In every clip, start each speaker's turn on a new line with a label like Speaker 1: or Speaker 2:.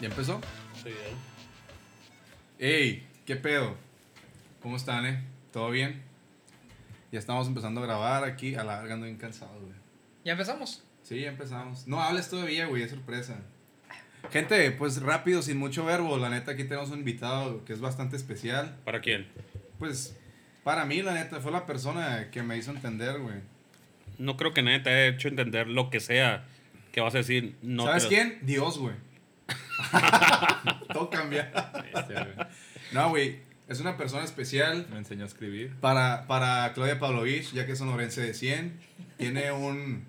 Speaker 1: ¿Ya empezó?
Speaker 2: Sí, ¿eh?
Speaker 1: ¡Ey! ¿Qué pedo? ¿Cómo están, eh? ¿Todo bien? Ya estamos empezando a grabar aquí. A la verga ando bien cansado, güey.
Speaker 3: ¿Ya empezamos?
Speaker 1: Sí, ya empezamos. No hables todavía, güey. Es sorpresa. Gente, pues rápido, sin mucho verbo. La neta, aquí tenemos un invitado que es bastante especial.
Speaker 2: ¿Para quién?
Speaker 1: Pues, para mí, la neta, fue la persona que me hizo entender, güey.
Speaker 2: No creo que nadie te haya hecho entender lo que sea que vas a decir. No
Speaker 1: ¿Sabes
Speaker 2: te-
Speaker 1: quién? Dios, güey. Todo cambia.
Speaker 4: Este, güey,
Speaker 1: No, güey. Es una persona especial.
Speaker 4: me enseñó a escribir.
Speaker 1: Para, para Claudia Pavlovich, ya que es sonorense de 100, tiene un,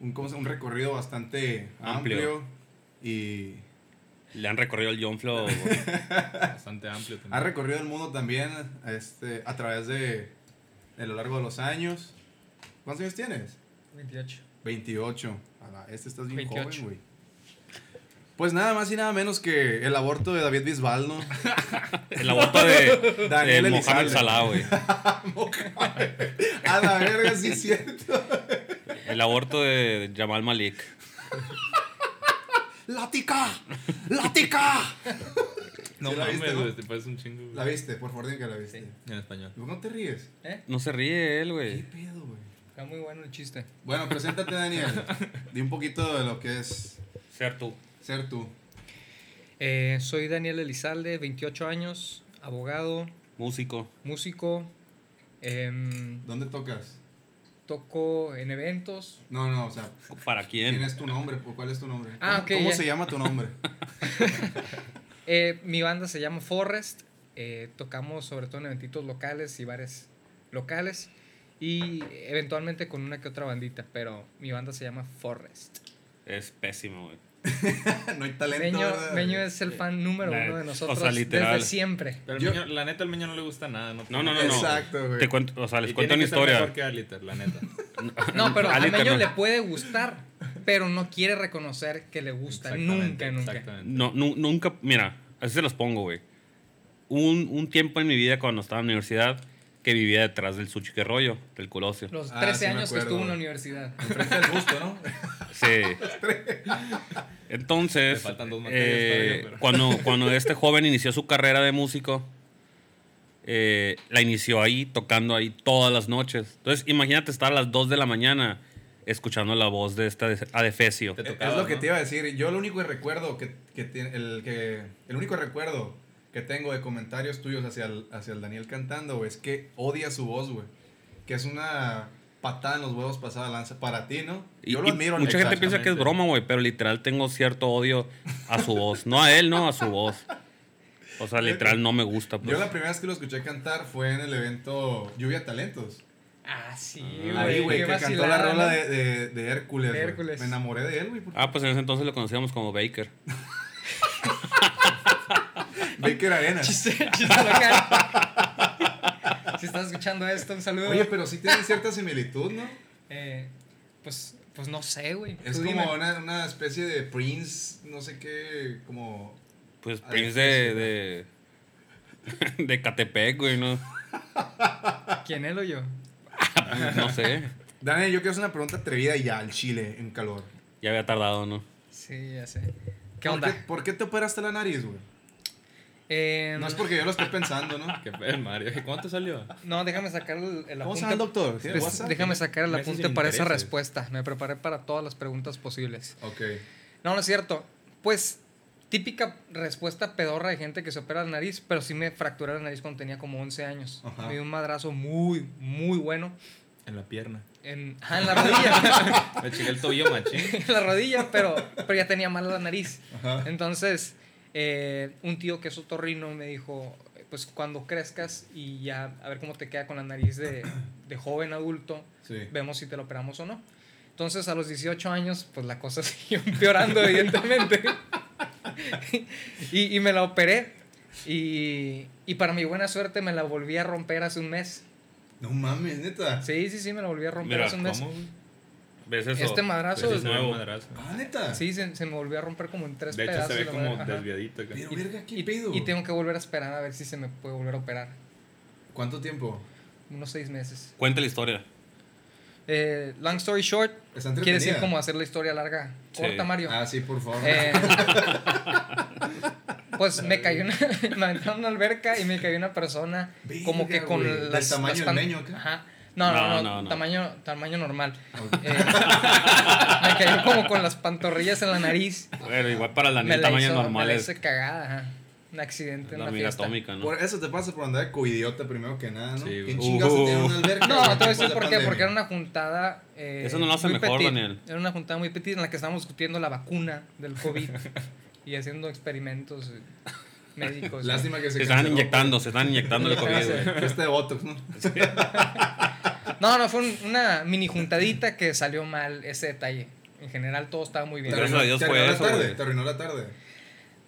Speaker 1: un, ¿cómo se llama? un recorrido bastante amplio.
Speaker 2: Amplio.
Speaker 1: y
Speaker 2: Le han recorrido el John Flow.
Speaker 4: Bastante amplio también.
Speaker 1: ha
Speaker 3: Ah,
Speaker 1: recorrido el mundo también este, a través de, de lo largo de los años. ¿Cuántos años tienes?
Speaker 3: 28.
Speaker 1: 28. A la- este estás bien
Speaker 3: 28.
Speaker 1: joven, güey. Pues nada más y nada menos que el aborto de David Bisbal, ¿no?
Speaker 2: el aborto de,
Speaker 1: Daniel
Speaker 2: de Mohamed
Speaker 1: Elizalde.
Speaker 2: Salah, güey.
Speaker 1: A la verga, sí es cierto.
Speaker 2: El aborto de Jamal Malik.
Speaker 1: ¡Lática! ¡Lática!
Speaker 4: no
Speaker 1: ¿Sí la
Speaker 4: mames,
Speaker 1: viste, no?
Speaker 4: güey, te pareces un chingo. güey.
Speaker 1: La viste, por favor, dime que la viste.
Speaker 3: Sí.
Speaker 4: En español.
Speaker 1: ¿Por qué no te ríes?
Speaker 3: ¿Eh?
Speaker 2: No se ríe él,
Speaker 1: ¿Qué
Speaker 2: güey.
Speaker 1: pedo, güey?
Speaker 3: Está muy bueno el chiste.
Speaker 1: Bueno, preséntate, Daniel. Di un poquito de lo que es
Speaker 2: Ser tú.
Speaker 1: ser tú.
Speaker 3: Eh, soy Daniel Elizalde, 28 años, abogado,
Speaker 2: Músico.
Speaker 3: músico. em,
Speaker 1: ¿Dónde tocas?
Speaker 3: toco en eventos.
Speaker 1: No, no, o sea,
Speaker 2: ¿Para
Speaker 1: ¿quién
Speaker 2: quién?
Speaker 1: es tu nombre? ¿Por ¿Cuál es tu nombre?
Speaker 3: Ah,
Speaker 1: ¿Cómo-
Speaker 3: ok,
Speaker 1: ¿Cómo
Speaker 3: ya.
Speaker 1: se llama tu nombre?
Speaker 3: Eh, mi banda se llama Forrest. eh, tocamos sobre todo en eventitos locales y bares locales. Y eventualmente con una que otra bandita, pero mi banda se llama Forrest.
Speaker 2: Es pésimo, güey.
Speaker 1: no hay talento. eh,
Speaker 3: Meño,
Speaker 1: ¿verdad?
Speaker 3: Meño es el fan número
Speaker 2: Nah,
Speaker 3: uno de
Speaker 2: o sea,
Speaker 3: nosotros
Speaker 2: literal.
Speaker 3: desde siempre.
Speaker 4: Pero el
Speaker 1: Yo-
Speaker 4: Meño- la neta, al meño no le gusta nada. No, Ah,
Speaker 2: No, no, no, no.
Speaker 1: Exacto, güey.
Speaker 2: Te cuento, o sea, les
Speaker 4: Y
Speaker 2: cuento
Speaker 4: tiene
Speaker 2: una
Speaker 4: que ser
Speaker 2: historia.
Speaker 4: mejor que Aliter, la neta.
Speaker 3: No, pero a
Speaker 2: Alita,
Speaker 3: Meño
Speaker 2: no.
Speaker 3: le puede gustar, pero no quiere reconocer que le gusta. Nunca,
Speaker 4: Exactamente,
Speaker 3: nunca.
Speaker 4: Exactamente.
Speaker 2: No, nu- nunca, mira, así se los pongo, güey. Un, un tiempo en mi vida cuando estaba en la universidad que vivía detrás del sushi que rollo, del Colosio.
Speaker 3: Los
Speaker 1: Ah,
Speaker 3: 13
Speaker 1: sí me
Speaker 3: años que
Speaker 1: acuerdo,
Speaker 3: estuvo en la
Speaker 1: güey.
Speaker 3: universidad.
Speaker 4: Enfrente del gusto, ¿no?
Speaker 2: Sí.
Speaker 4: Me
Speaker 2: Entonces,
Speaker 4: faltan dos materias
Speaker 2: eh,
Speaker 4: todavía, pero-
Speaker 2: cuando, cuando este joven inició su carrera de músico, eh, la inició ahí, tocando ahí todas las noches. Entonces, imagínate estar a las 2 de la mañana escuchando la voz de esta de- Adefesio.
Speaker 4: Te
Speaker 1: Eh, Es-
Speaker 4: tocaba,
Speaker 1: es lo que
Speaker 4: ¿no?
Speaker 1: te iba a decir. Yo el único recuerdo que, que tiene- el que el único recuerdo que tengo de comentarios tuyos hacia el, hacia el Daniel cantando, güey, es que odia su voz, güey. Que es una patada en los huevos pasada lanza para ti, ¿no?
Speaker 2: Y,
Speaker 1: Yo
Speaker 2: y
Speaker 1: lo admiro. la
Speaker 2: mucha gente
Speaker 1: neta.
Speaker 2: piensa que es
Speaker 4: Exactamente.
Speaker 2: broma, güey, pero literal tengo cierto odio a su voz. No a él, no, a su voz. O sea, literal no me gusta. Pues.
Speaker 1: Yo la primera vez que lo escuché cantar fue en el evento Lluvia Talentos.
Speaker 3: Ah, sí,
Speaker 1: Ahí, güey,
Speaker 3: qué
Speaker 1: que cantó la
Speaker 3: vacilada,
Speaker 1: rola
Speaker 3: ¿no?
Speaker 1: de, de- de Hércules.
Speaker 3: De
Speaker 1: güey.
Speaker 3: Hércules.
Speaker 1: Me enamoré de él, güey. porque
Speaker 2: Ah, pues en ese entonces lo conocíamos como Baker. ah,
Speaker 1: Baker Arenas.
Speaker 3: Chiste, chiste local. si estás escuchando esto, un saludo.
Speaker 1: Oye, pero sí tienen cierta similitud, ¿no?
Speaker 3: Eh, pues, pues no sé, güey.
Speaker 1: Es
Speaker 3: Tú
Speaker 1: como
Speaker 3: dime.
Speaker 1: una, una especie de Prince, no sé qué, como...
Speaker 2: Pues
Speaker 1: Ah,
Speaker 2: Prince
Speaker 1: sí,
Speaker 2: de, de. de Catepec, güey, ¿no?
Speaker 3: ¿Quién él o yo?
Speaker 2: No sé.
Speaker 1: Daniel, yo quiero hacer una pregunta atrevida ya al chile, en calor.
Speaker 2: Ya había tardado, ¿no?
Speaker 3: Sí, ya sé. ¿Qué
Speaker 1: ¿Por
Speaker 3: onda?
Speaker 1: ¿Por qué te operaste la nariz, güey?
Speaker 3: Eh,
Speaker 1: No es porque yo lo estoy pensando, ¿no?
Speaker 4: Qué pedo, Mario. ¿Cuánto salió?
Speaker 3: no, déjame sacar el, el
Speaker 1: ¿Cómo se
Speaker 3: apunte.
Speaker 1: llama el doctor? ¿Tiene
Speaker 3: Pues,
Speaker 1: WhatsApp?
Speaker 3: déjame sacar el
Speaker 4: Me haces
Speaker 3: apunte para esa
Speaker 4: intereses.
Speaker 3: respuesta. Me preparé para todas las preguntas posibles.
Speaker 1: Ok.
Speaker 3: No, no es cierto. Pues, típica respuesta pedorra de gente que se opera la nariz, pero sí me fracturé la nariz cuando tenía como 11 años.
Speaker 1: Ajá.
Speaker 3: Me dio un madrazo muy, muy bueno
Speaker 4: En la pierna.
Speaker 3: en, ah, en la rodilla.
Speaker 4: Me chiqué el tobillo machín.
Speaker 3: en la rodilla, pero, pero ya tenía mal la nariz.
Speaker 1: Ajá.
Speaker 3: Entonces, eh, un tío que es otorrino me dijo, pues cuando crezcas y ya a ver cómo te queda con la nariz de, de joven adulto,
Speaker 1: Sí.
Speaker 3: vemos si te lo operamos o no. Entonces a los 18 años, pues la cosa siguió empeorando, evidentemente. y, y me la operé. Y, y para mi buena suerte me la volví a romper hace un mes.
Speaker 1: No mames, neta.
Speaker 3: Sí, sí, sí, me la volví a romper
Speaker 2: Mira,
Speaker 3: hace un mes.
Speaker 4: ¿Cómo? güey?
Speaker 2: ¿Ves eso?
Speaker 3: Este madrazo
Speaker 2: Pues es
Speaker 4: Pues se ve un
Speaker 2: nuevo.
Speaker 4: madrazo.
Speaker 1: Ah, neta.
Speaker 3: Sí, se, se me volvió a romper como en tres
Speaker 4: De hecho,
Speaker 3: pedazos.
Speaker 4: se ve
Speaker 3: la
Speaker 4: como
Speaker 3: madre. Ajá.
Speaker 4: desviadito. acá.
Speaker 1: Pero,
Speaker 3: Y-
Speaker 1: verga, qué
Speaker 3: y-
Speaker 1: pedo.
Speaker 3: Y tengo que volver a esperar a ver si se me puede volver a operar.
Speaker 1: ¿Cuánto tiempo?
Speaker 3: Unos seis meses.
Speaker 2: Cuenta la historia.
Speaker 3: Eh, long story short,
Speaker 1: Está entretenida.
Speaker 3: quiere decir como hacer la historia larga.
Speaker 2: Sí.
Speaker 3: Corta, Mario.
Speaker 1: Ah, sí, por favor.
Speaker 3: Eh, pues me cayó una, me aventaron una alberca y me cayó una persona
Speaker 1: Verga,
Speaker 3: como que con
Speaker 1: güey. ¿Del
Speaker 3: las-
Speaker 1: tamaño
Speaker 3: las
Speaker 1: del
Speaker 3: pan-
Speaker 1: niño acá?
Speaker 3: Ajá. No, no,
Speaker 2: No,
Speaker 3: no,
Speaker 2: no, no.
Speaker 3: Tamaño, tamaño normal. Eh, me cayó como con las pantorrillas en la nariz.
Speaker 2: Bueno, igual para la
Speaker 3: me
Speaker 2: niña
Speaker 3: la
Speaker 2: tamaño
Speaker 3: hizo,
Speaker 2: normal
Speaker 3: me la
Speaker 2: es
Speaker 3: hizo cagada, ajá. Un accidente en
Speaker 2: la
Speaker 3: la
Speaker 2: amiga
Speaker 3: fiesta.
Speaker 2: atómica, ¿no?
Speaker 1: Por eso te pasa por andar de coidiota primero que nada, ¿no?
Speaker 4: Sí, güey.
Speaker 1: ¿Quién chingados
Speaker 2: Uh.
Speaker 1: se tiene una alberca?
Speaker 3: No,
Speaker 1: güey,
Speaker 3: te voy
Speaker 1: después de
Speaker 3: a decir
Speaker 1: la
Speaker 3: por qué,
Speaker 1: pandemia?
Speaker 3: porque era una juntada. eh,
Speaker 2: Eso no lo hace
Speaker 3: muy
Speaker 2: mejor, Daniel.
Speaker 3: Era una juntada muy petit en la que estábamos discutiendo la vacuna del COVID y haciendo experimentos eh, médicos.
Speaker 1: Lástima que se
Speaker 2: Se están
Speaker 1: canceló,
Speaker 2: inyectando, se están inyectando el COVID, güey.
Speaker 1: güey. Fiesta de Botox, ¿no?
Speaker 3: No, no, fue un- una mini juntadita que salió mal ese detalle. En general todo estaba muy bien.
Speaker 2: Gracias a Dios
Speaker 1: Te
Speaker 2: fue
Speaker 1: arruinó
Speaker 2: eso,
Speaker 1: la tarde,
Speaker 2: güey.
Speaker 1: te arruinó la tarde.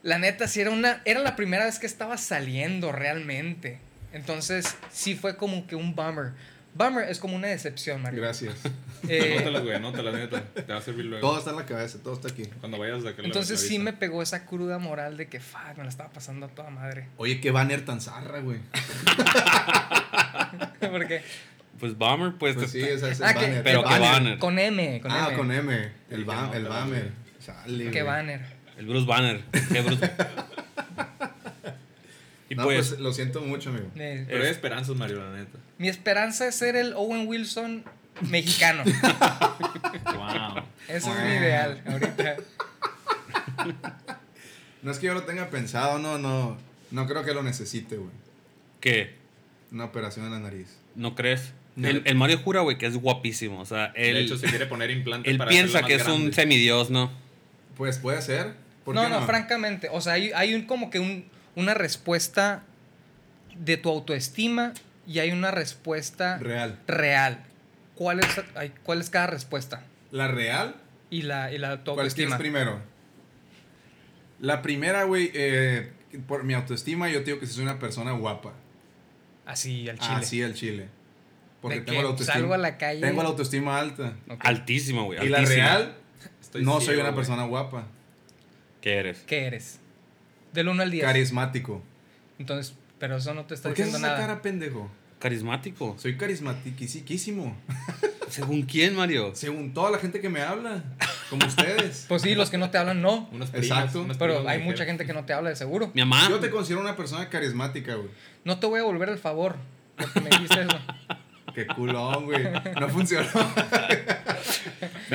Speaker 3: La neta, sí era una. Era la primera vez que estaba saliendo realmente. Entonces, sí fue como que un bummer. Bummer es como una decepción, Mario.
Speaker 1: Gracias.
Speaker 3: Eh,
Speaker 4: Anótalas, güey, anótalas, neta. Te va a servir luego.
Speaker 1: Todo está en la cabeza, todo está aquí.
Speaker 4: Cuando vayas de aquel lado,
Speaker 3: entonces
Speaker 4: te
Speaker 3: sí me
Speaker 4: avisa.
Speaker 3: pegó esa cruda moral de que, fuck, me la estaba pasando a toda madre.
Speaker 1: Oye, qué banner tan zarra, güey.
Speaker 3: Porque,
Speaker 2: Pues Bomber, pues.
Speaker 1: Pues
Speaker 2: te-
Speaker 1: sí, ese es el
Speaker 3: Ah, que-
Speaker 1: banner.
Speaker 2: Pero
Speaker 1: El
Speaker 2: que banner.
Speaker 3: con M, con
Speaker 1: Ah,
Speaker 3: M.
Speaker 1: con M. El,
Speaker 4: Sí,
Speaker 1: ba-
Speaker 4: no,
Speaker 1: el
Speaker 4: pero
Speaker 1: banner. Sale,
Speaker 3: Qué
Speaker 1: güey.
Speaker 3: banner.
Speaker 2: El Bruce Banner. Sí, Bruce- y
Speaker 1: No,
Speaker 2: pues,
Speaker 1: pues lo siento mucho, amigo.
Speaker 3: Eh,
Speaker 4: Pero hay esperanzas, Mario, la neta.
Speaker 3: Mi esperanza es ser el Owen Wilson mexicano.
Speaker 4: Wow.
Speaker 3: Ese es mi ideal ahorita.
Speaker 1: No es que yo lo tenga pensado, no, no. No creo que lo necesite, güey.
Speaker 2: ¿qué?
Speaker 1: Una operación en la nariz.
Speaker 2: ¿No crees?
Speaker 1: No.
Speaker 2: El, el Mario jura, güey, que es guapísimo. O sea, él,
Speaker 4: de hecho, se quiere poner implante
Speaker 2: él
Speaker 4: para
Speaker 2: piensa
Speaker 4: hacerla
Speaker 2: que
Speaker 4: más
Speaker 2: es un
Speaker 4: grande.
Speaker 2: semidios, ¿no?
Speaker 1: Pues puede ser. ¿Por
Speaker 3: No,
Speaker 1: qué
Speaker 3: no, francamente. O sea, hay, hay un, como que un- una respuesta de tu autoestima y hay una respuesta
Speaker 1: Real.
Speaker 3: real. ¿Cuál es, ay, cuál es cada respuesta?
Speaker 1: La real
Speaker 3: Y la, y la tu
Speaker 1: ¿Cuál quieres
Speaker 3: autoestima.
Speaker 1: primero? La primera, güey, eh, por mi autoestima, yo te digo que soy una persona guapa.
Speaker 3: Así, al chile.
Speaker 1: Así el chile. Ah, Porque
Speaker 3: De
Speaker 1: tengo
Speaker 3: que
Speaker 1: la autoestima.
Speaker 3: salgo a la calle.
Speaker 1: Tengo la autoestima alta.
Speaker 3: Ok.
Speaker 2: Altísimo, güey.
Speaker 1: Y la
Speaker 2: altísimo.
Speaker 1: real,
Speaker 4: Estoy
Speaker 1: no soy
Speaker 4: ciego,
Speaker 1: una
Speaker 4: güey.
Speaker 1: persona guapa.
Speaker 2: ¿Qué eres?
Speaker 3: ¿Qué eres? Del 1 al 10.
Speaker 1: Carismático.
Speaker 3: Entonces, pero eso no te está
Speaker 1: ¿Por qué es
Speaker 3: diciendo
Speaker 1: esa
Speaker 3: nada.
Speaker 1: cara, pendejo?
Speaker 2: Carismático.
Speaker 1: Soy carismatiquísimo.
Speaker 2: ¿Según quién, Mario?
Speaker 1: Según toda la gente que me habla. Como ustedes.
Speaker 3: Pues sí, los que no te hablan, no.
Speaker 4: Unas primas,
Speaker 1: Exacto.
Speaker 4: unas
Speaker 3: Pero
Speaker 4: primas
Speaker 3: hay
Speaker 4: me
Speaker 3: mucha
Speaker 4: dijeron.
Speaker 3: gente que no te habla de seguro.
Speaker 2: Mi mamá.
Speaker 1: Yo te considero una persona carismática, güey.
Speaker 3: No te voy a volver el favor. Porque me dijiste eso.
Speaker 1: Qué culón, güey. No funcionó.
Speaker 2: La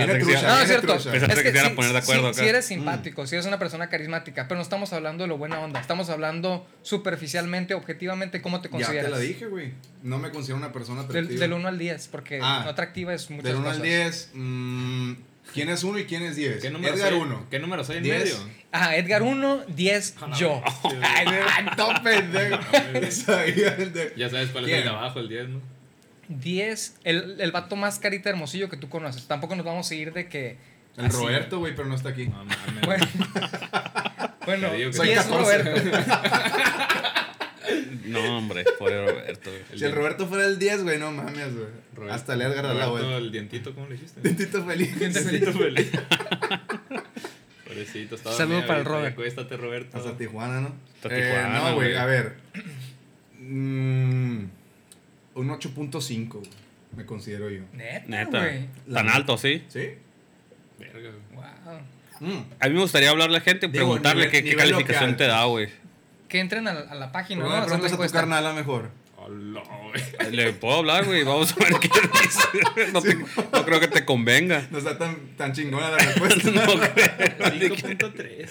Speaker 1: Viene
Speaker 2: sección.
Speaker 1: trucha,
Speaker 3: No,
Speaker 1: viene
Speaker 3: es cierto. Pues,
Speaker 1: trucha.
Speaker 2: Pensaste que te iban a
Speaker 3: sí-
Speaker 2: poner de acuerdo
Speaker 3: sí-
Speaker 2: acá.
Speaker 3: sí
Speaker 1: Mm.
Speaker 3: eres simpático, si eres una persona carismática, pero no estamos hablando de lo buena onda. Estamos hablando superficialmente, objetivamente, cómo te
Speaker 1: Ya
Speaker 3: consideras.
Speaker 1: te la dije, güey. No me considero una persona
Speaker 3: pues, Del,
Speaker 1: atractiva.
Speaker 3: del 1 al 10, porque
Speaker 1: Ah.
Speaker 3: no atractiva es muchas
Speaker 1: Del uno
Speaker 3: cosas.
Speaker 1: al 10, mm, ¿quién es 1 y quién es 10?
Speaker 4: ¿Qué número
Speaker 1: Edgar
Speaker 4: soy?
Speaker 1: 1.
Speaker 4: ¿Qué número soy en
Speaker 1: Diez.
Speaker 4: medio?
Speaker 3: Ah, Edgar 1, 10,
Speaker 1: Ah,
Speaker 3: yo.
Speaker 1: Ay, güey, no, pendejo. Ya sabía el de-
Speaker 4: Ya sabes cuál es
Speaker 1: ¿Quién?
Speaker 4: el de abajo, el 10, ¿no?
Speaker 3: 10, el, el vato más carita hermosillo que tú conoces. Tampoco nos vamos a ir de que.
Speaker 1: El
Speaker 3: así.
Speaker 1: Roberto, güey, pero no está aquí.
Speaker 4: No mames.
Speaker 3: Bueno, bueno
Speaker 4: Te digo que-
Speaker 1: Soy
Speaker 3: 10
Speaker 1: 14.
Speaker 3: Roberto.
Speaker 2: No, hombre, pobre Roberto. güey.
Speaker 1: Si el Roberto fuera el 10, güey, no mames, güey.
Speaker 4: Roberto-
Speaker 1: Hasta le Edgar a la
Speaker 4: Roberto,
Speaker 1: vuelta.
Speaker 4: el dientito, ¿cómo le dijiste?
Speaker 1: Tentito feliz.
Speaker 4: Dientito feliz. Pobrecito, estaba
Speaker 3: Saludo
Speaker 4: medio
Speaker 3: para el
Speaker 4: ahorita,
Speaker 3: Robert.
Speaker 4: ya Acuéstate, Roberto.
Speaker 1: Hasta Tijuana, ¿no? Eh,
Speaker 2: Hasta Tijuana,
Speaker 1: no, güey,
Speaker 2: güey.
Speaker 1: a ver. Mm, un 8.5, güey, me considero yo.
Speaker 3: Neta,
Speaker 2: Neta.
Speaker 3: güey.
Speaker 2: Tan alto, sí.
Speaker 1: ¿Sí?
Speaker 4: Verga, güey.
Speaker 3: Wow.
Speaker 1: Mm.
Speaker 2: A mí me gustaría hablarle a la gente,
Speaker 1: Digo,
Speaker 2: preguntarle
Speaker 1: nivel-
Speaker 2: qué, qué
Speaker 1: nivel
Speaker 2: calificación
Speaker 1: local.
Speaker 2: te da, güey.
Speaker 3: Que entren a, la- a la página,
Speaker 1: Pero
Speaker 3: ¿no?
Speaker 1: de
Speaker 3: Hacer
Speaker 1: pronto
Speaker 3: la
Speaker 1: es a tu
Speaker 3: encuesta.
Speaker 1: carnal a mejor.
Speaker 4: Hola, güey.
Speaker 2: Le puedo hablar, güey. Vamos a ver qué dice. No, te- no creo que te convenga.
Speaker 1: No está tan, tan chingona la respuesta.
Speaker 2: No
Speaker 1: no,
Speaker 2: creo.
Speaker 4: 5.3.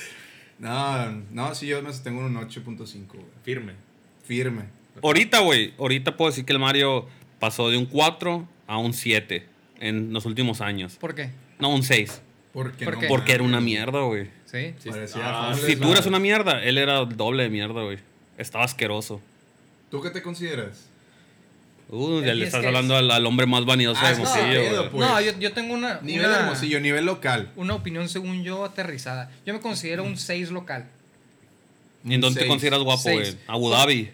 Speaker 1: no, sí, yo me tengo un 8.5, güey.
Speaker 4: Firme.
Speaker 1: Firme.
Speaker 2: Ahorita, güey. Ahorita puedo decir que el Mario pasó de un 4 a un 7 en los últimos años.
Speaker 3: ¿Por qué?
Speaker 2: No, un 6.
Speaker 1: Porque
Speaker 3: ¿Por
Speaker 1: no
Speaker 3: qué?
Speaker 2: Porque era una mierda, güey.
Speaker 3: Sí.
Speaker 4: Sí,
Speaker 1: Parecía
Speaker 4: ah,
Speaker 1: homeless,
Speaker 2: Si
Speaker 1: ¿no?
Speaker 2: tú eras una mierda, él era el doble de mierda, güey. Estaba asqueroso.
Speaker 1: ¿Tú qué te consideras?
Speaker 2: Uh, ya
Speaker 3: Y
Speaker 2: le
Speaker 3: es
Speaker 2: estás
Speaker 3: que-
Speaker 2: hablando al, al hombre más vanidoso
Speaker 1: Ah,
Speaker 2: de
Speaker 1: es que
Speaker 2: Hermosillo,
Speaker 1: pedo,
Speaker 2: güey.
Speaker 1: pues.
Speaker 3: no, yo, yo tengo una.
Speaker 1: Nivel
Speaker 3: una-
Speaker 1: hermosillo, nivel local.
Speaker 3: una opinión según yo aterrizada. Yo me considero
Speaker 4: Mm.
Speaker 3: un 6 local.
Speaker 2: ¿Y en dónde te
Speaker 1: Seis.
Speaker 2: consideras guapo, güey?
Speaker 3: Seis.
Speaker 2: Abu Dhabi.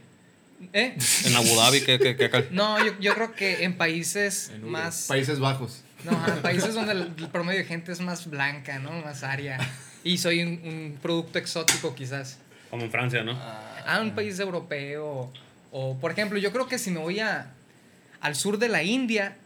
Speaker 3: ¿Eh?
Speaker 2: En Abu Dhabi, ¿qué, qué, qué cal-
Speaker 3: No, yo, yo creo que en países
Speaker 4: En Uber.
Speaker 3: más...
Speaker 1: Países Bajos.
Speaker 3: no, ajá, países donde el, el promedio de gente es más blanca, ¿no? Más área. Y soy un, un producto exótico quizás.
Speaker 2: Como en Francia, ¿no?
Speaker 3: Ah, un país europeo. O, por ejemplo, yo creo que si me voy a, al sur de la India,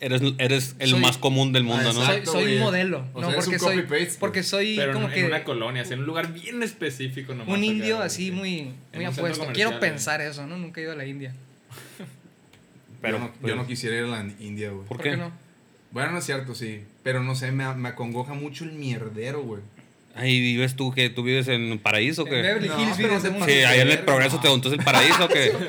Speaker 2: Eres, eres el
Speaker 3: Soy-
Speaker 2: más común del mundo,
Speaker 1: Ah,
Speaker 2: ¿no?
Speaker 1: exacto.
Speaker 3: soy, soy
Speaker 1: güey.
Speaker 3: un modelo.
Speaker 1: O
Speaker 3: no,
Speaker 1: sea, eres
Speaker 3: porque
Speaker 1: un
Speaker 3: soy.
Speaker 1: copy-paste, güey.
Speaker 3: Porque soy
Speaker 4: Pero
Speaker 3: como
Speaker 4: en,
Speaker 3: que.
Speaker 4: en una colonia, así, en un lugar bien específico nomás.
Speaker 3: un
Speaker 4: acá,
Speaker 3: indio
Speaker 4: güey,
Speaker 3: así
Speaker 4: sí.
Speaker 3: muy,
Speaker 4: En
Speaker 3: muy
Speaker 4: un centro
Speaker 3: apuesto.
Speaker 4: comercial,
Speaker 3: Quiero
Speaker 4: eh.
Speaker 3: pensar eso, ¿no? Nunca he ido a la India.
Speaker 2: Pero, pues,
Speaker 1: yo, no, yo no quisiera ir a la India, güey.
Speaker 2: ¿Por
Speaker 3: ¿Por,
Speaker 2: qué?
Speaker 3: qué? no?
Speaker 1: Bueno, no es cierto, sí. Pero no sé, me, me acongoja mucho el mierdero, güey.
Speaker 2: Ahí vives tú, que tú vives en un paraíso, o
Speaker 3: En
Speaker 2: qué?
Speaker 3: Beverly
Speaker 1: No,
Speaker 3: Hills,
Speaker 1: pero
Speaker 3: vives
Speaker 1: te
Speaker 3: de un-
Speaker 1: pasas
Speaker 2: Sí,
Speaker 1: de
Speaker 2: ahí en el
Speaker 1: verga,
Speaker 2: progreso
Speaker 1: no.
Speaker 2: te montó el paraíso, que
Speaker 1: No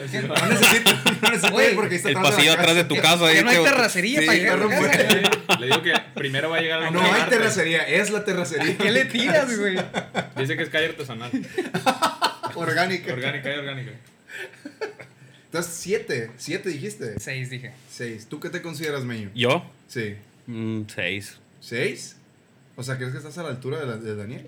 Speaker 1: necesito, no necesito
Speaker 3: Güey,
Speaker 1: ir porque ahí está
Speaker 2: el
Speaker 1: atrás
Speaker 2: pasillo
Speaker 1: la
Speaker 2: atrás de
Speaker 1: casa.
Speaker 2: tu casa.
Speaker 3: Que
Speaker 2: ahí
Speaker 3: no hay
Speaker 2: te-
Speaker 3: terracería
Speaker 1: Sí,
Speaker 3: para llegar a
Speaker 1: perro,
Speaker 3: tu casa,
Speaker 1: güey.
Speaker 3: güey.
Speaker 4: Le digo que primero va a llegar a
Speaker 1: Ah, No hay terracería, es la terracería.
Speaker 3: ¿Qué le tiras, güey?
Speaker 4: Dice que es calle artesanal.
Speaker 1: Orgánica.
Speaker 4: orgánica, calle orgánica.
Speaker 1: Entonces, siete. Siete dijiste.
Speaker 3: Seis, dije.
Speaker 1: Seis. ¿Tú qué te consideras, Meño?
Speaker 2: ¿Yo?
Speaker 1: Sí.
Speaker 2: Mm, seis.
Speaker 1: ¿Seis? O sea, ¿crees que estás a la altura de, la- de Daniel?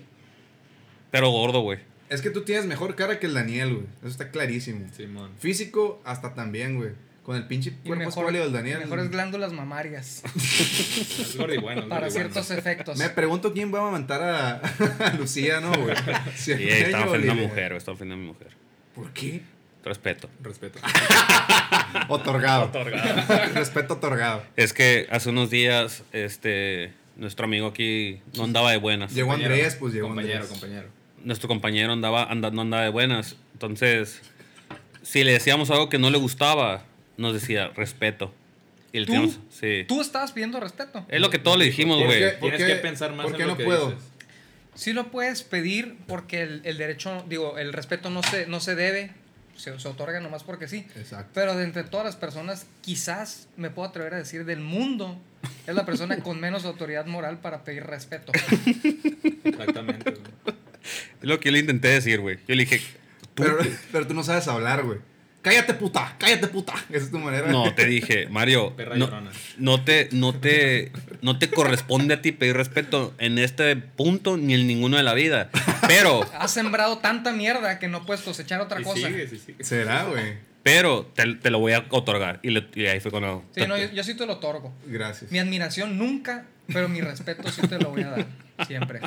Speaker 2: Pero gordo, güey.
Speaker 1: Es que tú tienes mejor cara que el Daniel, güey. Eso está clarísimo.
Speaker 4: Simón.
Speaker 1: Físico, hasta también, güey. Con el pinche
Speaker 3: Y
Speaker 1: cuerpo escuálido del Daniel.
Speaker 3: mejores glándulas mamarias
Speaker 4: Es gordibueno. es
Speaker 3: para
Speaker 4: gordibueno.
Speaker 3: ciertos efectos.
Speaker 1: Me pregunto quién va a matar a, a Lucía, ¿no, güey? Si el
Speaker 2: Sí, estaba
Speaker 1: Meño o
Speaker 2: ofendiendo a
Speaker 1: Lilia.
Speaker 2: mujer, güey. Estaba ofendiendo a mi mujer.
Speaker 1: ¿Por qué?
Speaker 2: Respeto.
Speaker 4: Respeto.
Speaker 1: Otorgado. Respeto otorgado.
Speaker 2: Es que hace unos días, este, nuestro amigo aquí no andaba de buenas.
Speaker 1: Llegó
Speaker 4: Compañero,
Speaker 1: Andrés, pues llegó
Speaker 4: Compañero,
Speaker 1: Andrés.
Speaker 4: compañero.
Speaker 2: Nuestro compañero andaba, anda- no andaba de buenas. Entonces, si le decíamos algo que no le gustaba, nos decía respeto. Y le
Speaker 3: ¿Tú?
Speaker 2: teníamos- sí.
Speaker 3: Tú estabas pidiendo respeto.
Speaker 2: Es lo que todos le dijimos,
Speaker 1: ¿Por
Speaker 2: güey.
Speaker 1: qué? ¿Por
Speaker 4: Tienes
Speaker 1: qué-
Speaker 4: que pensar más
Speaker 1: por qué
Speaker 4: en lo
Speaker 1: no
Speaker 4: que
Speaker 1: puedo?
Speaker 4: dices.
Speaker 3: Sí lo puedes pedir porque el, el derecho, digo, el respeto no se, no se debe, se, se otorga nomás porque sí.
Speaker 1: Exacto.
Speaker 3: Pero de entre todas las personas, quizás me puedo atrever a decir del mundo, es la persona con menos autoridad moral para pedir respeto.
Speaker 4: Exactamente. güey.
Speaker 2: Es lo que yo le intenté decir, güey. Yo le dije, tú.
Speaker 1: Pero, pero tú no sabes hablar, güey. Cállate, puta. Cállate, puta. Esa es tu manera.
Speaker 2: No, te dije, Mario,
Speaker 4: Perra
Speaker 2: no,
Speaker 4: llorona.
Speaker 2: no te, no, te, no te corresponde a ti pedir respeto en este punto ni en ninguno de la vida. Pero,
Speaker 3: Has sembrado tanta mierda que no puedes cosechar otra
Speaker 4: Y
Speaker 3: cosa.
Speaker 4: sigue, sí, sigue.
Speaker 1: ¿Será, güey?
Speaker 2: pero te, te lo voy a otorgar. Y, le- y ahí fue cuando...
Speaker 3: Sí, no, yo, yo sí te lo otorgo.
Speaker 1: Gracias.
Speaker 3: Mi admiración nunca, pero mi respeto sí te lo voy a dar. Siempre.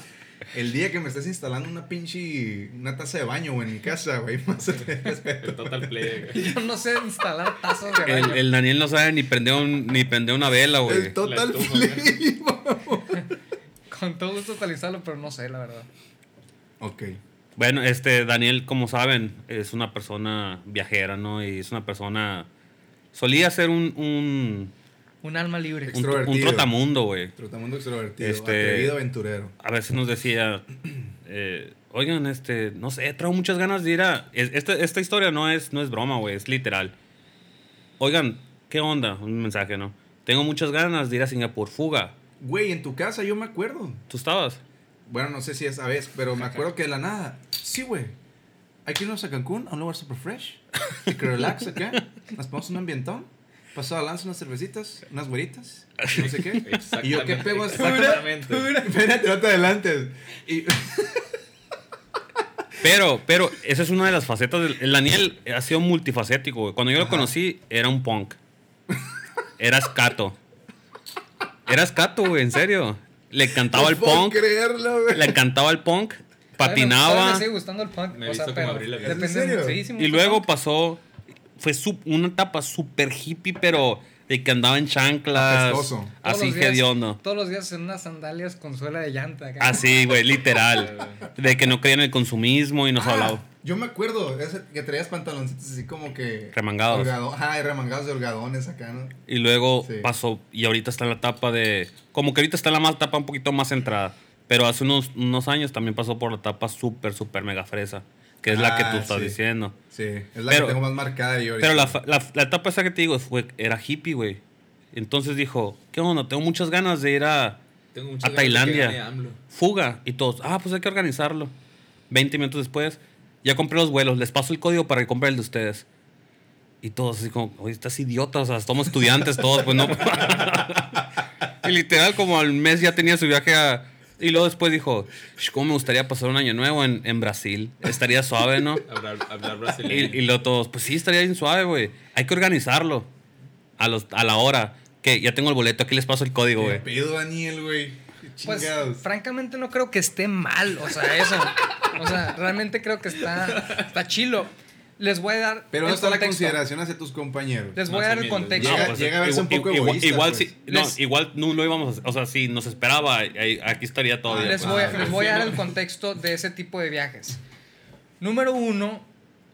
Speaker 1: El día que me estés instalando una pinche. Una taza de baño, güey, en mi casa, güey. Más respeto.
Speaker 4: El total play. güey.
Speaker 3: Yo no sé instalar tazas de
Speaker 2: El,
Speaker 3: baño.
Speaker 2: el Daniel no sabe ni prender, un- ni prender una vela, güey.
Speaker 1: El total
Speaker 4: La estufa, güey.
Speaker 1: flip.
Speaker 3: Con todo gusto utilizarlo, pero no sé, la verdad.
Speaker 1: Ok.
Speaker 2: Bueno, este, Daniel, como saben, es una persona viajera, ¿no? Y es una persona... Solía ser un, un,
Speaker 3: Un alma libre.
Speaker 2: un, un
Speaker 1: Extrovertido.
Speaker 2: trotamundo, güey.
Speaker 1: Trotamundo extrovertido.
Speaker 2: Este-
Speaker 1: Atrevido aventurero.
Speaker 2: a veces nos decía, eh, oigan, este, no sé, traigo muchas ganas de ir a... es- Esta, esta historia no es, no es broma, güey, es literal. Oigan, ¿qué onda? Un mensaje, ¿no? Tengo muchas ganas de ir a Singapur, fuga.
Speaker 1: Güey, en tu casa yo me acuerdo.
Speaker 2: ¿Tú estabas?
Speaker 1: Bueno, no sé si esa vez, pero me acuerdo que de la nada. Sí, güey. Hay que irnos a Cancún, a un lugar super fresh. Y que relax acá. Nos ponemos un ambientón. Pasó a lanza unas cervecitas, unas güeritas. No sé qué.
Speaker 4: Exactamente.
Speaker 1: Y yo, ¿qué pego?
Speaker 4: Exactamente.
Speaker 1: Espérate, no te adelantes. Y,
Speaker 2: Pero, pero, esa es una de las facetas. Del, el Daniel ha sido multifacético, güey. Cuando yo lo
Speaker 1: Ajá.
Speaker 2: conocí, era un punk. Era escato. Era escato, güey, en serio. Le encantaba el
Speaker 1: no puedo
Speaker 2: punk,
Speaker 1: creerlo, güey.
Speaker 2: le encantaba el punk,
Speaker 3: Todavía me- todavía
Speaker 2: patinaba.
Speaker 3: Me sigue gustando el punk.
Speaker 4: Me he
Speaker 3: o sea,
Speaker 4: visto como
Speaker 3: pero
Speaker 4: Avril Lavigne.
Speaker 3: depende
Speaker 1: ¿En serio?
Speaker 3: sí, sí, me
Speaker 2: Y
Speaker 3: gusta el
Speaker 2: luego
Speaker 3: punk.
Speaker 2: pasó, fue su- una etapa súper hippie, pero de que andaba en chanclas.
Speaker 1: Apestoso.
Speaker 3: Todos
Speaker 2: Así
Speaker 3: los días-
Speaker 2: hediondo.
Speaker 3: Todos los días en unas sandalias con suela de llanta. acá.
Speaker 2: Así, güey, literal. De que no creía en el consumismo y nos
Speaker 1: Ah,
Speaker 2: hablaba.
Speaker 1: Yo me acuerdo ese que traías pantaloncitos así como que.
Speaker 2: Remangados.
Speaker 1: Holgado- ajá, remangados de holgadones acá, ¿no?
Speaker 2: Y luego
Speaker 1: Sí.
Speaker 2: pasó, y ahorita está en la etapa de. Como que ahorita está en la más etapa un poquito más centrada. Pero hace unos, unos años también pasó por la etapa súper, súper mega fresa. Que es la que
Speaker 1: Ah,
Speaker 2: tú estás
Speaker 1: sí.
Speaker 2: diciendo.
Speaker 1: Sí, es la
Speaker 2: Pero-
Speaker 1: que tengo más marcada yo ahorita.
Speaker 2: Pero la, fa- la- la etapa esa que te digo fue, era hippie, güey. Entonces dijo: ¿Qué onda? Tengo muchas ganas de ir a.
Speaker 4: Tengo
Speaker 2: a
Speaker 4: muchas ganas de que gane
Speaker 2: Tailandia.
Speaker 4: AMLO.
Speaker 2: Fuga. Y todos, ah, pues hay que organizarlo. 20 minutos después, ya compré los vuelos, les paso el código para que compren el de ustedes. Y todos así como, oye, estás idiota, o sea, somos estudiantes todos, pues no. y literal, como al mes ya tenía su viaje a... Y luego después dijo, "Sh, ¿cómo me gustaría pasar un año nuevo en, en Brasil? Estaría suave, ¿no?
Speaker 4: Hablar, hablar
Speaker 2: Y, y
Speaker 4: brasileño.
Speaker 2: luego todos, pues sí, estaría bien suave, güey. Hay que organizarlo a, los, a la hora. Que ya tengo el boleto, aquí les paso el código,
Speaker 1: Qué
Speaker 2: güey.
Speaker 1: pedo, Daniel, güey. Qué
Speaker 3: Pues,
Speaker 1: Chingados.
Speaker 3: francamente, no creo que esté mal. O sea, eso. O sea, realmente creo que está, está chilo. les voy a dar.
Speaker 1: Pero
Speaker 3: el
Speaker 1: no está la
Speaker 3: contexto.
Speaker 1: consideración hacia tus compañeros.
Speaker 3: Les voy
Speaker 4: Más
Speaker 3: a dar el
Speaker 4: humilde.
Speaker 3: contexto.
Speaker 1: Llega-
Speaker 2: No, pues,
Speaker 1: llega a verse
Speaker 2: igual-
Speaker 1: un poco
Speaker 2: igual-
Speaker 1: egoísta,
Speaker 2: igual
Speaker 1: pues.
Speaker 2: si- no,
Speaker 3: Les-
Speaker 2: igual no lo íbamos a hacer. O sea, si nos esperaba, ahí- aquí estaría todavía.
Speaker 3: Les
Speaker 2: pues.
Speaker 3: voy, a-
Speaker 1: Ah,
Speaker 3: les voy a
Speaker 1: sí,
Speaker 3: dar
Speaker 1: ¿no?
Speaker 3: el contexto de ese tipo de viajes. Número uno,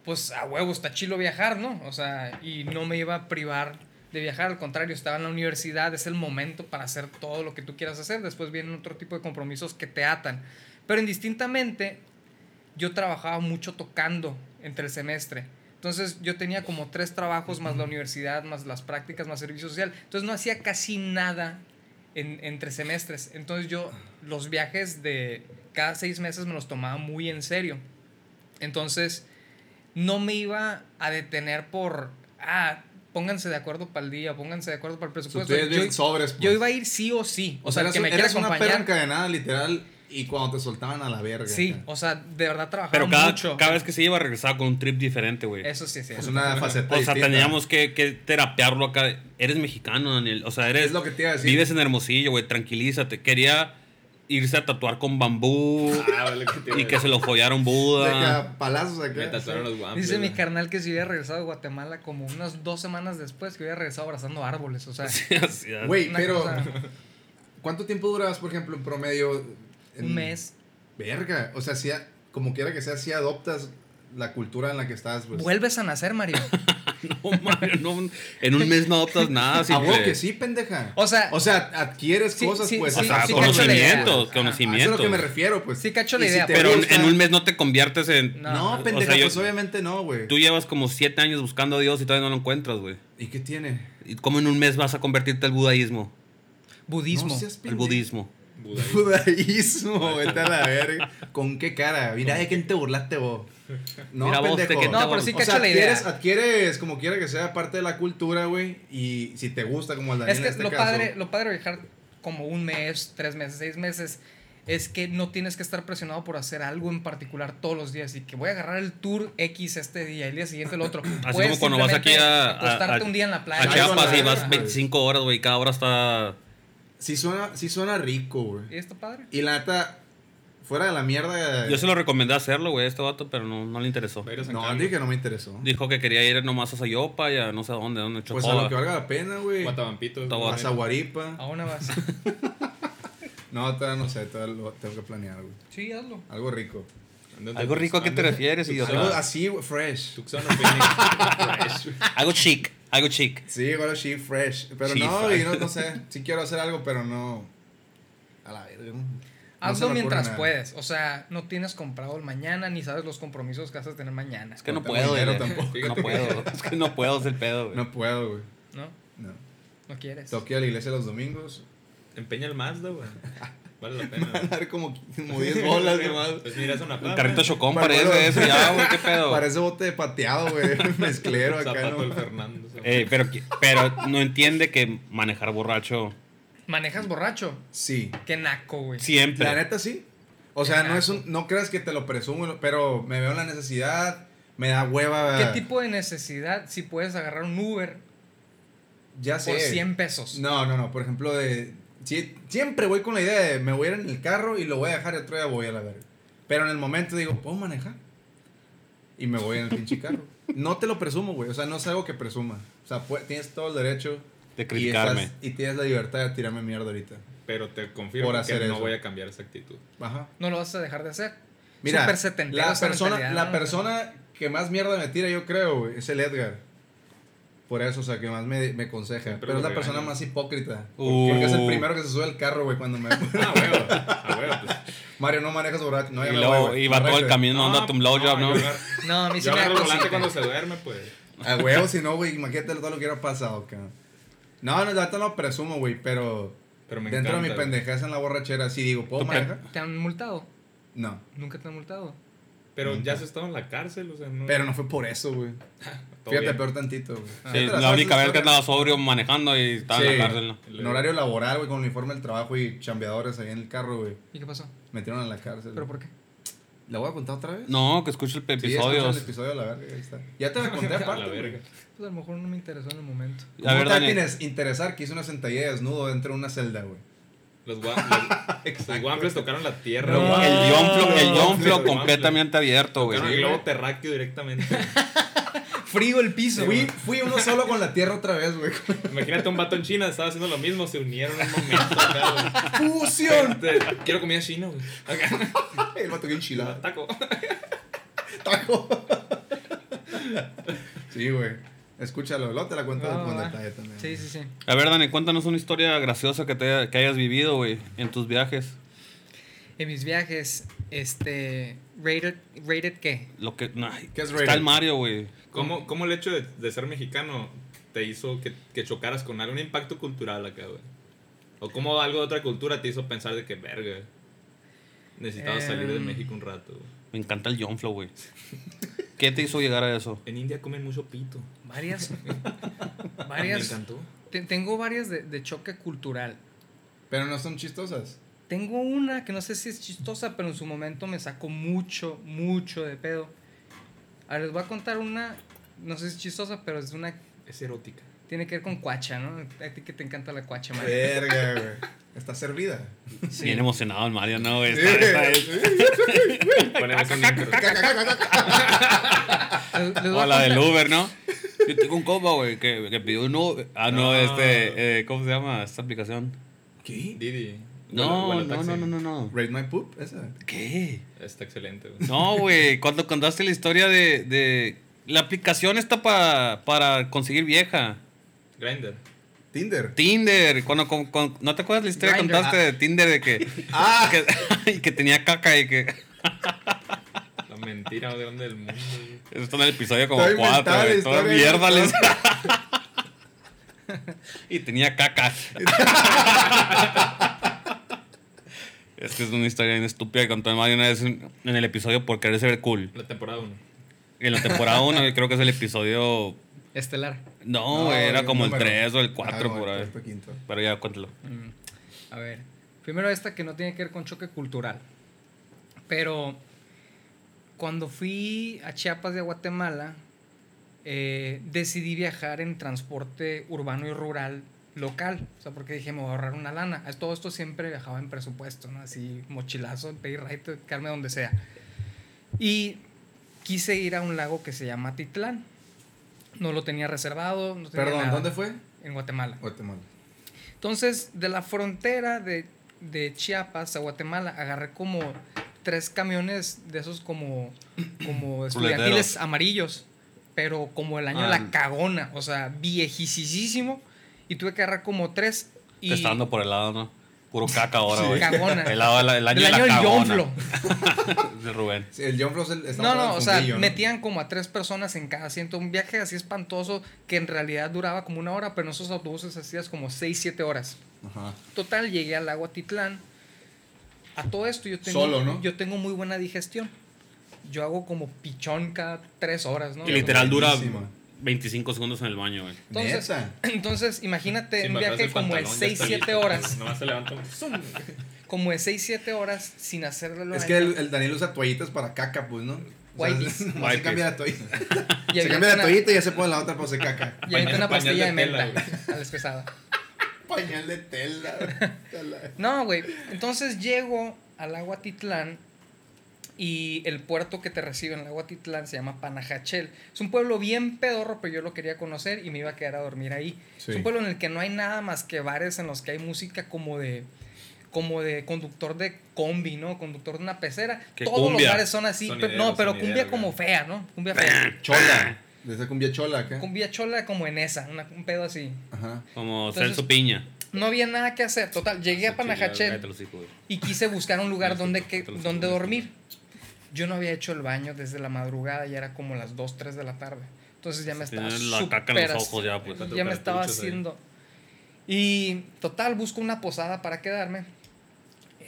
Speaker 3: pues a huevo, está chilo viajar, ¿no? O sea, y no me iba a privar de viajar, al contrario, estaba en la universidad, es el momento para hacer todo lo que tú quieras hacer, después vienen otro tipo de compromisos que te atan. Pero indistintamente, yo trabajaba mucho tocando entre el semestre. Entonces yo tenía como tres trabajos más la universidad, más las prácticas, más servicio social. Entonces no hacía casi nada en- entre semestres. Entonces yo los viajes de cada seis meses me los tomaba muy en serio. Entonces no me iba a detener por, ah, pónganse de acuerdo para el día, pónganse de acuerdo para
Speaker 1: Tú
Speaker 3: el presupuesto.
Speaker 1: eres bien
Speaker 3: Yo,
Speaker 1: sobres, pues.
Speaker 3: yo iba a ir sí o sí. O, sea, el
Speaker 1: eras,
Speaker 3: que me
Speaker 1: un-
Speaker 3: quiera
Speaker 1: eras una perra
Speaker 3: acompañar.
Speaker 1: encadenada, literal, y cuando te soltaban a la verga.
Speaker 3: Sí,
Speaker 1: acá.
Speaker 3: o sea, de verdad trabajaba
Speaker 2: Pero cada,
Speaker 3: mucho.
Speaker 2: cada vez que se iba, regresaba con un trip diferente, güey.
Speaker 3: Eso sí es cierto.
Speaker 1: Es una faceta
Speaker 2: O sea,
Speaker 1: distinta.
Speaker 2: teníamos que, que terapearlo acá. Eres mexicano, Daniel. O sea, eres.
Speaker 1: Es lo que te iba a decir.
Speaker 2: Vives en Hermosillo, güey. Tranquilízate. Quería irse a tatuar con bambú
Speaker 4: Ah, vale, que te-
Speaker 2: y que se lo follaron
Speaker 1: De
Speaker 2: Buda.
Speaker 1: acá, palazos acá.
Speaker 4: Me tatuaron los guantes.
Speaker 3: Dice mi
Speaker 4: güey.
Speaker 3: carnal que si hubiera regresado a Guatemala como unas dos semanas después, que hubiera regresado abrazando árboles. O sea,
Speaker 2: Así, ah, así.
Speaker 1: Güey,
Speaker 3: una
Speaker 1: pero.
Speaker 3: cosa-
Speaker 1: ¿Cuánto tiempo durabas, por ejemplo, en promedio? En-
Speaker 2: Mm,
Speaker 3: un mes.
Speaker 1: Verga. O sea, si a- como quiera que sea, si adoptas la cultura en la que estás, pues.
Speaker 3: Vuelves a nacer, Mario.
Speaker 2: No, Mario, no, en un mes no adoptas nada.
Speaker 1: A
Speaker 2: simple.
Speaker 1: vos que sí, pendeja.
Speaker 3: O sea-
Speaker 1: O sea, adquieres
Speaker 3: Sí,
Speaker 1: cosas,
Speaker 3: sí,
Speaker 1: pues.
Speaker 2: O
Speaker 3: sí,
Speaker 2: sea,
Speaker 3: sí, cacho la
Speaker 2: conocimientos,
Speaker 3: idea.
Speaker 1: A eso es
Speaker 2: conocimientos.
Speaker 1: lo que me refiero, pues.
Speaker 3: Sí, cacho la
Speaker 1: Y si
Speaker 3: idea,
Speaker 1: te
Speaker 2: pero en,
Speaker 1: gusta-
Speaker 2: en un mes no te conviertes en.
Speaker 3: No.
Speaker 1: No,
Speaker 3: o
Speaker 1: pendeja,
Speaker 2: sea, yo-
Speaker 1: pues obviamente no, güey.
Speaker 2: Tú llevas como siete años buscando a Dios y todavía no lo encuentras, güey.
Speaker 1: ¿Y qué tiene?
Speaker 2: ¿Y cómo en un mes vas a convertirte al budaísmo?
Speaker 3: Budismo.
Speaker 1: No seas
Speaker 2: Al
Speaker 1: pendejo.
Speaker 2: budismo.
Speaker 4: Buda
Speaker 1: Pues,
Speaker 4: ahí.
Speaker 1: Budaísmo, vete a la verga. ¿Con qué cara? Mira de quién te burlaste vos. No,
Speaker 2: Mira vos,
Speaker 1: pendejo.
Speaker 2: te quedaste
Speaker 3: No, pero sí
Speaker 1: O
Speaker 3: cacho
Speaker 1: sea,
Speaker 3: la idea.
Speaker 1: adquieres, adquieres como quiera que sea parte de la cultura, güey. Y si te gusta, como al Daniel
Speaker 3: Es que
Speaker 1: en este
Speaker 3: lo,
Speaker 1: caso.
Speaker 3: padre, lo padre de viajar como un mes, tres meses, seis meses, es que no tienes que estar presionado por hacer algo en particular todos los días. Y que voy a agarrar el tour X este día, el día siguiente el otro.
Speaker 2: Así
Speaker 3: Puedes
Speaker 2: como cuando vas aquí
Speaker 3: simplemente
Speaker 2: a- a-
Speaker 3: Acostarte
Speaker 2: a-
Speaker 3: un día en la playa.
Speaker 2: A Chiapas
Speaker 1: Ay,
Speaker 2: y
Speaker 1: no,
Speaker 2: vas
Speaker 1: no,
Speaker 2: 25 horas, güey. Cada hora está.
Speaker 1: Sí suena, sí suena rico,
Speaker 3: ¿Y
Speaker 1: güey.
Speaker 3: está padre?
Speaker 1: Y la neta, fuera de la mierda.
Speaker 2: Yo se lo recomendé hacerlo, güey, a este vato, pero no, no le interesó.
Speaker 4: Va a ir a San
Speaker 1: No,
Speaker 4: Carlos.
Speaker 1: dije que no me interesó.
Speaker 2: Dijo que quería ir nomás a Zayopa y a no sé dónde, dónde
Speaker 1: Pues a
Speaker 2: Chocola.
Speaker 1: lo que valga la pena, güey.
Speaker 4: Guatabampito.
Speaker 2: Guatabampito.
Speaker 1: A Zaguaripa.
Speaker 3: Aún vas.
Speaker 1: No, todavía no sé, todavía lo tengo que planear, güey.
Speaker 3: Sí, hazlo.
Speaker 1: Algo rico.
Speaker 4: Ándate,
Speaker 2: Algo rico a qué te
Speaker 4: ándate.
Speaker 2: refieres, idiota.
Speaker 1: Algo así, güey, fresh.
Speaker 4: Tucson o Phoenix. Fresh, güey.
Speaker 2: Algo chic, algo chic.
Speaker 1: Sí, bueno, sí, fresh. Pero
Speaker 2: Sí,
Speaker 1: no,
Speaker 2: fresh.
Speaker 1: y no, no sé. Sí quiero hacer algo, pero no. A la verga. no. No se
Speaker 3: Hazlo
Speaker 1: me ocurre
Speaker 3: mientras
Speaker 1: nada.
Speaker 3: puedes. O sea, no tienes comprado el mañana ni sabes los compromisos que vas a tener mañana.
Speaker 2: Es que no
Speaker 1: tengo
Speaker 2: puedo,
Speaker 1: dinero
Speaker 2: güey.
Speaker 1: tampoco.
Speaker 2: No puedo, es que no puedo, es el pedo, güey.
Speaker 1: No puedo, güey.
Speaker 3: ¿No?
Speaker 1: No.
Speaker 3: No quieres.
Speaker 1: Tengo que ir a la iglesia los domingos.
Speaker 4: Empeña el Mazda, güey. Vale la pena. güey.
Speaker 1: Dar como, como 10 bolas, güey. más.
Speaker 4: Pues mira, es una
Speaker 2: Un
Speaker 4: papa.
Speaker 2: carrito chocón
Speaker 1: Para-
Speaker 2: parece eso, ya, güey, qué pedo.
Speaker 1: Parece bote de pateado, güey. Mezclero acá,
Speaker 4: Zapato del
Speaker 1: ¿no?
Speaker 4: Fernando. zapato.
Speaker 2: Eh, pero, que- pero no entiende que manejar borracho
Speaker 3: Manejas borracho.
Speaker 1: Sí.
Speaker 3: Qué naco, güey.
Speaker 2: siempre.
Speaker 1: La neta sí. O sea, no es un, no creas que te lo presumo, pero me veo en la necesidad, me da hueva.
Speaker 3: ¿Qué tipo de necesidad si puedes agarrar un Uber
Speaker 1: Ya sé.
Speaker 3: por 100 pesos?
Speaker 1: No, no, no. Por ejemplo, de. sí, siempre voy con la idea de me voy a ir en el carro y lo voy a dejar y otro día voy a la verga. Pero en el momento digo, ¿puedo manejar? Y me voy en el pinche carro. No te lo presumo, güey. O sea, no es algo que presuma. O sea, pu- tienes todo el derecho.
Speaker 2: De
Speaker 1: y
Speaker 2: criticarme.
Speaker 1: estás- Y, tienes la libertad de tirarme mierda ahorita.
Speaker 4: Pero te confirmo
Speaker 1: Por
Speaker 4: que
Speaker 1: hacer
Speaker 4: no
Speaker 1: eso.
Speaker 4: voy a cambiar esa actitud.
Speaker 1: Ajá.
Speaker 3: No lo vas a dejar de hacer.
Speaker 1: Mira,
Speaker 3: Súper setentero
Speaker 1: la
Speaker 3: esa
Speaker 1: persona,
Speaker 3: mentalidad,
Speaker 1: la
Speaker 3: ¿no?
Speaker 1: persona que más mierda me tira, yo creo, güey, es el Edgar. Por eso, o sea, que más me, me aconseja.
Speaker 4: Siempre
Speaker 1: Pero
Speaker 4: lo
Speaker 1: es la
Speaker 4: regaña.
Speaker 1: persona más hipócrita.
Speaker 2: Uh.
Speaker 1: Porque es el primero que se sube al carro, güey, cuando me...
Speaker 4: Ah, huevo. Ah, huevo. Pues.
Speaker 1: Mario, no manejas borracho. No, ya
Speaker 2: y,
Speaker 1: me
Speaker 2: luego-
Speaker 1: voy, güey.
Speaker 2: y va
Speaker 1: No,
Speaker 2: todo el
Speaker 1: güey.
Speaker 2: camino dando tu blowjob, ¿no?
Speaker 4: Yo agarro,
Speaker 3: No, a mí sí
Speaker 4: yo
Speaker 3: me da
Speaker 4: agarro el volante
Speaker 3: cosita.
Speaker 4: cuando se duerme, pues.
Speaker 1: A huevo, si no, güey, imagínate todo lo que hubiera pasado, cabrón. No, no, ya te lo presumo, güey, pero...
Speaker 4: Pero me
Speaker 1: dentro de mi
Speaker 4: encanta, güey.
Speaker 1: pendejez en la borrachera, sí digo, ¿puedo
Speaker 2: ¿Tú qué?
Speaker 1: manejar?
Speaker 3: ¿Te han multado?
Speaker 1: No.
Speaker 3: Nunca te han multado.
Speaker 4: Pero ya has estado en la cárcel, o sea, no.
Speaker 1: Pero no fue por eso, güey.
Speaker 4: todo
Speaker 1: Fíjate,
Speaker 4: bien.
Speaker 1: peor tantito, güey.
Speaker 2: Sí,
Speaker 1: Ya te
Speaker 2: la
Speaker 1: sabes
Speaker 2: única vez que
Speaker 1: historia.
Speaker 2: andaba sobrio manejando y estaba en
Speaker 1: Sí.
Speaker 2: la cárcel, ¿no?
Speaker 1: En horario laboral, güey, con uniforme del trabajo y chambeadores ahí en el carro, güey.
Speaker 3: ¿Y qué pasó?
Speaker 1: Metieron a la cárcel.
Speaker 3: ¿Pero por
Speaker 1: güey.
Speaker 3: qué?
Speaker 1: ¿La voy a contar otra vez?
Speaker 2: No, que escuche el pe-
Speaker 1: Sí, escucha
Speaker 2: episodio.
Speaker 1: el episodio, la verga, ahí está. Ya te la conté
Speaker 4: A
Speaker 1: aparte,
Speaker 4: la
Speaker 1: güey.
Speaker 4: verga.
Speaker 3: Pues a lo mejor no me interesó en el momento.
Speaker 1: ¿Cómo
Speaker 2: A ver,
Speaker 1: te
Speaker 2: Daniel.
Speaker 1: va a tienes- interesar que hizo una sentadilla desnudo dentro de una celda, güey?
Speaker 4: Los guam- los- los Wamples tocaron la tierra.
Speaker 3: No.
Speaker 4: güey.
Speaker 1: Ah,
Speaker 2: El John Flo, el John Flo
Speaker 4: Wampler.
Speaker 2: completamente abierto, güey.
Speaker 4: Tocaron el globo terráqueo directamente.
Speaker 3: frío el piso.
Speaker 1: Fui, fui uno solo con la tierra otra vez, güey.
Speaker 4: Imagínate un vato en China, estaba haciendo lo mismo, se unieron en un momento. acá, güey.
Speaker 1: ¡Fusión!
Speaker 4: Te- Quiero comida china, güey. Acá,
Speaker 1: El vato bien chilado.
Speaker 4: Taco.
Speaker 1: Taco. Sí, güey. Escúchalo, luego te la cuento
Speaker 3: Ah,
Speaker 1: con
Speaker 3: va.
Speaker 1: detalle también.
Speaker 3: Sí, sí, sí.
Speaker 2: A ver, Dani, cuéntanos una historia graciosa que, te, que hayas vivido, güey, en tus viajes.
Speaker 3: En mis viajes, este. ¿Rated, rated qué?
Speaker 2: Lo que, no,
Speaker 1: ¿Qué es
Speaker 2: está
Speaker 1: rated?
Speaker 2: el Mario, güey.
Speaker 4: ¿Cómo, cómo el hecho de, de ser mexicano te hizo que, que chocaras con algún impacto cultural acá, güey? ¿O cómo algo de otra cultura te hizo pensar de que, verga, necesitaba salir de
Speaker 3: Em.
Speaker 4: México un rato? güey"?
Speaker 2: Me encanta el John Flow, güey. ¿Qué te hizo llegar a eso?
Speaker 4: En India comen mucho pito. Ah,
Speaker 3: Varias.
Speaker 4: Me
Speaker 3: varias.
Speaker 4: encantó.
Speaker 3: te- tengo varias de, de choque cultural.
Speaker 1: Pero no son chistosas.
Speaker 3: Tengo una que no sé si es chistosa, pero en su momento me sacó mucho, mucho de pedo. Ahora les voy a contar una. No sé si es chistosa, pero es una.
Speaker 4: Es erótica.
Speaker 3: Tiene que ver con cuacha, ¿no? A ti que te encanta la cuacha, Mario.
Speaker 1: Eh, Verga, güey. Está servida.
Speaker 3: Sí.
Speaker 2: Bien emocionado el Mario, ¿no, güey? Está- está-
Speaker 4: Ponemos un intro.
Speaker 3: Les- les voy
Speaker 2: O
Speaker 3: a
Speaker 2: la del
Speaker 3: contar-
Speaker 2: Uber, ¿no? Yo tengo un compa, güey, que, que pidió un Uber. Ah, no,
Speaker 4: No.
Speaker 2: este, eh, ¿cómo se llama esta aplicación?
Speaker 1: ¿Qué?
Speaker 4: Didi.
Speaker 2: No,
Speaker 4: Huele- huele
Speaker 2: no,
Speaker 4: taxi.
Speaker 2: no, no, no, no.
Speaker 1: ¿Raid My Poop? Esa.
Speaker 2: ¿Qué?
Speaker 4: Está excelente, güey.
Speaker 2: No, güey, cuando contaste la historia de... de la aplicación está pa- para conseguir vieja.
Speaker 4: Grindr.
Speaker 1: Tinder.
Speaker 2: Tinder, cuando, con- con- ¿no te acuerdas la historia que
Speaker 3: Grindr.
Speaker 2: contaste de Tinder de que,
Speaker 1: Ah.
Speaker 2: que, y que tenía caca y que
Speaker 4: La mentira más grande del mundo, güey.
Speaker 2: esto está en el episodio como
Speaker 1: Estoy
Speaker 2: cuatro,
Speaker 1: inventada la
Speaker 2: güey, toda
Speaker 1: historia,
Speaker 2: mierda
Speaker 1: ¿no?
Speaker 2: les- y tenía caca. es que es una historia bien estúpida que contó Mario una vez en en el episodio por querer ser cool.
Speaker 4: La temporada 1.
Speaker 2: En la temporada 1, creo que es el episodio
Speaker 3: Estelar.
Speaker 2: no,
Speaker 1: No,
Speaker 2: güey, era
Speaker 1: el
Speaker 2: como el
Speaker 1: número. este.
Speaker 2: 3 o el
Speaker 1: Ajá,
Speaker 2: 4
Speaker 1: como
Speaker 2: por
Speaker 1: el
Speaker 2: ahí.
Speaker 1: cuarto, quinto.
Speaker 2: Pero ya cuéntalo.
Speaker 3: Mm, A ver, primero esta que no tiene que ver con choque cultural. Pero cuando fui a Chiapas de Guatemala, eh, decidí viajar en transporte urbano y rural local. O sea, porque dije, me voy a ahorrar una lana. A Todo esto siempre viajaba en presupuesto, ¿no? Así, mochilazo, pedir raito, quedarme donde sea. Y quise ir a un lago que se llama Titlán. No lo tenía reservado. No tenía
Speaker 1: Perdón,
Speaker 3: nada.
Speaker 1: ¿dónde fue? Oh,
Speaker 3: En Guatemala.
Speaker 1: Guatemala.
Speaker 3: Entonces, de la frontera de, de Chiapas a Guatemala, agarré como tres camiones de esos como, como estudiantiles amarillos, pero como el año
Speaker 2: Ah.
Speaker 3: La Cagona, o sea, viejicisísimo, y tuve que agarrar como tres. Y
Speaker 2: Te está dando por el lado, ¿no? Puro caca ahora,
Speaker 3: Sí.
Speaker 2: güey.
Speaker 3: Cagona.
Speaker 2: El, lado, el, año
Speaker 3: del
Speaker 2: de la
Speaker 3: año del
Speaker 2: cagona.
Speaker 3: Yonflo.
Speaker 2: De Rubén.
Speaker 1: Sí, el John Floss el- estamos
Speaker 3: No, no,
Speaker 1: hablando
Speaker 3: o
Speaker 1: del
Speaker 3: sea,
Speaker 1: fundillo, ¿no?
Speaker 3: metían como a tres personas en cada asiento. Un viaje así espantoso que en realidad duraba como una hora, pero en esos autobuses hacías como seis, siete horas.
Speaker 1: Ajá.
Speaker 3: Total, llegué al lago Atitlán. A todo esto yo tengo,
Speaker 1: Solo, ¿no?
Speaker 3: yo tengo muy buena digestión. Yo hago como pichón cada tres horas, ¿no?
Speaker 2: Y literal dura
Speaker 1: Buenísimo.
Speaker 2: 25 segundos en el baño, güey.
Speaker 3: Entonces,
Speaker 1: Neta.
Speaker 3: entonces imagínate
Speaker 4: Sin
Speaker 3: este, un
Speaker 4: bajarse
Speaker 3: viaje
Speaker 4: el
Speaker 3: como de
Speaker 4: pantalón, ya está
Speaker 3: 6-7
Speaker 4: listo.
Speaker 3: horas.
Speaker 4: Nomás se levanta Pues, un zoom.
Speaker 3: Como de 6-7 horas sin hacerlo.
Speaker 1: Es que el, el Daniel usa toallitas para caca, pues, ¿no? O sea,
Speaker 3: Wipes.
Speaker 1: nomás
Speaker 2: Wipes.
Speaker 1: se cambia la toallita.
Speaker 3: y
Speaker 1: se
Speaker 3: avienta
Speaker 1: cambia la
Speaker 3: una-
Speaker 1: toallita y ya se pone la otra para hacer caca.
Speaker 3: Y avienta una
Speaker 4: Pañal- pañal
Speaker 3: pastilla de
Speaker 4: de tela,
Speaker 3: menta a la espesada.
Speaker 1: Pañal de tela.
Speaker 3: No, güey. Entonces llego al agua Titlán y el puerto que te recibe en el agua Titlán se llama Panajachel. Es un pueblo bien pedorro, pero yo lo quería conocer y me iba a quedar a dormir ahí.
Speaker 1: Sí.
Speaker 3: Es un pueblo en el que no hay nada más que bares en los que hay música como de como de conductor de combi, ¿no? Conductor de una pecera.
Speaker 2: Que
Speaker 3: Todos
Speaker 2: cumbia.
Speaker 3: los bares son así, pero,
Speaker 4: Sonidero,
Speaker 3: no, pero
Speaker 4: sonidero,
Speaker 3: cumbia
Speaker 4: güey.
Speaker 3: como fea, ¿no? Cumbia fea.
Speaker 1: Chola. De esa cumbia chola acá.
Speaker 3: cumbia chola como en esa, una- un pedo así.
Speaker 1: Ajá.
Speaker 2: Como
Speaker 3: Entonces-
Speaker 2: Celso Piña.
Speaker 3: No había nada que hacer. Total, llegué a Panajachel
Speaker 2: Cállate los hijos, güey.
Speaker 3: y quise buscar un lugar donde, que,
Speaker 2: Te los
Speaker 3: donde
Speaker 2: juro,
Speaker 3: dormir. Yo no había hecho el baño desde la madrugada y era como las 2, 3 de la tarde. Entonces ya me estaba
Speaker 2: Tienes la caca en
Speaker 3: súper
Speaker 2: los ojos ya, pues.
Speaker 4: Tanto
Speaker 3: ya me estaba
Speaker 4: cartuchos ahí.
Speaker 3: haciendo. Y total, busco una posada para quedarme.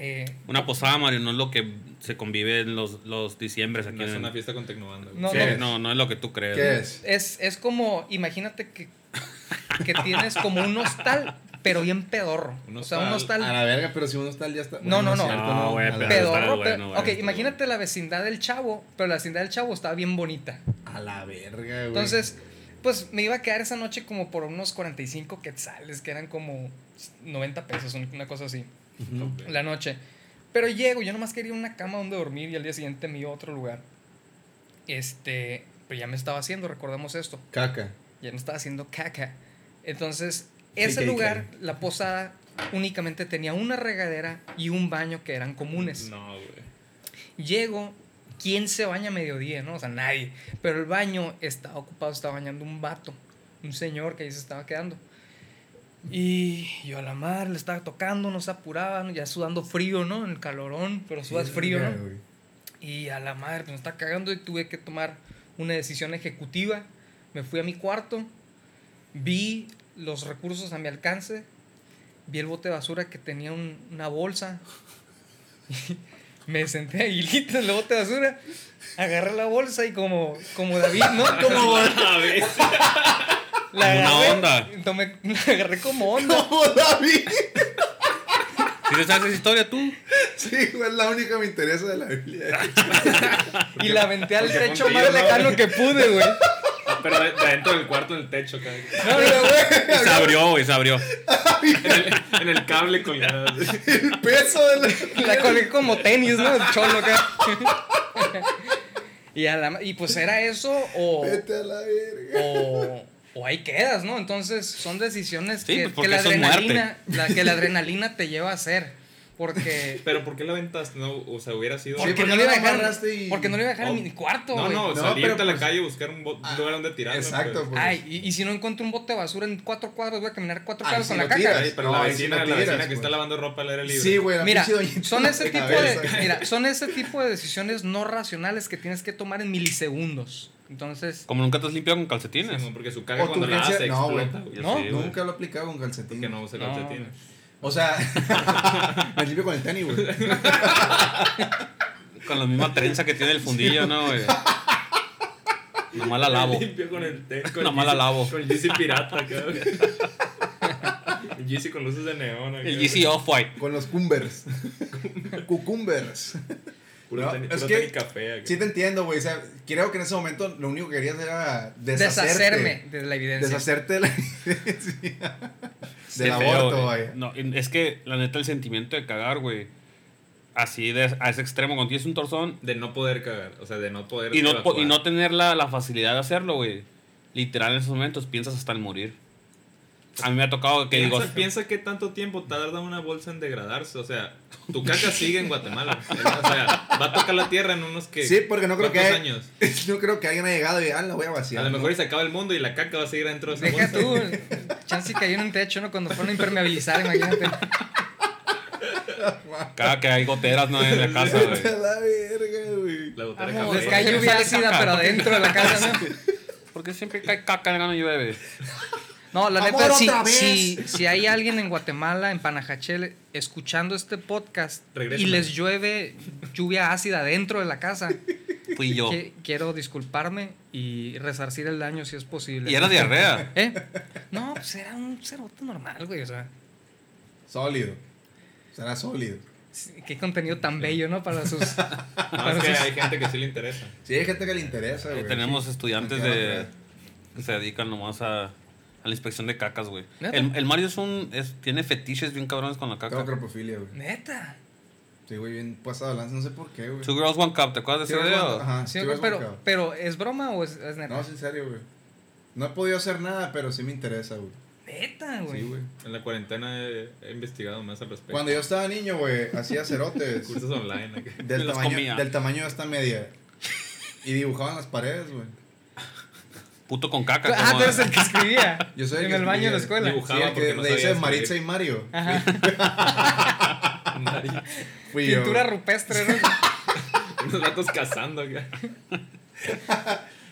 Speaker 3: Eh,
Speaker 2: Una posada, Mario, no es lo que se convive en los, los diciembres aquí
Speaker 4: No es
Speaker 2: en
Speaker 4: una fiesta con Tecnobanda. güey.
Speaker 3: No,
Speaker 2: Sí,
Speaker 1: ¿Qué es?
Speaker 2: no, no es lo que tú crees.
Speaker 1: ¿Qué es?
Speaker 3: es, es como, imagínate que, que tienes como un hostal, pero bien pedorro.
Speaker 4: Un
Speaker 3: o sea, un
Speaker 4: hostal.
Speaker 1: A
Speaker 3: hostal
Speaker 1: la verga, pero si uno está ya está.
Speaker 3: No, no, no.
Speaker 1: cierto,
Speaker 2: No, güey,
Speaker 1: A la-
Speaker 2: pero-
Speaker 3: pedorro.
Speaker 2: bueno,
Speaker 3: pero-
Speaker 2: bueno,
Speaker 3: ok,
Speaker 2: está
Speaker 3: imagínate la vecindad del chavo, pero la vecindad del chavo estaba bien bonita.
Speaker 1: A la verga, güey.
Speaker 3: Entonces, pues me iba a quedar esa noche como por unos 45 quetzales, que eran como 90 pesos, un- una cosa así,
Speaker 1: Ujú.
Speaker 3: la noche. Pero llego, yo nomás quería una cama donde dormir y al día siguiente me iba a otro lugar. Este, pero ya me estaba haciendo, recordemos esto,
Speaker 1: Caca.
Speaker 3: ya me estaba haciendo caca. Entonces, ese
Speaker 1: KKK.
Speaker 3: lugar, la posada, únicamente tenía una regadera y un baño que eran comunes.
Speaker 4: No, güey.
Speaker 3: Llego, ¿quién se baña a mediodía? No, o sea, nadie. Pero el baño estaba ocupado, estaba bañando un vato, un señor que ahí se estaba quedando. Y yo a la madre le estaba tocando, no se apuraba, ¿no? ya sudando frío, ¿no? En el calorón, pero sudas frío, ¿no?
Speaker 1: güey.
Speaker 3: Y a la madre, pues me está cagando y tuve que tomar una decisión ejecutiva. Me fui a mi cuarto, vi los recursos a mi alcance, vi el bote de basura que tenía un- una bolsa. me senté a guilito en el bote de basura, agarré la bolsa y como, como David, ¿no? Como
Speaker 4: A ver.
Speaker 3: la
Speaker 2: Como una
Speaker 3: agarré, tomé- la agarré como onda.
Speaker 1: ¡Como David!
Speaker 2: ¿Sí te sabes esa historia tú?
Speaker 1: Sí, güey, es la única que me interesa de la Biblia.
Speaker 3: Y la aventé al
Speaker 4: porque
Speaker 3: techo
Speaker 4: contigo
Speaker 3: más
Speaker 4: no.
Speaker 3: lejano que pude, güey.
Speaker 4: Pero de- dentro del cuarto, en el techo, cabrón.
Speaker 3: No, no, güey.
Speaker 2: Y se abrió, güey, se abrió.
Speaker 4: En el, en el cable colgado.
Speaker 1: El peso de la...
Speaker 3: La colgué como tenis, ¿no? El cholo acá. y, a la ma- y pues era eso o,
Speaker 1: Vete a la verga.
Speaker 3: o, o ahí quedas, ¿no? Entonces son decisiones
Speaker 2: Sí,
Speaker 3: que,
Speaker 2: pues,
Speaker 3: que
Speaker 2: porque
Speaker 3: la
Speaker 2: eso es muerte.
Speaker 3: adrenalina, la, que la adrenalina te lleva a hacer. Porque,
Speaker 4: Pero ¿por qué la ventas? No, o sea, hubiera sido.
Speaker 3: porque,
Speaker 1: ¿por
Speaker 3: no
Speaker 1: qué
Speaker 3: le iba
Speaker 1: no
Speaker 3: a
Speaker 1: la
Speaker 3: dejar,
Speaker 1: amarraste y-
Speaker 3: porque no le iba a dejar
Speaker 4: Oh.
Speaker 3: en mi cuarto,
Speaker 4: No,
Speaker 3: güey.
Speaker 4: no,
Speaker 1: No,
Speaker 4: salirte
Speaker 1: pero
Speaker 4: a la
Speaker 1: pues-
Speaker 4: calle y buscar un, bo- un lugar donde tirarlo.
Speaker 1: Exacto,
Speaker 4: pues.
Speaker 1: pues.
Speaker 3: Ay, y, y si no encuentro un bote de basura en cuatro cuadros, voy a caminar cuatro
Speaker 1: Ay,
Speaker 3: cuadros
Speaker 1: Ah, si
Speaker 3: con
Speaker 1: lo
Speaker 3: la caca.
Speaker 1: tiras.
Speaker 4: Ay, pero
Speaker 1: No,
Speaker 4: la
Speaker 1: ahí
Speaker 4: vecina,
Speaker 1: sí no
Speaker 4: la
Speaker 1: tiras,
Speaker 4: vecina que
Speaker 1: pues.
Speaker 4: está lavando ropa al aire libre.
Speaker 1: Sí, güey, la
Speaker 3: Mira,
Speaker 1: pinche doñita
Speaker 3: son
Speaker 1: de
Speaker 3: ese tipo
Speaker 1: cabeza.
Speaker 3: de, mira, son ese tipo de decisiones no racionales que tienes que tomar en milisegundos. Entonces,
Speaker 2: Como nunca te has limpiado con
Speaker 4: Sí,
Speaker 2: calcetines.
Speaker 4: no, porque su caga
Speaker 1: O tu
Speaker 4: cuando la
Speaker 1: urgencia-
Speaker 4: hace
Speaker 1: no, güey.
Speaker 4: explota. güey.
Speaker 2: Yo sí, güey.
Speaker 1: Nunca lo he aplicado con calcetín.
Speaker 4: Porque no usa
Speaker 3: No,
Speaker 4: calcetines.
Speaker 1: O sea, me limpio con el tenis, güey.
Speaker 2: Con la misma trenza que tiene el fundillo, ¿no, güey? Nomás la lavo.
Speaker 4: Limpio con el té. con el
Speaker 2: Nomás la
Speaker 4: Yeezy-
Speaker 2: lavo.
Speaker 4: Con el Yeezy pirata, cabrón. El Yeezy con luces de neón. acá.
Speaker 2: El GC Off-White.
Speaker 1: Con los cumbers. Cucumbers.
Speaker 4: Puro
Speaker 1: No,
Speaker 4: tenis-
Speaker 1: es
Speaker 4: puro
Speaker 1: que-
Speaker 4: tenis café. acá.
Speaker 1: Sí te entiendo, güey. O sea, creo que en ese momento lo único que querías era
Speaker 3: deshacerme
Speaker 1: deshacerte.
Speaker 3: de la evidencia.
Speaker 1: Deshacerte de la evidencia. Del
Speaker 2: Qué feo,
Speaker 1: aborto,
Speaker 2: güey.
Speaker 1: vaya.
Speaker 2: No, es que la neta el sentimiento de cagar, güey. Así de, a ese extremo, cuando tienes un torzón
Speaker 4: De no poder cagar. O sea, de no poder.
Speaker 2: y no, po-
Speaker 4: evacuar.
Speaker 2: y no tener la, la facilidad de hacerlo, güey. Literal en esos momentos piensas hasta el morir. A mí me ha tocado que
Speaker 4: piensa,
Speaker 2: digo,
Speaker 4: piensa qué tanto tiempo tarda una bolsa en degradarse. O sea, tu caca sigue en Guatemala. O sea, va a tocar la tierra en unos que.
Speaker 1: Sí, porque no creo que
Speaker 4: ¿cuántos
Speaker 1: haya-
Speaker 4: años.
Speaker 1: No creo que alguien haya llegado y ah, la voy a vaciar.
Speaker 4: A lo
Speaker 1: ¿no?
Speaker 4: mejor y se acaba el mundo y la caca va a seguir dentro de esa
Speaker 3: Deja
Speaker 4: bolsa.
Speaker 3: tú, chance que hay un techo, ¿no? Cuando fueron a impermeabilizar, imagínate.
Speaker 2: cada que hay goteras no en la casa, güey.
Speaker 1: Vete a la verga, güey.
Speaker 4: La botella
Speaker 3: Vamos,
Speaker 4: café.
Speaker 3: les cae lluvia ácida, pero adentro de la casa, ¿no?
Speaker 2: Porque siempre cae caca en el y llueve.
Speaker 3: No, la
Speaker 1: Amor,
Speaker 3: neta, si,
Speaker 1: otra vez.
Speaker 3: si, si hay alguien en Guatemala, en Panajachel, escuchando este podcast y
Speaker 4: Regrésame.
Speaker 3: les llueve lluvia ácida dentro de la casa,
Speaker 2: Fui yo.
Speaker 3: que- quiero disculparme y resarcir el daño si es posible.
Speaker 2: Y era diarrea.
Speaker 3: ¿Eh? No, pues era un cerote normal, güey, o sea.
Speaker 1: Sólido. Será sólido.
Speaker 3: Qué contenido tan bello, ¿no? Para sus.
Speaker 4: No, es que hay gente que sí le interesa.
Speaker 1: Sí, hay gente que le interesa, güey.
Speaker 2: Tenemos
Speaker 1: Sí.
Speaker 2: estudiantes
Speaker 1: Aunque
Speaker 2: de
Speaker 1: no
Speaker 2: que se dedican nomás a, a la inspección de cacas, güey.
Speaker 3: ¿Neta?
Speaker 2: El, el Mario es un es- tiene fetiches bien cabrones con la
Speaker 1: crea. Tengo
Speaker 2: caca.
Speaker 1: cropofilia, güey.
Speaker 3: Neta.
Speaker 1: Sí, güey, bien pasado de lanza. No sé por qué, güey.
Speaker 2: Two Girls One Cup, ¿te acuerdas de ese
Speaker 1: Sí,
Speaker 2: video?
Speaker 1: Ajá,
Speaker 3: Sí,
Speaker 1: Ah, sí,
Speaker 3: güey,
Speaker 1: vas
Speaker 3: pero,
Speaker 1: marcado.
Speaker 3: pero, ¿es broma o es, es neta?
Speaker 1: No, es en serio, güey. No he podido hacer nada, pero sí me interesa, güey.
Speaker 3: Neta, güey.
Speaker 1: Sí, güey.
Speaker 4: En la cuarentena he, he investigado más al respecto.
Speaker 1: Cuando yo estaba niño, güey, hacía cerotes.
Speaker 4: Cursos online. acá.
Speaker 1: del,
Speaker 2: Los comía.
Speaker 1: tamaño, del tamaño de esta media. Y dibujaban las paredes, güey.
Speaker 2: Puto con caca.
Speaker 3: ah,
Speaker 2: como-
Speaker 3: tú eres el que escribía.
Speaker 1: Yo soy el
Speaker 3: En
Speaker 1: que
Speaker 3: el baño de la
Speaker 1: escribía.
Speaker 3: escuela.
Speaker 4: Dibujaba
Speaker 1: Sí, el
Speaker 4: porque
Speaker 1: que
Speaker 4: no
Speaker 1: le
Speaker 4: sabía
Speaker 1: dice
Speaker 4: escribir.
Speaker 1: Maritza y Mario.
Speaker 2: Ah,
Speaker 3: Ajá.
Speaker 4: Nadie-
Speaker 1: Fui yo.
Speaker 3: Pintura rupestre, ¿no?
Speaker 4: Unos gatos cazando acá.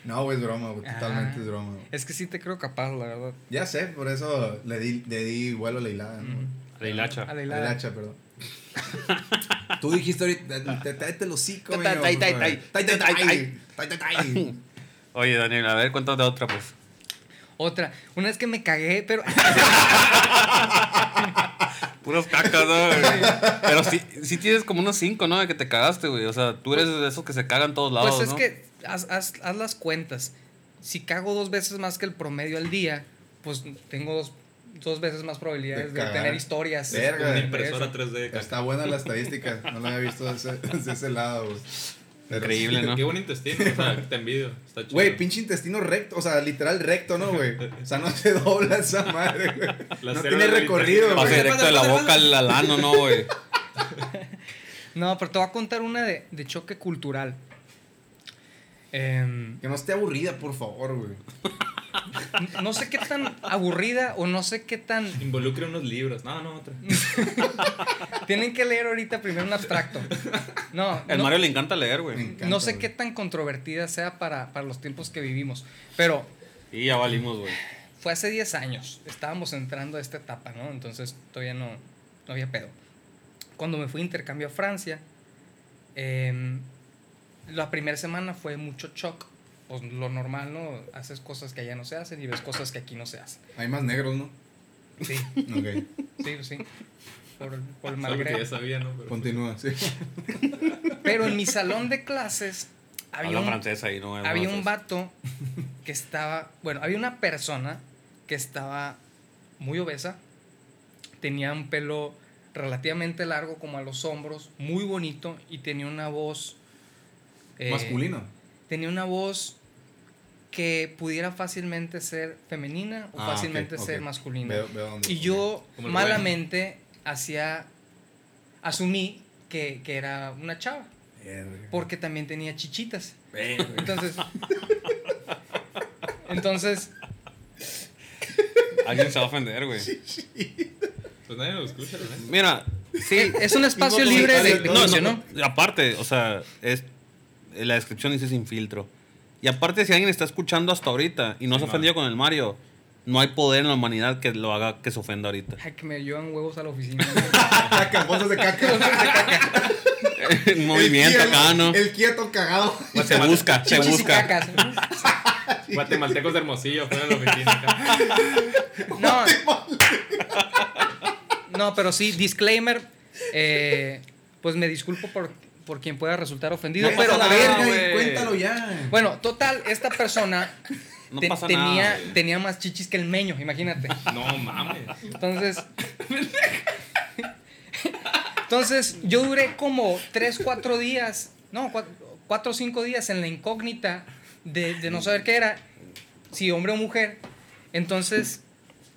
Speaker 1: No, güey, es broma, güey.
Speaker 3: Ah.
Speaker 1: Totalmente es broma. güey.
Speaker 3: Es que sí te creo capaz, la verdad.
Speaker 1: Ya sé, por eso le di, le di vuelo a la hilada, Ah, ¿no?
Speaker 2: La hilacha.
Speaker 3: A la
Speaker 1: El
Speaker 3: hilada.
Speaker 1: hacha, perdón. Tú dijiste ahorita, te- te- tráete el hocico,
Speaker 2: Ta- ta-
Speaker 1: güey.
Speaker 2: ta- ta- ta- ta- ta- Oye, Daniel, a ver, cuéntate otra, pues.
Speaker 3: Otra. Una vez que me cagué, pero.
Speaker 2: Puras cacas, ¿no? güey? Pero sí, sí tienes como unos cinco, ¿no? De que te cagaste, güey. O sea, tú eres de esos que se cagan todos lados,
Speaker 3: Pues es
Speaker 2: ¿no?
Speaker 3: que haz, haz- haz las cuentas. Si cago dos veces más que el promedio al día, pues tengo dos, dos veces más probabilidades
Speaker 1: De
Speaker 3: de,
Speaker 1: cagar.
Speaker 3: tener historias.
Speaker 1: Verga.
Speaker 4: Una
Speaker 3: de
Speaker 4: impresora
Speaker 3: eso.
Speaker 4: 3D. acá.
Speaker 1: Está buena la estadística, no la había visto desde, desde ese lado, güey. Pero-
Speaker 2: Increíble, ¿no?
Speaker 4: Qué buen intestino, o sea, te envidio. Está chido.
Speaker 1: Güey, pinche intestino recto, o sea, literal recto, ¿no, güey? O sea, no se dobla esa madre, güey.
Speaker 4: Las
Speaker 1: No
Speaker 4: células
Speaker 1: tiene
Speaker 4: del
Speaker 1: recorrido,
Speaker 4: intestino.
Speaker 2: Pasa
Speaker 1: güey.
Speaker 2: directo de la boca al al ano, ¿no, güey?
Speaker 3: No, pero te voy a contar una de, de choque cultural. Em,
Speaker 1: Que no esté aburrida, por favor, güey.
Speaker 3: no sé qué tan aburrida o no sé qué tan...
Speaker 4: Involucra unos libros. No, no, otra.
Speaker 3: Tienen que leer ahorita primero un abstracto. No,
Speaker 2: El
Speaker 3: no,
Speaker 2: Mario le encanta leer,
Speaker 1: Me
Speaker 2: güey.
Speaker 1: encanta,
Speaker 3: no sé
Speaker 1: güey.
Speaker 3: qué tan controvertida sea para, para los tiempos que vivimos, pero
Speaker 2: Y ya valimos, güey.
Speaker 3: fue hace 10 años. Estábamos entrando a esta etapa, ¿no? Entonces todavía no, no había pedo. Cuando me fui a intercambio a Francia, em, la primera semana fue mucho shock. Pues lo normal, ¿no? Haces cosas que allá no se hacen y ves cosas que aquí no se hacen.
Speaker 1: Hay más negros, ¿no?
Speaker 3: Sí,
Speaker 1: Ok,
Speaker 3: sí, sí. Por, el- por el
Speaker 4: Algo que ya
Speaker 3: malgrado.
Speaker 4: sabía, ¿no? Pero-
Speaker 1: continúa, sí.
Speaker 3: Pero en mi salón de clases había
Speaker 2: Habla
Speaker 3: un,
Speaker 2: francés ahí, ¿no?
Speaker 3: había un
Speaker 2: Francés.
Speaker 3: vato que estaba, bueno, había una persona que estaba muy obesa, tenía un pelo relativamente largo como a los hombros, muy bonito y tenía una voz... eh,
Speaker 1: Masculino.
Speaker 3: Tenía una voz que pudiera fácilmente ser femenina o
Speaker 1: Ah,
Speaker 3: fácilmente
Speaker 1: ok, ok.
Speaker 3: ser masculina.
Speaker 1: Veo- veo dónde-
Speaker 3: Y yo
Speaker 4: Como el
Speaker 3: malamente hacía, asumí que, que era una chava,
Speaker 1: Verga.
Speaker 3: porque también tenía chichitas.
Speaker 1: Verga.
Speaker 3: Entonces. entonces,
Speaker 2: Alguien se va a ofender, güey.
Speaker 4: Pues nadie lo escucha, la neta.
Speaker 2: Mira, sí.
Speaker 3: eh, es un espacio
Speaker 1: Mismo
Speaker 2: pues,
Speaker 3: libre de,
Speaker 1: comentario,
Speaker 3: de
Speaker 1: ¿no?
Speaker 3: juicio, ¿no?
Speaker 2: Aparte, o sea, es, la descripción dice sin filtro. Y aparte, si alguien está escuchando hasta ahorita y no se ha
Speaker 4: man.
Speaker 2: ofendido con el Mario, no hay poder en la humanidad que lo haga que se ofenda ahorita.
Speaker 3: Ay, que me llevan huevos a la oficina.
Speaker 1: Caca, bolsas de caca.
Speaker 2: Un movimiento
Speaker 1: El Kia,
Speaker 2: acá, ¿no? Pues,
Speaker 1: El quieto cagado.
Speaker 2: se busca, se
Speaker 3: Chichis y
Speaker 2: busca.
Speaker 3: cacas.
Speaker 4: Guatemaltecos de Hermosillo, fuera de la oficina. acá.
Speaker 3: No. No, pero sí, disclaimer. eh, pues me disculpo por, por quien pueda resultar ofendido,
Speaker 1: No
Speaker 3: pero.
Speaker 1: pasa
Speaker 2: la
Speaker 1: nada,
Speaker 2: verga,
Speaker 1: güey,
Speaker 2: güey.
Speaker 1: Cuéntalo ya.
Speaker 3: Bueno, total, esta persona
Speaker 2: No
Speaker 3: te-
Speaker 2: pasa
Speaker 3: tenía,
Speaker 2: nada. güey.
Speaker 3: tenía más chichis que el meño, imagínate.
Speaker 4: No mames.
Speaker 3: Entonces. Entonces, yo duré como 3, 4 días, no, 4 o 5 días en la incógnita de, de no saber qué era, si hombre o mujer. Entonces,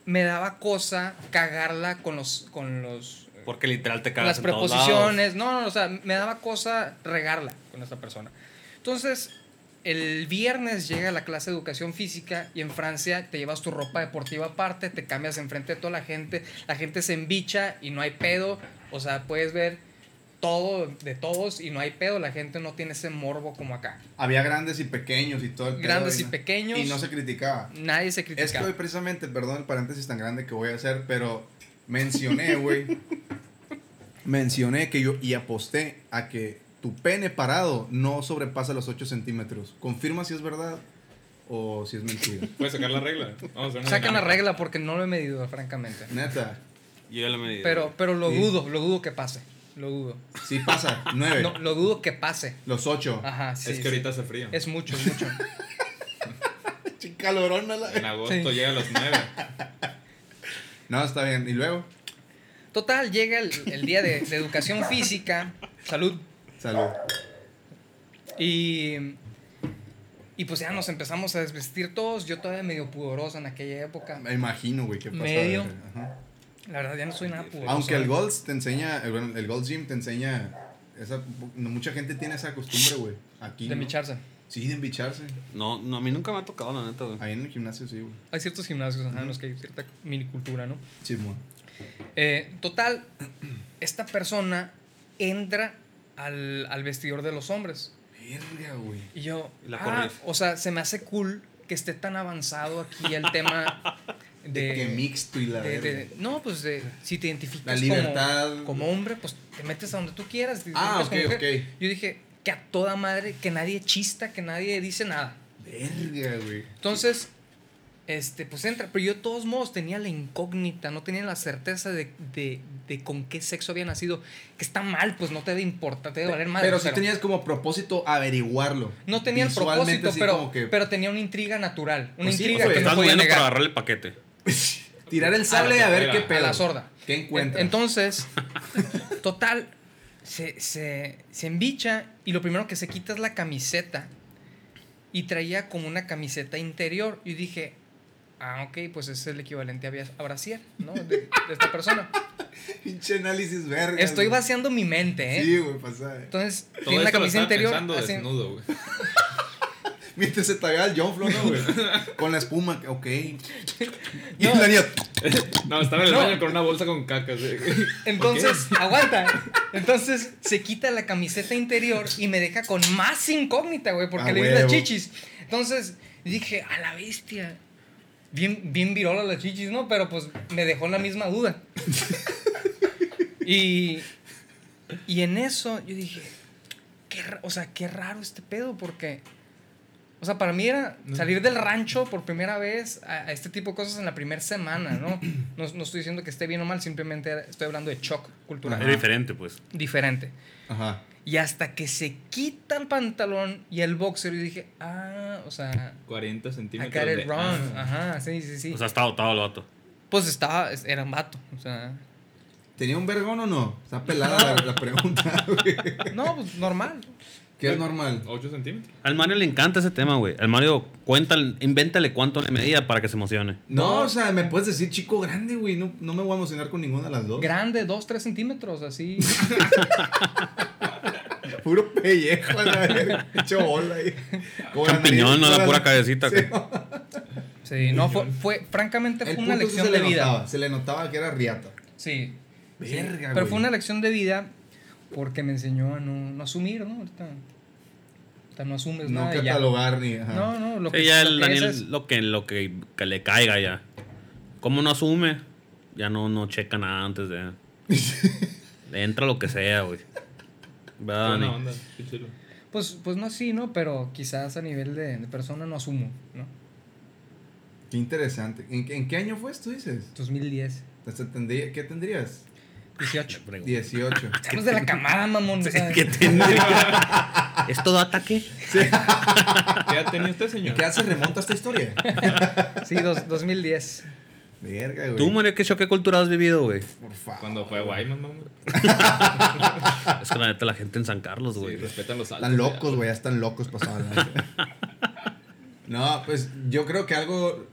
Speaker 3: me daba cosa cagarla con los. Con los eh,
Speaker 2: Porque literal te
Speaker 3: con
Speaker 2: cagas
Speaker 3: las
Speaker 2: en todos
Speaker 3: preposiciones. No, no, o sea, me daba cosa regarla con esta persona. Entonces, el viernes llega la clase de educación física y en Francia te llevas tu ropa deportiva aparte, te cambias enfrente de toda la gente, la gente se embicha y no hay pedo, o sea, puedes ver todo de todos y no hay pedo, la gente no tiene ese morbo como acá.
Speaker 1: Había grandes y pequeños y todo. el pedo,
Speaker 3: Grandes y
Speaker 1: ¿no?
Speaker 3: pequeños.
Speaker 1: Y no se criticaba.
Speaker 3: Nadie se critica.
Speaker 1: Es que hoy precisamente, perdón el paréntesis tan grande que voy a hacer, pero mencioné, güey. mencioné que yo y aposté a que tu pene parado no sobrepasa los 8 centímetros. Confirma si es verdad o si es mentira.
Speaker 4: Puedes sacar la regla. Vamos a hacer una
Speaker 3: Sacan la
Speaker 4: dinámica.
Speaker 3: regla porque no lo he medido, francamente.
Speaker 1: Neta,
Speaker 2: lados. Yo ya lo medí.
Speaker 3: Pero, pero lo
Speaker 1: Sí.
Speaker 3: dudo, lo dudo que pase. Lo dudo.
Speaker 1: sí pasa, 9.
Speaker 3: No, Ah. lo dudo que pase.
Speaker 1: Los 8.
Speaker 3: Ajá, sí.
Speaker 4: Es que
Speaker 3: sí.
Speaker 4: ahorita hace frío.
Speaker 3: Es mucho, es mucho.
Speaker 1: Chicalorona
Speaker 4: En agosto
Speaker 3: Sí.
Speaker 4: llega a los nueve.
Speaker 1: No, está bien. ¿Y luego?
Speaker 3: Total, llega el, el día de, de educación física, salud,
Speaker 1: Salud.
Speaker 3: y, y pues ya nos empezamos a desvestir todos. Yo todavía medio pudoroso en aquella época.
Speaker 1: Me imagino, güey, qué pasa.
Speaker 3: Medio. Pues,
Speaker 1: Ajá.
Speaker 3: La verdad, ya no soy nada pudoroso.
Speaker 1: Aunque el Golds te enseña, eh, bueno, el Golds Gym te enseña, esa, no, mucha gente tiene esa costumbre, güey. Aquí.
Speaker 3: De
Speaker 1: ¿no?
Speaker 3: mi charza.
Speaker 1: Sí, de embicharse.
Speaker 2: No, no, a mí nunca me ha tocado, la neta, güey.
Speaker 1: Ahí en el gimnasio, sí, güey.
Speaker 3: Hay ciertos gimnasios ajá, en los que hay cierta minicultura, ¿no?
Speaker 1: Sí, mo.
Speaker 3: Eh, total, esta persona entra al, al vestidor de los hombres.
Speaker 1: Verga, güey.
Speaker 3: Y yo,
Speaker 2: Y la
Speaker 3: ah,
Speaker 2: corres.
Speaker 3: o sea, se me hace cool que esté tan avanzado aquí el tema de...
Speaker 1: De que mixto y la
Speaker 3: de-
Speaker 1: verga.
Speaker 3: de- no, pues de, si te identificas
Speaker 1: La
Speaker 3: como-
Speaker 1: libertad.
Speaker 3: como, hombre, pues te metes a donde tú quieras. te
Speaker 1: Ah,
Speaker 3: identificas como
Speaker 1: ok,
Speaker 3: mujer.
Speaker 1: ok.
Speaker 3: Yo dije que a toda madre, que nadie chista, que nadie dice nada.
Speaker 1: Verga, güey.
Speaker 3: Entonces, este, pues entra. Pero yo de todos modos tenía la incógnita, no tenía la certeza de, de- de con qué sexo había nacido. Que está mal, pues no te debe importar, te debe valer madre.
Speaker 1: pero sí
Speaker 3: pero-
Speaker 1: tenías como propósito averiguarlo.
Speaker 3: No tenía el
Speaker 1: Visualmente,
Speaker 3: propósito,
Speaker 1: así
Speaker 3: pero,
Speaker 1: como que
Speaker 3: pero tenía una intriga natural. Una
Speaker 1: Pues sí,
Speaker 3: intriga
Speaker 1: pues,
Speaker 3: que no
Speaker 2: Estás
Speaker 3: podía
Speaker 2: moviendo para
Speaker 3: negar.
Speaker 2: agarrarle el paquete.
Speaker 1: Tirar el sable
Speaker 4: la
Speaker 1: a ver qué
Speaker 4: cajuela,
Speaker 1: pedo.
Speaker 3: a la sorda.
Speaker 1: ¿Qué encuentras?
Speaker 3: Entonces, total, se, se, se embicha y lo primero que se quita es la camiseta. Y traía como una camiseta interior. Y dije, ah, ok, pues es el equivalente a, bia- a brasier, ¿no? De, de esta persona.
Speaker 1: Pinche análisis verga.
Speaker 3: Estoy
Speaker 1: güey.
Speaker 3: vaciando mi mente, ¿eh?
Speaker 1: Sí, güey, pasada.
Speaker 3: Entonces,
Speaker 4: Todo
Speaker 3: tiene la
Speaker 4: esto lo
Speaker 3: camisa
Speaker 4: estaba
Speaker 3: interior.
Speaker 4: pensando
Speaker 3: así-
Speaker 4: desnudo, güey.
Speaker 1: Mientras se taguea el John Flow, ¿no, güey? Con la espuma, ok. Y
Speaker 3: No.
Speaker 1: la niña,
Speaker 4: No, estaba en el
Speaker 3: No.
Speaker 4: baño con una bolsa con caca. güey.
Speaker 3: Entonces, aguanta. Entonces, se quita la camiseta interior y me deja con más incógnita, güey, porque
Speaker 1: A
Speaker 3: le vi las
Speaker 1: huevo.
Speaker 3: chichis. Entonces, dije, a la bestia. Bien, bien virola las chichis, ¿no? Pero pues me dejó en la misma duda. y, y en eso yo dije, qué, ra- o sea, qué raro este pedo, porque. O sea, para mí era salir del rancho por primera vez a, a este tipo de cosas en la primera semana, ¿no? ¿no? no estoy diciendo que esté bien o mal, simplemente era- estoy hablando de shock cultural.
Speaker 1: Ajá.
Speaker 2: Era diferente, pues.
Speaker 3: Diferente.
Speaker 1: Ajá.
Speaker 3: Y hasta que se quita el pantalón y el boxer, y dije, ah, o sea,
Speaker 4: 40
Speaker 3: I
Speaker 4: centímetros.
Speaker 3: got
Speaker 4: de-
Speaker 3: it wrong.
Speaker 4: Ah.
Speaker 3: Ajá, sí, sí, sí.
Speaker 2: O sea, está dotado el vato.
Speaker 3: pues estaba, es- era un vato, o sea.
Speaker 1: ¿Tenía un vergón o no? Está pelada la, la pregunta, güey.
Speaker 3: No, pues normal.
Speaker 1: ¿Qué es normal?
Speaker 4: 8 centímetros.
Speaker 2: Al Mario le encanta ese tema, güey. Al Mario, cuéntale, invéntale cuánto le medía para que se emocione.
Speaker 1: No, o sea, me puedes decir chico grande, güey. No, no me voy a emocionar con ninguna de las dos.
Speaker 3: Grande, 2, 3 centímetros, así.
Speaker 1: Puro pellejo, a la verga. Pinche bola ahí. Como la nariz,
Speaker 2: Champiñón, no la
Speaker 1: como
Speaker 2: pura cabecita.
Speaker 1: Sí.
Speaker 2: que-
Speaker 3: Sí, no, fue, fue francamente fue
Speaker 1: El
Speaker 3: una
Speaker 1: punto es que
Speaker 3: lección
Speaker 1: se le
Speaker 3: de vida.
Speaker 1: notaba. Se le notaba que era riata.
Speaker 3: Sí.
Speaker 1: Verga,
Speaker 3: Sí, Pero
Speaker 1: güey.
Speaker 3: fue una lección de vida porque me enseñó a no, no asumir, ¿no? Ahorita, ahorita no asumes
Speaker 1: No
Speaker 3: nada. y ya.
Speaker 1: catalogar ni. Ajá.
Speaker 3: No, no, lo
Speaker 2: Sí,
Speaker 3: que,
Speaker 2: ya
Speaker 3: lo
Speaker 2: el
Speaker 3: que
Speaker 2: Daniel,
Speaker 3: es es-
Speaker 2: lo, que, lo que, que le caiga ya. Como no asume, ya no, no checa nada antes de. le entra lo que sea, güey. ¿Verdad,
Speaker 3: Ah,
Speaker 2: Dani?
Speaker 4: Buena onda, qué chido.
Speaker 3: pues, pues no así, ¿no? Pero quizás a nivel de, de persona no asumo, ¿no?
Speaker 1: Qué interesante. ¿En, qué- en qué año fue esto, dices?
Speaker 3: 2010,
Speaker 1: O sea, tendría- ¿Qué tendrías?
Speaker 3: 18.
Speaker 2: Pregunta.
Speaker 1: 18.
Speaker 3: Estamos de la camada, mamón. o sea,
Speaker 2: ¿Qué tendría? ¿Es todo ataque?
Speaker 4: ¿Qué edad tenía usted,
Speaker 1: ¿Y
Speaker 4: señor?
Speaker 1: qué hace remonta esta historia?
Speaker 3: sí, dos- 2010.
Speaker 1: Verga, güey.
Speaker 2: Tú, Mario, ¿qué choque cultural has vivido, güey?
Speaker 1: Por favor.
Speaker 4: Cuando fue a Guaymas, mamá.
Speaker 2: Es que la neta, la gente en San Carlos,
Speaker 4: pues, Sí,
Speaker 2: güey.
Speaker 4: respetan los altos.
Speaker 1: Están locos, güey, ya están locos pasados. no, pues yo creo que algo.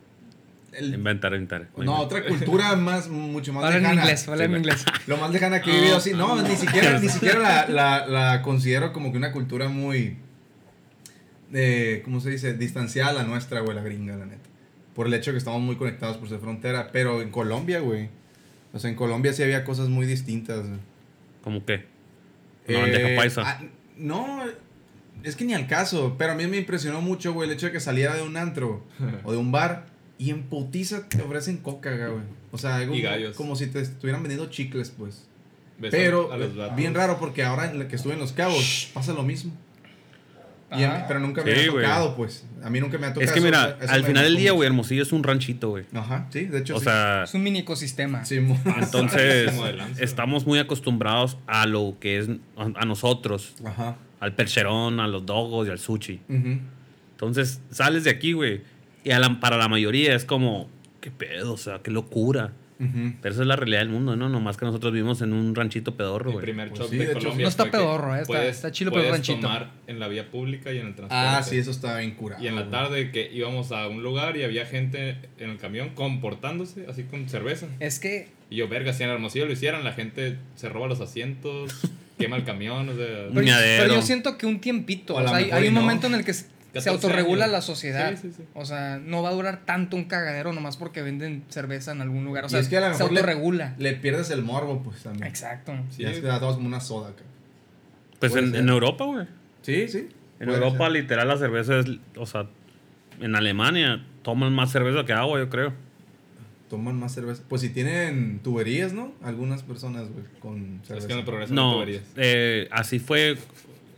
Speaker 1: el-
Speaker 2: inventar, inventar.
Speaker 1: no, otra cultura más, mucho más
Speaker 3: Habla en
Speaker 1: lejana.
Speaker 3: inglés, habla en inglés.
Speaker 1: Lo más lejana que he vivido así. No, ni siquiera, ni siquiera la, la- la considero como que una cultura muy. eh, ¿Cómo se dice? Distanciada a la nuestra, güey, la gringa, la neta. Por el hecho de que estamos muy conectados por ser frontera. Pero en Colombia, güey. O sea, en Colombia sí había cosas muy distintas, güey.
Speaker 2: ¿Cómo qué? No, bandeja paisa.
Speaker 1: ah, no, es que ni al caso. Pero a mí me impresionó mucho, güey, el hecho de que saliera de un antro o de un bar y en putiza te ofrecen coca, güey. O sea, algo
Speaker 4: Y gallos.
Speaker 1: como si te estuvieran vendiendo chicles, pues.
Speaker 4: Besan
Speaker 1: Pero
Speaker 4: a los vatos.
Speaker 1: bien raro porque ahora en la que estuve en Los Cabos pasa lo mismo. Y a mí-
Speaker 3: Ah.
Speaker 1: pero nunca me
Speaker 2: Sí,
Speaker 1: ha
Speaker 2: güey.
Speaker 1: tocado, pues. A mí nunca me ha tocado.
Speaker 2: Es que
Speaker 1: eso-
Speaker 2: mira,
Speaker 1: eso
Speaker 2: al
Speaker 1: me
Speaker 2: final del
Speaker 1: enojó
Speaker 2: día,
Speaker 1: mucho.
Speaker 2: güey, Hermosillo es un ranchito, güey.
Speaker 1: Ajá, sí, de hecho
Speaker 2: O
Speaker 1: sí.
Speaker 2: sea,
Speaker 3: Es un mini ecosistema.
Speaker 1: Sí, mo-
Speaker 2: entonces
Speaker 4: Como de lanza.
Speaker 2: estamos muy acostumbrados a lo que es a, a nosotros,
Speaker 1: Ajá.
Speaker 2: al percherón, a los dogos y al sushi.
Speaker 1: Ujú.
Speaker 2: Entonces sales de aquí, güey, y a la- para la mayoría es como, qué pedo, o sea, qué locura.
Speaker 1: Ujú.
Speaker 2: Pero esa es la realidad del mundo, ¿no? Nomás que nosotros vivimos en un ranchito pedorro,
Speaker 4: Mi
Speaker 2: güey.
Speaker 4: primer
Speaker 1: Pues
Speaker 4: shock
Speaker 1: sí,
Speaker 4: de
Speaker 1: de hecho,
Speaker 4: Colombia.
Speaker 3: No está
Speaker 4: fue que
Speaker 3: pedorro, eh, está-
Speaker 4: puedes-
Speaker 3: está chilo, pero
Speaker 4: puedes
Speaker 3: ranchito.
Speaker 4: tomar en la vía pública y en el transporte.
Speaker 1: Ah, sí, eso estaba bien curado.
Speaker 4: Y en la
Speaker 1: güey.
Speaker 4: tarde que íbamos a un lugar y había gente en el camión comportándose así con cerveza.
Speaker 3: Es que
Speaker 4: Y yo, verga, si en Hermosillo lo hicieran, la gente se roba los asientos, quema el camión, o sea...
Speaker 3: Pero,
Speaker 2: Puñadero.
Speaker 3: pero yo siento que un tiempito.
Speaker 1: O a
Speaker 3: o
Speaker 1: lo
Speaker 3: sea, hay,
Speaker 1: mejor
Speaker 3: hay
Speaker 1: y
Speaker 3: un
Speaker 1: no.
Speaker 3: momento en el que se, se
Speaker 4: 14
Speaker 3: autorregula
Speaker 4: años.
Speaker 3: la sociedad.
Speaker 4: Sí, sí, sí.
Speaker 3: O sea, no va a durar tanto un cagadero nomás porque venden cerveza en algún lugar. O sea,
Speaker 1: es que a lo
Speaker 3: se
Speaker 1: mejor le-
Speaker 3: autorregula.
Speaker 1: Le pierdes el morbo, pues también.
Speaker 3: Exacto.
Speaker 4: Sí,
Speaker 1: ya es que la tomas como una soda acá.
Speaker 2: Pues
Speaker 1: Puede
Speaker 2: en,
Speaker 1: ser.
Speaker 2: en Europa, güey.
Speaker 1: Sí, sí.
Speaker 2: En Europa, literal, la cerveza es, o sea, en Alemania toman más cerveza que agua, yo creo.
Speaker 1: Toman más cerveza. Pues si tienen tuberías, ¿no? Algunas personas, güey, con cerveza.
Speaker 4: es que en el progreso no,
Speaker 2: No,
Speaker 4: tuberías.
Speaker 2: eh, así fue.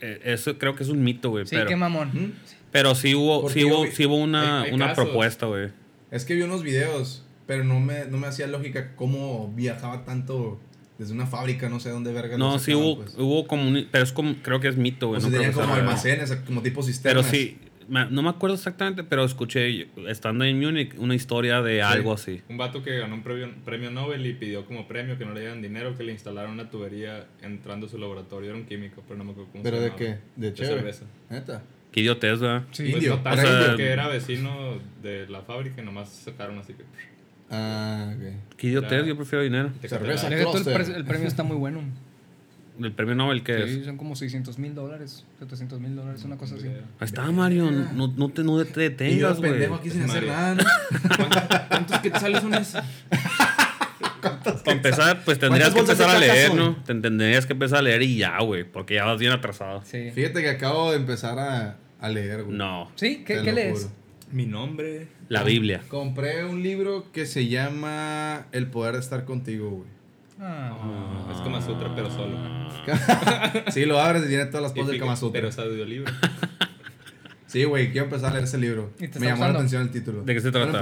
Speaker 2: eh, eso creo que es un mito, güey.
Speaker 3: Sí,
Speaker 2: pero,
Speaker 3: qué mamón.
Speaker 1: Ujú.
Speaker 2: pero sí hubo,
Speaker 1: Porque
Speaker 2: sí hubo,
Speaker 1: yo-
Speaker 2: sí hubo una,
Speaker 4: hay- hay
Speaker 2: una
Speaker 4: casos.
Speaker 2: propuesta, güey.
Speaker 1: Es que vi unos videos, pero no me, no me hacía lógica cómo viajaba tanto desde una fábrica, no sé dónde verga. lo
Speaker 2: No, sí
Speaker 1: sacaban,
Speaker 2: hubo,
Speaker 1: pues.
Speaker 2: hubo como un- pero es como, creo que es mito,
Speaker 1: O
Speaker 2: güey.
Speaker 1: sea,
Speaker 2: no creo
Speaker 1: tenían
Speaker 2: que sea
Speaker 1: como
Speaker 2: real.
Speaker 1: almacenes, como tipo cisternas.
Speaker 2: Pero sí, me- no me acuerdo exactamente, pero escuché estando en Múnich una historia de algo así.
Speaker 4: Un vato que ganó un premio, premio Nobel y pidió como premio que no le dieran dinero, que le instalaron una tubería entrando a su laboratorio. Era un químico, pero no me acuerdo cómo
Speaker 1: ¿Pero
Speaker 4: se
Speaker 1: de
Speaker 4: llamaba.
Speaker 1: qué? ¿De chévere?
Speaker 4: cerveza.
Speaker 1: ¿Neta?
Speaker 2: Qué idiotez, ¿verdad?
Speaker 3: Sí.
Speaker 4: Pues
Speaker 1: Indio.
Speaker 4: no tanto,
Speaker 1: Era
Speaker 2: sea,
Speaker 1: indio.
Speaker 4: porque era vecino de la fábrica y nomás sacaron así que...
Speaker 1: Ah, ok.
Speaker 2: Qué idiotez,
Speaker 4: Ya.
Speaker 2: yo prefiero dinero.
Speaker 4: te
Speaker 1: Cerveza.
Speaker 4: catearon.
Speaker 3: Deja tú, el,
Speaker 1: Cluster.
Speaker 3: pre- el premio está muy bueno.
Speaker 2: El premio Nobel que es.
Speaker 3: Sí, son como 600 mil dólares, 700 mil dólares, una cosa así.
Speaker 2: Ahí está, Mario.
Speaker 3: Ah.
Speaker 2: No, no te, no te
Speaker 1: Y yo
Speaker 2: detengas, güey.
Speaker 1: pendejo aquí sin
Speaker 4: Madre.
Speaker 1: hacer nada. ¿no?
Speaker 4: ¿Cuántos quetzales son esos?
Speaker 2: Para empezar, pues tendrías que
Speaker 1: ¿Cuántas bolsas
Speaker 2: empezar
Speaker 1: de caca
Speaker 2: a leer,
Speaker 1: son?
Speaker 2: ¿no? Te- Tendrías que empezar a leer y ya, güey. Porque ya vas bien atrasado.
Speaker 3: Sí.
Speaker 1: Fíjate que acabo de empezar a, a leer, güey.
Speaker 2: No.
Speaker 3: ¿Sí?
Speaker 1: Te
Speaker 3: ¿Qué,
Speaker 1: lo
Speaker 3: ¿qué lees?
Speaker 1: juro.
Speaker 4: Mi nombre...
Speaker 2: La Biblia.
Speaker 1: Compré un libro que se llama El poder de estar contigo, güey.
Speaker 3: Ah,
Speaker 4: Ah, es como Sutra, pero solo.
Speaker 1: Sí, lo abres y tiene todas las
Speaker 4: Y
Speaker 1: cosas del
Speaker 4: fica-
Speaker 1: Kama Sutra.
Speaker 4: Pero es audiolibro.
Speaker 1: Sí, güey, quiero empezar a leer ese libro.
Speaker 3: ¿Y te
Speaker 1: Me
Speaker 3: está
Speaker 1: llamó la
Speaker 3: gustando?
Speaker 1: atención el título.
Speaker 2: ¿De qué se
Speaker 1: No lo he
Speaker 2: trata?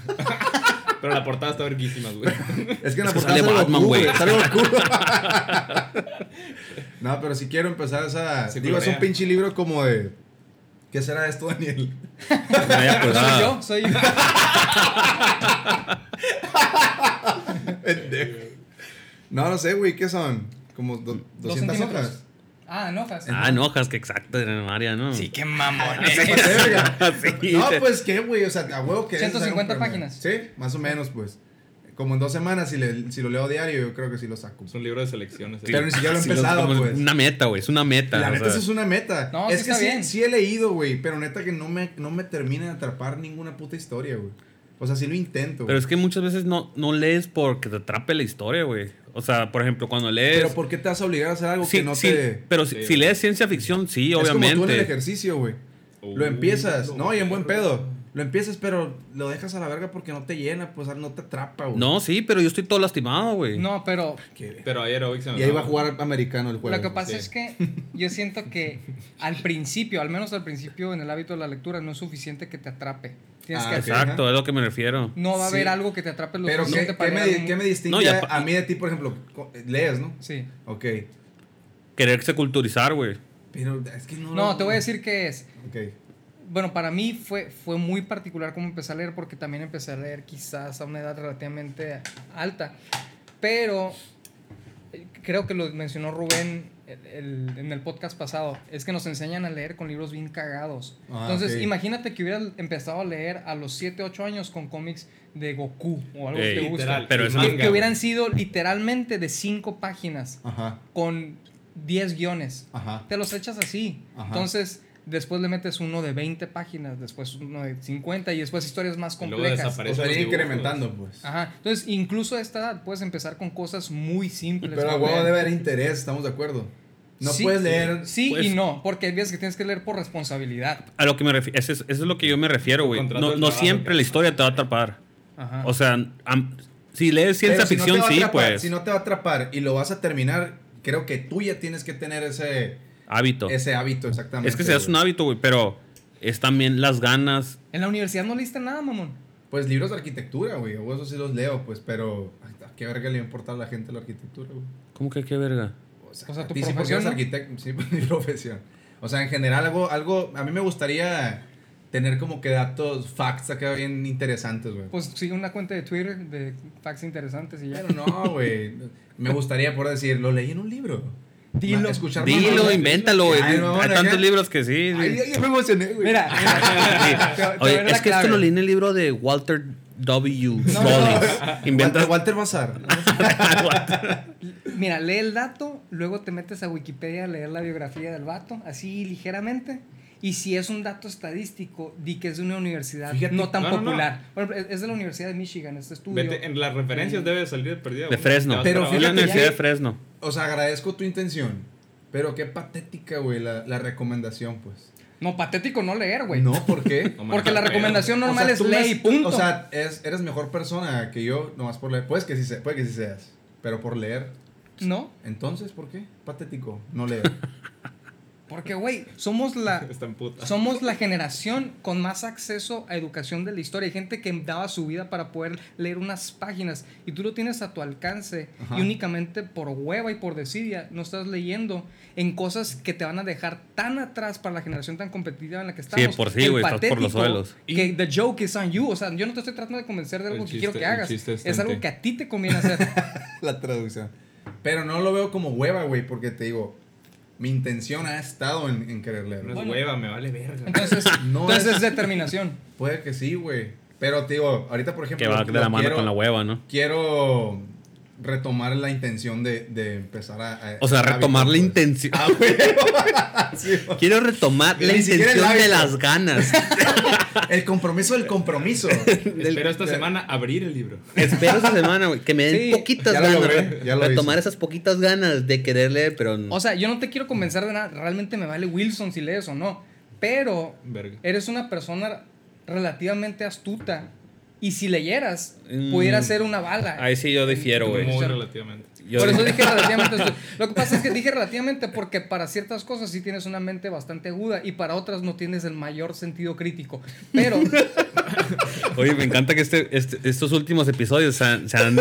Speaker 1: empezado.
Speaker 4: Pero la portada está verguísima, güey.
Speaker 1: Es que en la
Speaker 2: Es que
Speaker 1: portada
Speaker 2: sale
Speaker 1: sale
Speaker 2: Batman,
Speaker 1: Goku,
Speaker 2: güey.
Speaker 1: Sale Goku. no, pero si quiero empezar esa.
Speaker 4: Se
Speaker 1: digo, es un
Speaker 4: colorea.
Speaker 1: pinche libro como de. ¿Qué será esto, Daniel?
Speaker 2: Media
Speaker 3: soy
Speaker 2: portada.
Speaker 3: yo, soy yo.
Speaker 1: No, no sé, güey, ¿qué son? Como do- 200
Speaker 3: centímetros?
Speaker 1: hojas.
Speaker 3: Ah, en hojas.
Speaker 2: Ah, en hojas, que exacto, en María, ¿no?
Speaker 3: Sí, qué mamón.
Speaker 1: Pues, Verga.
Speaker 2: Sí.
Speaker 1: No, pues qué, güey, o sea, a huevo que. es hacer un
Speaker 3: 150
Speaker 1: promedio.
Speaker 3: páginas.
Speaker 1: Sí, más o menos, pues. Como en dos semanas, si, le- si lo leo diario, yo creo que sí lo saco.
Speaker 4: Es un libro de selecciones.
Speaker 1: Pero ni siquiera lo he
Speaker 2: Sí, los-
Speaker 1: empezado,
Speaker 2: como
Speaker 1: pues.
Speaker 2: Una meta, güey. Es una meta.
Speaker 1: La
Speaker 2: o
Speaker 1: neta,
Speaker 2: sea.
Speaker 1: eso es una meta.
Speaker 3: No,
Speaker 1: es
Speaker 3: sí
Speaker 1: que
Speaker 3: está
Speaker 1: sí,
Speaker 3: bien.
Speaker 1: sí he leído, güey, pero neta que no me, no me termina de atrapar ninguna puta historia, güey. O sea, sí lo intento.
Speaker 2: Pero
Speaker 1: güey.
Speaker 2: es que muchas veces no, no lees porque te atrape la historia, güey. O sea, por ejemplo, cuando lees.
Speaker 1: Pero ¿por qué te vas a obligar a hacer algo
Speaker 2: Sí,
Speaker 1: que no
Speaker 2: sí,
Speaker 1: te.
Speaker 2: Pero si,
Speaker 4: Sí,
Speaker 2: si
Speaker 4: güey.
Speaker 2: lees ciencia ficción, sí,
Speaker 1: es
Speaker 2: obviamente.
Speaker 1: como tú en el ejercicio, güey. Lo empiezas, no, y en buen pedo. Lo empiezas, pero lo dejas a la verga porque no te llena, pues no te atrapa, güey.
Speaker 2: No, sí, pero yo estoy todo lastimado, güey.
Speaker 3: No, pero
Speaker 1: Qué-
Speaker 4: Pero ayer hoy se me
Speaker 1: Y ahí va a
Speaker 4: acabó.
Speaker 1: jugar americano el juego.
Speaker 3: Lo que pasa
Speaker 4: sí.
Speaker 3: es que yo siento que al principio, al menos al principio en el hábito de la lectura, no es suficiente que te atrape. Tienes
Speaker 1: Ah,
Speaker 3: que
Speaker 1: ok.
Speaker 2: Exacto, es lo que me refiero.
Speaker 3: No va a
Speaker 1: Sí.
Speaker 3: haber algo que te atrape lo
Speaker 1: Pero ¿qué,
Speaker 3: suficiente
Speaker 1: qué
Speaker 3: para
Speaker 1: me,
Speaker 3: leer
Speaker 1: di-
Speaker 3: algún-
Speaker 1: qué me distingue
Speaker 2: No, y apa-
Speaker 1: a mí de ti, por ejemplo? Co- Lees, ¿no?
Speaker 3: Sí.
Speaker 1: Ok.
Speaker 2: Quererse culturizar, güey.
Speaker 1: Pero es que no...
Speaker 3: No, te voy a decir qué es.
Speaker 1: Ok.
Speaker 3: Bueno, para mí fue, fue muy particular cómo empecé a leer, porque también empecé a leer quizás a una edad relativamente alta. Pero eh, creo que lo mencionó Rubén el- el- en el podcast pasado. Es que nos enseñan a leer con libros bien cagados.
Speaker 1: Ah,
Speaker 3: Entonces,
Speaker 1: ok.
Speaker 3: imagínate que hubieras empezado a leer a los 7, 8 años con cómics de Goku o algo
Speaker 2: Ey,
Speaker 3: que te gusta.
Speaker 4: literal.
Speaker 2: Pero
Speaker 4: Y
Speaker 2: eso
Speaker 4: manga,
Speaker 3: Que
Speaker 4: güey.
Speaker 3: hubieran sido literalmente de 5 páginas
Speaker 1: Ajá.
Speaker 3: con 10 guiones
Speaker 1: Ajá.
Speaker 3: te los echas así.
Speaker 1: Ajá.
Speaker 3: Entonces, después le metes uno de 20 páginas, después uno de 50 y después historias más
Speaker 4: Y luego
Speaker 3: complejas.
Speaker 1: O
Speaker 4: desaparece.
Speaker 1: sea,
Speaker 4: los
Speaker 1: ir
Speaker 4: dibujos.
Speaker 1: incrementando, pues.
Speaker 3: Ajá. Entonces, incluso a esta edad puedes empezar con cosas muy simples.
Speaker 1: Pero a
Speaker 3: para
Speaker 1: huevo
Speaker 3: leer.
Speaker 1: debe haber interés, estamos de acuerdo. No
Speaker 3: Sí,
Speaker 1: puedes leer...
Speaker 3: Sí
Speaker 2: Pues-
Speaker 3: y no, porque hay veces que tienes que leer por responsabilidad.
Speaker 2: A lo que me refiero. Eso es, eso es lo que yo me refiero, güey.
Speaker 4: Contrato
Speaker 2: No,
Speaker 4: de
Speaker 2: no
Speaker 4: trabajo,
Speaker 2: siempre
Speaker 4: que-
Speaker 2: la historia te va a atrapar.
Speaker 3: Ajá.
Speaker 2: O sea, am- si lees ciencia
Speaker 1: pero si no te
Speaker 2: ficción,
Speaker 1: va a
Speaker 2: sí,
Speaker 1: atrapar-
Speaker 2: pues.
Speaker 1: Si no te va a atrapar y lo vas a terminar, creo que tú ya tienes que tener ese,
Speaker 2: Hábito. Es,
Speaker 1: ese hábito exactamente.
Speaker 2: que se hace un
Speaker 1: güey.
Speaker 2: hábito, güey, pero es también las ganas.
Speaker 3: en la universidad no leíste nada, mamón.
Speaker 1: Pues libros de arquitectura, güey. O eso sí los leo, pues, pero... ¿A qué verga le va a importar a la gente la arquitectura, güey?
Speaker 2: ¿Cómo que qué verga?
Speaker 1: O
Speaker 3: O sea,
Speaker 1: a
Speaker 3: tu
Speaker 1: ti sí, porque
Speaker 3: profesión,
Speaker 1: eres
Speaker 3: ¿no?
Speaker 1: arquitecto, sí, pues, mi profesión. O sea, en general, algo, algo, a mí me gustaría tener como que datos, facts acá bien interesantes, güey.
Speaker 3: Pues sí, una cuenta de Twitter de facts interesantes y ya.
Speaker 1: Pero no, güey. Me gustaría por decir, lo leí en un libro.
Speaker 3: Dilo.
Speaker 1: Ma- escuchar
Speaker 2: Dilo,
Speaker 1: mamadas.
Speaker 2: invéntalo, güey.
Speaker 1: Ay,
Speaker 2: Hay
Speaker 1: mamón, acá.
Speaker 2: tantos libros que sí. sí.
Speaker 1: Ay, ya- ya me emocioné, güey.
Speaker 3: Mira, mira, te- te voy
Speaker 2: Sí.
Speaker 3: a
Speaker 2: Oye,
Speaker 3: dar la
Speaker 2: es que esto
Speaker 3: clave.
Speaker 2: lo leí en el libro de Walter W. Rawlings.
Speaker 3: No, no,
Speaker 2: Inventas.
Speaker 1: Walter, Walter Bazar.
Speaker 3: Mira, lee el dato, luego te metes a Wikipedia a leer la biografía del vato, así ligeramente. Y si es un dato estadístico, di que es de una universidad
Speaker 1: Fíjate.
Speaker 3: no tan
Speaker 4: No, no, no.
Speaker 3: popular. Por ejemplo, es- es de la Universidad de Michigan, este estudio.
Speaker 4: Vete, en las referencias debe de salir de perdida.
Speaker 2: de
Speaker 4: güey.
Speaker 2: Fresno.
Speaker 4: Te vas
Speaker 1: Pero
Speaker 4: para
Speaker 2: En la
Speaker 1: fíjate,
Speaker 4: abajo.
Speaker 2: Universidad
Speaker 1: ya-
Speaker 2: de Fresno.
Speaker 1: O sea, agradezco tu intención. Pero qué patética, güey, la, la recomendación, pues.
Speaker 3: No, patético no leer, güey.
Speaker 1: No, ¿por qué?
Speaker 4: No, man,
Speaker 3: Porque la
Speaker 4: qué pedo.
Speaker 3: recomendación normal
Speaker 1: O sea,
Speaker 3: es
Speaker 1: tú me
Speaker 3: ley,
Speaker 1: has-
Speaker 3: punto.
Speaker 1: O sea, es- eres mejor persona que yo, nomás por leer. Puedes que sí, se- puede que sí seas, pero por leer.
Speaker 3: ¿no?
Speaker 1: Entonces, ¿por qué? Patético, no leer.
Speaker 3: Porque, güey, somos la,
Speaker 4: Están putas.
Speaker 3: somos la generación con más acceso a educación de la historia. Hay gente que daba su vida para poder leer unas páginas y tú lo tienes a tu alcance
Speaker 1: Ajá.
Speaker 3: y únicamente por hueva y por desidia no estás leyendo en cosas que te van a dejar tan atrás para la generación tan competitiva en la que estamos.
Speaker 2: por sí,
Speaker 3: El
Speaker 2: güey, estás por los
Speaker 3: patético
Speaker 2: suelos.
Speaker 3: Que the joke is on you. O sea, yo no te estoy tratando de convencer de
Speaker 4: El
Speaker 3: algo que
Speaker 4: chiste-
Speaker 3: quiero que
Speaker 4: el
Speaker 3: hagas.
Speaker 4: chiste es
Speaker 3: Es algo que
Speaker 4: tente.
Speaker 3: a ti te conviene hacer.
Speaker 1: la traducción. Pero no lo veo como hueva, güey, porque te digo, mi intención ha estado en, en querer
Speaker 4: No
Speaker 1: leerlo.
Speaker 4: es hueva, me vale verga.
Speaker 3: Entonces,
Speaker 1: No
Speaker 3: entonces
Speaker 1: es-
Speaker 3: es determinación.
Speaker 1: Puede que sí, güey. Pero te digo, ahorita por ejemplo...
Speaker 2: Que va
Speaker 1: lo
Speaker 2: de la mano
Speaker 1: quiero-
Speaker 2: con la hueva, ¿no?
Speaker 1: Quiero retomar la intención de, de empezar a... a-
Speaker 2: O sea,
Speaker 1: el hábito,
Speaker 2: retomar la
Speaker 1: pues.
Speaker 2: intención.
Speaker 1: Ah, güey. Sí, güey.
Speaker 2: Quiero retomar
Speaker 1: Ni
Speaker 2: la
Speaker 1: siquiera el
Speaker 2: intención de
Speaker 1: hábito.
Speaker 2: las ganas.
Speaker 1: el compromiso del compromiso.
Speaker 4: Espero esta semana abrir el libro.
Speaker 2: Espero esa semana, güey, que me den
Speaker 3: Sí,
Speaker 2: poquitas
Speaker 1: ya lo
Speaker 2: ganas.
Speaker 1: logré, ya lo
Speaker 2: retomar
Speaker 1: hice.
Speaker 2: esas poquitas ganas de querer leer, pero no.
Speaker 3: O sea, yo no te quiero convencer de nada. Realmente me vale Wilson si lees o no. Pero
Speaker 4: Verga.
Speaker 3: eres una persona relativamente astuta. Y si leyeras,
Speaker 2: Mm.
Speaker 3: pudiera ser una bala.
Speaker 2: Ahí sí yo difiero, güey.
Speaker 4: Muy relativamente.
Speaker 2: Yo
Speaker 3: Por eso
Speaker 2: digo-
Speaker 3: dije relativamente astuta. Lo que pasa es que dije relativamente porque para ciertas cosas sí tienes una mente bastante aguda y para otras no tienes el mayor sentido crítico. Pero
Speaker 2: Oye, me encanta que este, este- estos últimos episodios se han, se han-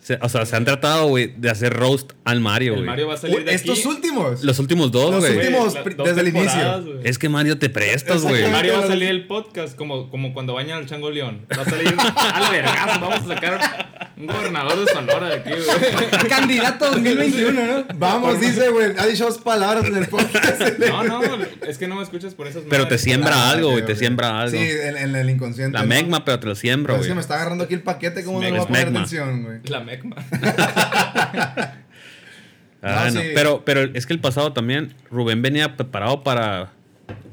Speaker 2: se- o sea, se han tratado, güey, de hacer roast al Mario,
Speaker 4: El
Speaker 2: güey.
Speaker 4: Mario va a salir de aquí.
Speaker 1: Estos últimos.
Speaker 2: Los últimos dos,
Speaker 1: Los
Speaker 2: güey.
Speaker 1: últimos- últimos
Speaker 4: Güey,
Speaker 1: pri-
Speaker 4: dos
Speaker 1: desde el
Speaker 4: temporadas,
Speaker 1: inicio. Este-
Speaker 4: güey.
Speaker 2: Es que Mario te prestas, güey.
Speaker 1: Exacto.
Speaker 4: Mario va a salir el podcast como, como cuando bañan al chango león. Va a salir al vergazo. Vamos a sacar un gobernador de Sonora de aquí, güey.
Speaker 3: candidato 2021, ¿no?
Speaker 1: Vamos, dice, güey. Ha dicho dos palabras en el podcast.
Speaker 4: No, no, es que no me escuchas por esas
Speaker 2: Pero te
Speaker 4: madres.
Speaker 2: siembra
Speaker 1: Ah,
Speaker 2: algo, güey.
Speaker 1: ok,
Speaker 2: Te
Speaker 1: ok.
Speaker 2: siembra algo.
Speaker 1: Sí, en, en el inconsciente.
Speaker 2: La
Speaker 1: ¿no?
Speaker 2: megma, pero te lo
Speaker 1: Pero
Speaker 2: siembra,
Speaker 1: Es
Speaker 2: güey.
Speaker 1: que me está agarrando aquí el paquete, ¿cómo no
Speaker 4: Es
Speaker 1: le voy a poner
Speaker 2: megma.
Speaker 1: atención, güey?
Speaker 4: La mecma.
Speaker 2: Ah,
Speaker 1: No,
Speaker 2: no.
Speaker 1: sí.
Speaker 2: Pero, pero es que el pasado también, Rubén venía preparado para,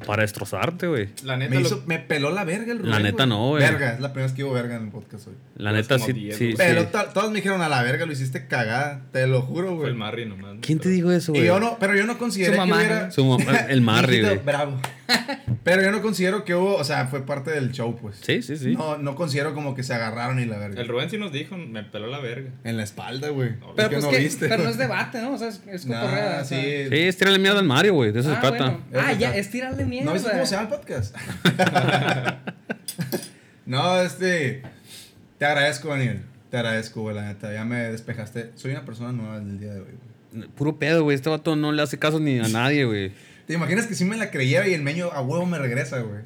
Speaker 2: para destrozarte, güey.
Speaker 4: La neta,
Speaker 1: Me,
Speaker 4: lo-
Speaker 1: hizo- me peló la verga el Rubén.
Speaker 2: La neta
Speaker 1: güey.
Speaker 2: no, güey.
Speaker 1: Verga, es la primera vez que hubo verga en el podcast hoy.
Speaker 2: La
Speaker 4: Llevas
Speaker 2: neta,
Speaker 4: como
Speaker 2: sí.
Speaker 4: diez,
Speaker 2: sí,
Speaker 4: güey.
Speaker 2: sí.
Speaker 1: Pero to- todos me dijeron a la verga, lo hiciste cagada. Te lo juro,
Speaker 4: fue
Speaker 1: güey.
Speaker 4: el Marri nomás. ¿no?
Speaker 2: ¿Quién te
Speaker 4: Pero-
Speaker 2: dijo eso,
Speaker 1: Y
Speaker 2: güey?
Speaker 1: yo no, pero yo no considero
Speaker 3: Su mamá,
Speaker 1: que hubiera.
Speaker 3: ¿no?
Speaker 2: Su mamá, el Marri,
Speaker 1: Mijito,
Speaker 2: güey.
Speaker 1: Bravo. Pero yo no considero que hubo, o sea, fue parte del show, pues.
Speaker 2: Sí, sí, sí.
Speaker 1: No, no considero como que se agarraron y la verga.
Speaker 4: El Rubén sí nos dijo, me peló la verga.
Speaker 1: En la espalda, güey.
Speaker 4: No,
Speaker 1: ¿Por
Speaker 3: Pero,
Speaker 1: qué
Speaker 3: pues
Speaker 1: no
Speaker 3: que-
Speaker 1: viste?
Speaker 3: pero no es debate, ¿no? O sea, es, es
Speaker 1: Nah,
Speaker 3: cotorreda, o sea.
Speaker 1: sí.
Speaker 2: Sí, es tirarle miedo al Mario, güey. De eso se
Speaker 3: Ah,
Speaker 2: trata.
Speaker 3: bueno. Ah, ya, es tirarle mierda.
Speaker 1: ¿No viste cómo se llama el podcast? no, este. Te agradezco, Daniel. Te agradezco, güey, la neta. Ya me despejaste. Soy una persona nueva el día de hoy, güey.
Speaker 2: Puro pedo, güey. Este vato no le hace caso ni a nadie, güey.
Speaker 1: ¿Te imaginas que si me la creyera y el meño a huevo me regresa, güey?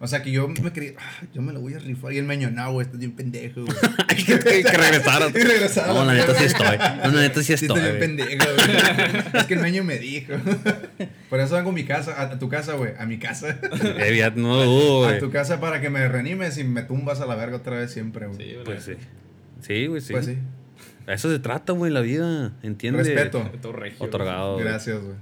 Speaker 1: O sea, que yo me creía, "Ah, yo me lo voy a rifar. Y el meño, no, güey, estás bien pendejo, güey.
Speaker 2: Hay que, que- que regresaran.
Speaker 1: Y regresaron.
Speaker 2: No, la neta sí estoy. No, la neta sí
Speaker 1: Sí,
Speaker 2: estoy.
Speaker 1: estoy bien
Speaker 2: güey.
Speaker 1: pendejo, güey. Es que el meño me dijo. Por eso vengo a mi casa, a tu casa, güey. A mi casa.
Speaker 2: Eh, ya, no lo dudo,
Speaker 1: A
Speaker 2: güey.
Speaker 1: tu casa para que me reanimes y me tumbas a la verga otra vez siempre, güey.
Speaker 4: Sí,
Speaker 2: Pues sí.
Speaker 4: ¿verdad?
Speaker 2: Sí, güey, sí.
Speaker 1: Pues sí.
Speaker 2: A eso se trata, güey, la vida. ¿Entiendes?
Speaker 1: Respeto.
Speaker 4: Todo regio.
Speaker 2: Otorgado. güey.
Speaker 1: Gracias, güey.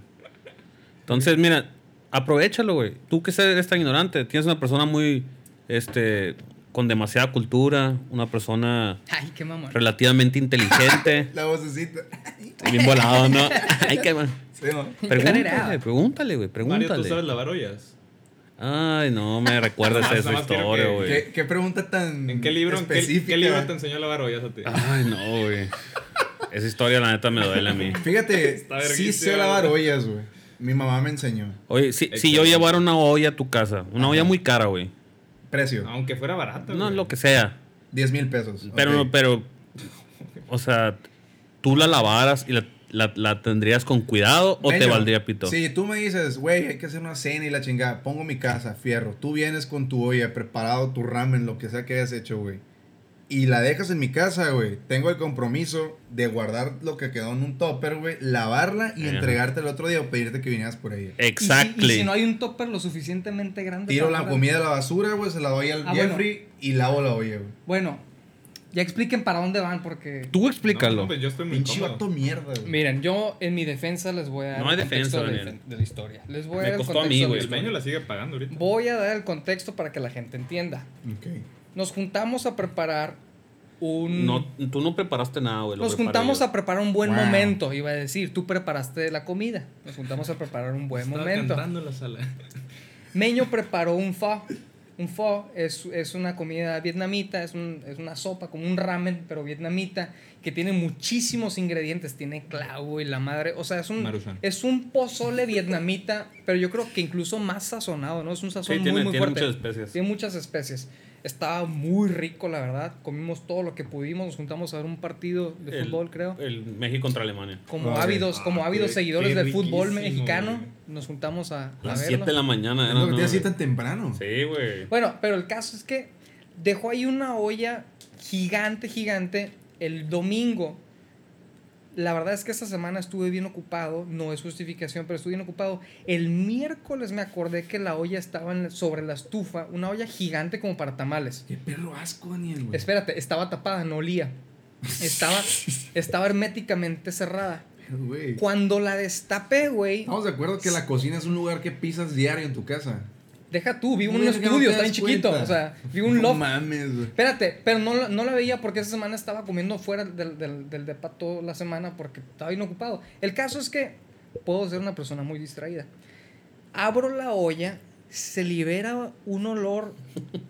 Speaker 2: Entonces, mira, aprovechalo, güey. Tú que eres tan ignorante, tienes una persona muy, este, con demasiada cultura, una persona
Speaker 3: Ay, qué mamón.
Speaker 2: relativamente inteligente.
Speaker 1: La vocecita.
Speaker 2: y bien volado, ¿no? Ay, qué mal.
Speaker 1: Sí, ¿no?
Speaker 2: Pregúntale, pregúntale, güey,
Speaker 4: Mario, ¿tú sabes
Speaker 2: pregúntale.
Speaker 4: lavar ollas?
Speaker 2: Ay, no, me recuerdas
Speaker 4: Nada
Speaker 2: esa
Speaker 4: más quiero
Speaker 2: historia,
Speaker 4: que-
Speaker 2: güey.
Speaker 1: ¿Qué, qué pregunta tan
Speaker 4: ¿En qué libro, en qué,
Speaker 1: específica? Ah,
Speaker 4: qué libro te enseñó a lavar ollas a ti?
Speaker 2: Ay, no, güey. Esa historia, la neta, me duele a mí.
Speaker 1: Fíjate, sí
Speaker 4: verguísima,
Speaker 1: sé lavar ollas, güey. Mi mamá me enseñó.
Speaker 2: Oye, si, si yo llevara una olla a tu casa, una olla muy cara, güey.
Speaker 1: Precio,
Speaker 4: Aunque fuera barato.
Speaker 2: No,
Speaker 4: güey.
Speaker 2: lo que sea.
Speaker 1: 10 mil pesos.
Speaker 2: Pero,
Speaker 1: Ok.
Speaker 2: pero, o sea, tú la lavaras y la, la- la tendrías con cuidado o te
Speaker 1: Meño,
Speaker 2: valdría pito.
Speaker 1: Si tú me dices, güey, hay que hacer una cena y la chingada, pongo mi casa, fierro. Tú vienes con tu olla, preparado tu ramen, lo que sea que hayas hecho, güey. Y la dejas en mi casa, güey. Tengo el compromiso de guardar lo que quedó en un topper, güey, lavarla y
Speaker 2: Ajá.
Speaker 1: entregarte el otro día o pedirte que vinieras por ella.
Speaker 3: Y si- Y si,
Speaker 2: Exactly.
Speaker 3: no hay un topper lo suficientemente grande.
Speaker 1: Tiro
Speaker 3: para
Speaker 1: la
Speaker 3: guardar-
Speaker 1: comida a la basura, güey, se la doy al
Speaker 3: Ah, bueno.
Speaker 1: Jeffrey y lavo la olla, güey.
Speaker 3: Bueno, ya expliquen para dónde van porque...
Speaker 2: Tú
Speaker 4: No,
Speaker 2: explícalo.
Speaker 4: no, pues yo estoy muy
Speaker 1: Pinche
Speaker 4: cómodo.
Speaker 1: vato mierda, güey.
Speaker 3: Miren, yo en mi defensa les voy a dar
Speaker 2: No hay
Speaker 3: el contexto
Speaker 2: defensa,
Speaker 3: de, la,
Speaker 2: Daniel.
Speaker 3: de la historia. Les voy a
Speaker 2: Me
Speaker 3: dar el
Speaker 2: costó a
Speaker 3: contexto
Speaker 2: mí,
Speaker 3: de la
Speaker 2: güey.
Speaker 4: El
Speaker 3: historia.
Speaker 4: meño la sigue pagando ahorita.
Speaker 3: Voy a dar el contexto para que la gente entienda.
Speaker 1: Ok.
Speaker 3: Nos juntamos a preparar un...
Speaker 2: No, tú no preparaste nada, güey. lo
Speaker 3: Nos
Speaker 2: preparé
Speaker 3: juntamos
Speaker 2: yo.
Speaker 3: a preparar un buen
Speaker 1: Wow.
Speaker 3: momento, iba a decir. Tú preparaste la comida. Nos juntamos a preparar un buen
Speaker 4: Estaba
Speaker 3: momento.
Speaker 4: cantando en la sala.
Speaker 3: Meño preparó un fa. Un pho es, es una comida vietnamita, es, un- es una sopa como un ramen, pero vietnamita, que tiene muchísimos ingredientes. Tiene clavo y la madre. O sea, es un,
Speaker 4: Maruchan.
Speaker 3: es un pozole vietnamita, pero yo creo que incluso más sazonado, ¿no? Es un sazón
Speaker 2: Sí,
Speaker 3: muy,
Speaker 2: tiene-
Speaker 3: muy
Speaker 2: tiene
Speaker 3: fuerte.
Speaker 2: muchas especies.
Speaker 3: Tiene muchas especies. Estaba muy rico, la verdad. Comimos todo lo que pudimos. Nos juntamos a ver un partido de
Speaker 2: El-
Speaker 3: fútbol, creo
Speaker 2: El México contra Alemania.
Speaker 3: como
Speaker 1: Ah, sí.
Speaker 3: ávidos, como
Speaker 5: Ah,
Speaker 3: ávidos
Speaker 5: qué-
Speaker 3: seguidores
Speaker 5: qué
Speaker 3: del fútbol
Speaker 5: riquísimo,
Speaker 3: mexicano,
Speaker 5: güey.
Speaker 3: nos juntamos a, a
Speaker 2: Las 7
Speaker 3: verlo.
Speaker 2: de la mañana.
Speaker 1: Es
Speaker 2: era,
Speaker 1: lo que
Speaker 2: Ah, ¿no?
Speaker 1: te así tan temprano.
Speaker 2: Sí, güey.
Speaker 3: Bueno, pero el caso es que dejó ahí una olla gigante, gigante el domingo. La verdad es que esta semana estuve bien ocupado, no es justificación, pero estuve bien ocupado. El miércoles me acordé que la olla estaba en- sobre la estufa, una olla gigante como para tamales.
Speaker 1: Qué perro asco, Daniel, güey.
Speaker 3: Espérate, estaba tapada, no olía. Estaba, estaba herméticamente cerrada.
Speaker 1: Güey.
Speaker 3: Cuando la destapé, güey.
Speaker 1: Estamos de acuerdo que la cocina es un lugar que pisas diario en tu casa.
Speaker 3: Deja tú, vi un
Speaker 1: Verga, no te
Speaker 3: estudio, está
Speaker 1: das
Speaker 3: bien chiquito.
Speaker 1: cuenta.
Speaker 3: O sea, vi un
Speaker 1: No
Speaker 3: loft.
Speaker 1: mames, güey.
Speaker 3: Espérate, pero no, la- no la veía porque esa semana estaba comiendo fuera del, del, del depa toda la semana porque estaba inocupado. El caso es que puedo ser una persona muy distraída. Abro la olla, se libera un olor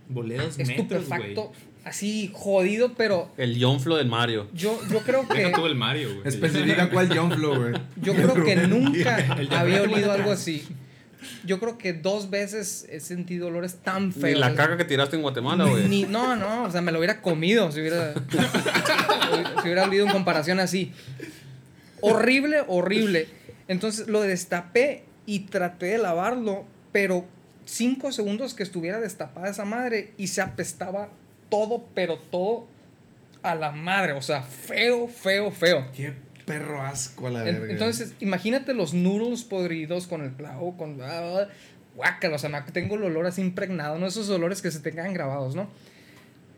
Speaker 4: Boledos metros, güey.
Speaker 3: estupefacto, así jodido, pero
Speaker 2: El Jonflo del Mario.
Speaker 3: yo, yo creo que.
Speaker 4: Deja tú el Mario, güey.
Speaker 1: Especifica cuál John Flow, güey.
Speaker 3: Yo creo que nunca
Speaker 5: El de
Speaker 3: había
Speaker 5: Rubén
Speaker 3: olido
Speaker 5: atrás.
Speaker 3: algo así. Yo creo que dos veces he sentido olores tan
Speaker 2: Ni
Speaker 3: feos.
Speaker 2: la caca que tiraste en Guatemala, güey.
Speaker 3: Ni- no, no, o sea, me lo hubiera comido si hubiera, si hubiera olido en comparación así. Horrible, horrible. Entonces lo destapé y traté de lavarlo, pero cinco segundos que estuviera destapada esa madre y se apestaba todo, pero todo a la madre. O sea, feo, feo, feo.
Speaker 1: Qué perro asco a la
Speaker 3: En-
Speaker 1: verga.
Speaker 3: Entonces, imagínate los noodles podridos con el clavo, con... ah, guácala, o sea, me- tengo el olor así impregnado, ¿no? Esos olores que se te quedan grabados, ¿no?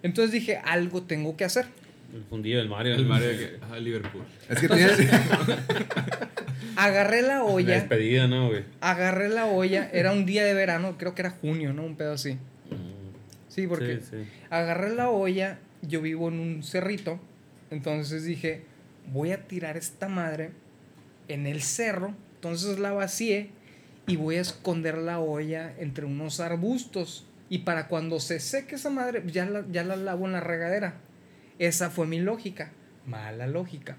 Speaker 3: Entonces dije, algo tengo que hacer.
Speaker 2: El fundido del Mario.
Speaker 4: El Mario de que- ah, Liverpool.
Speaker 1: Es que tienes.
Speaker 3: Agarré la
Speaker 2: La
Speaker 3: olla,
Speaker 2: despedida, ¿no, güey?
Speaker 3: agarré la olla, era un día de verano, creo que era junio, ¿no? Un pedo así. Sí, porque
Speaker 2: Sí, sí.
Speaker 3: agarré la olla, yo vivo en un cerrito, entonces dije, voy a tirar esta madre en el cerro, entonces la vacié y voy a esconder la olla entre unos arbustos y para cuando se seque esa madre ya la, ya la lavo en la regadera. Esa fue mi lógica, mala lógica.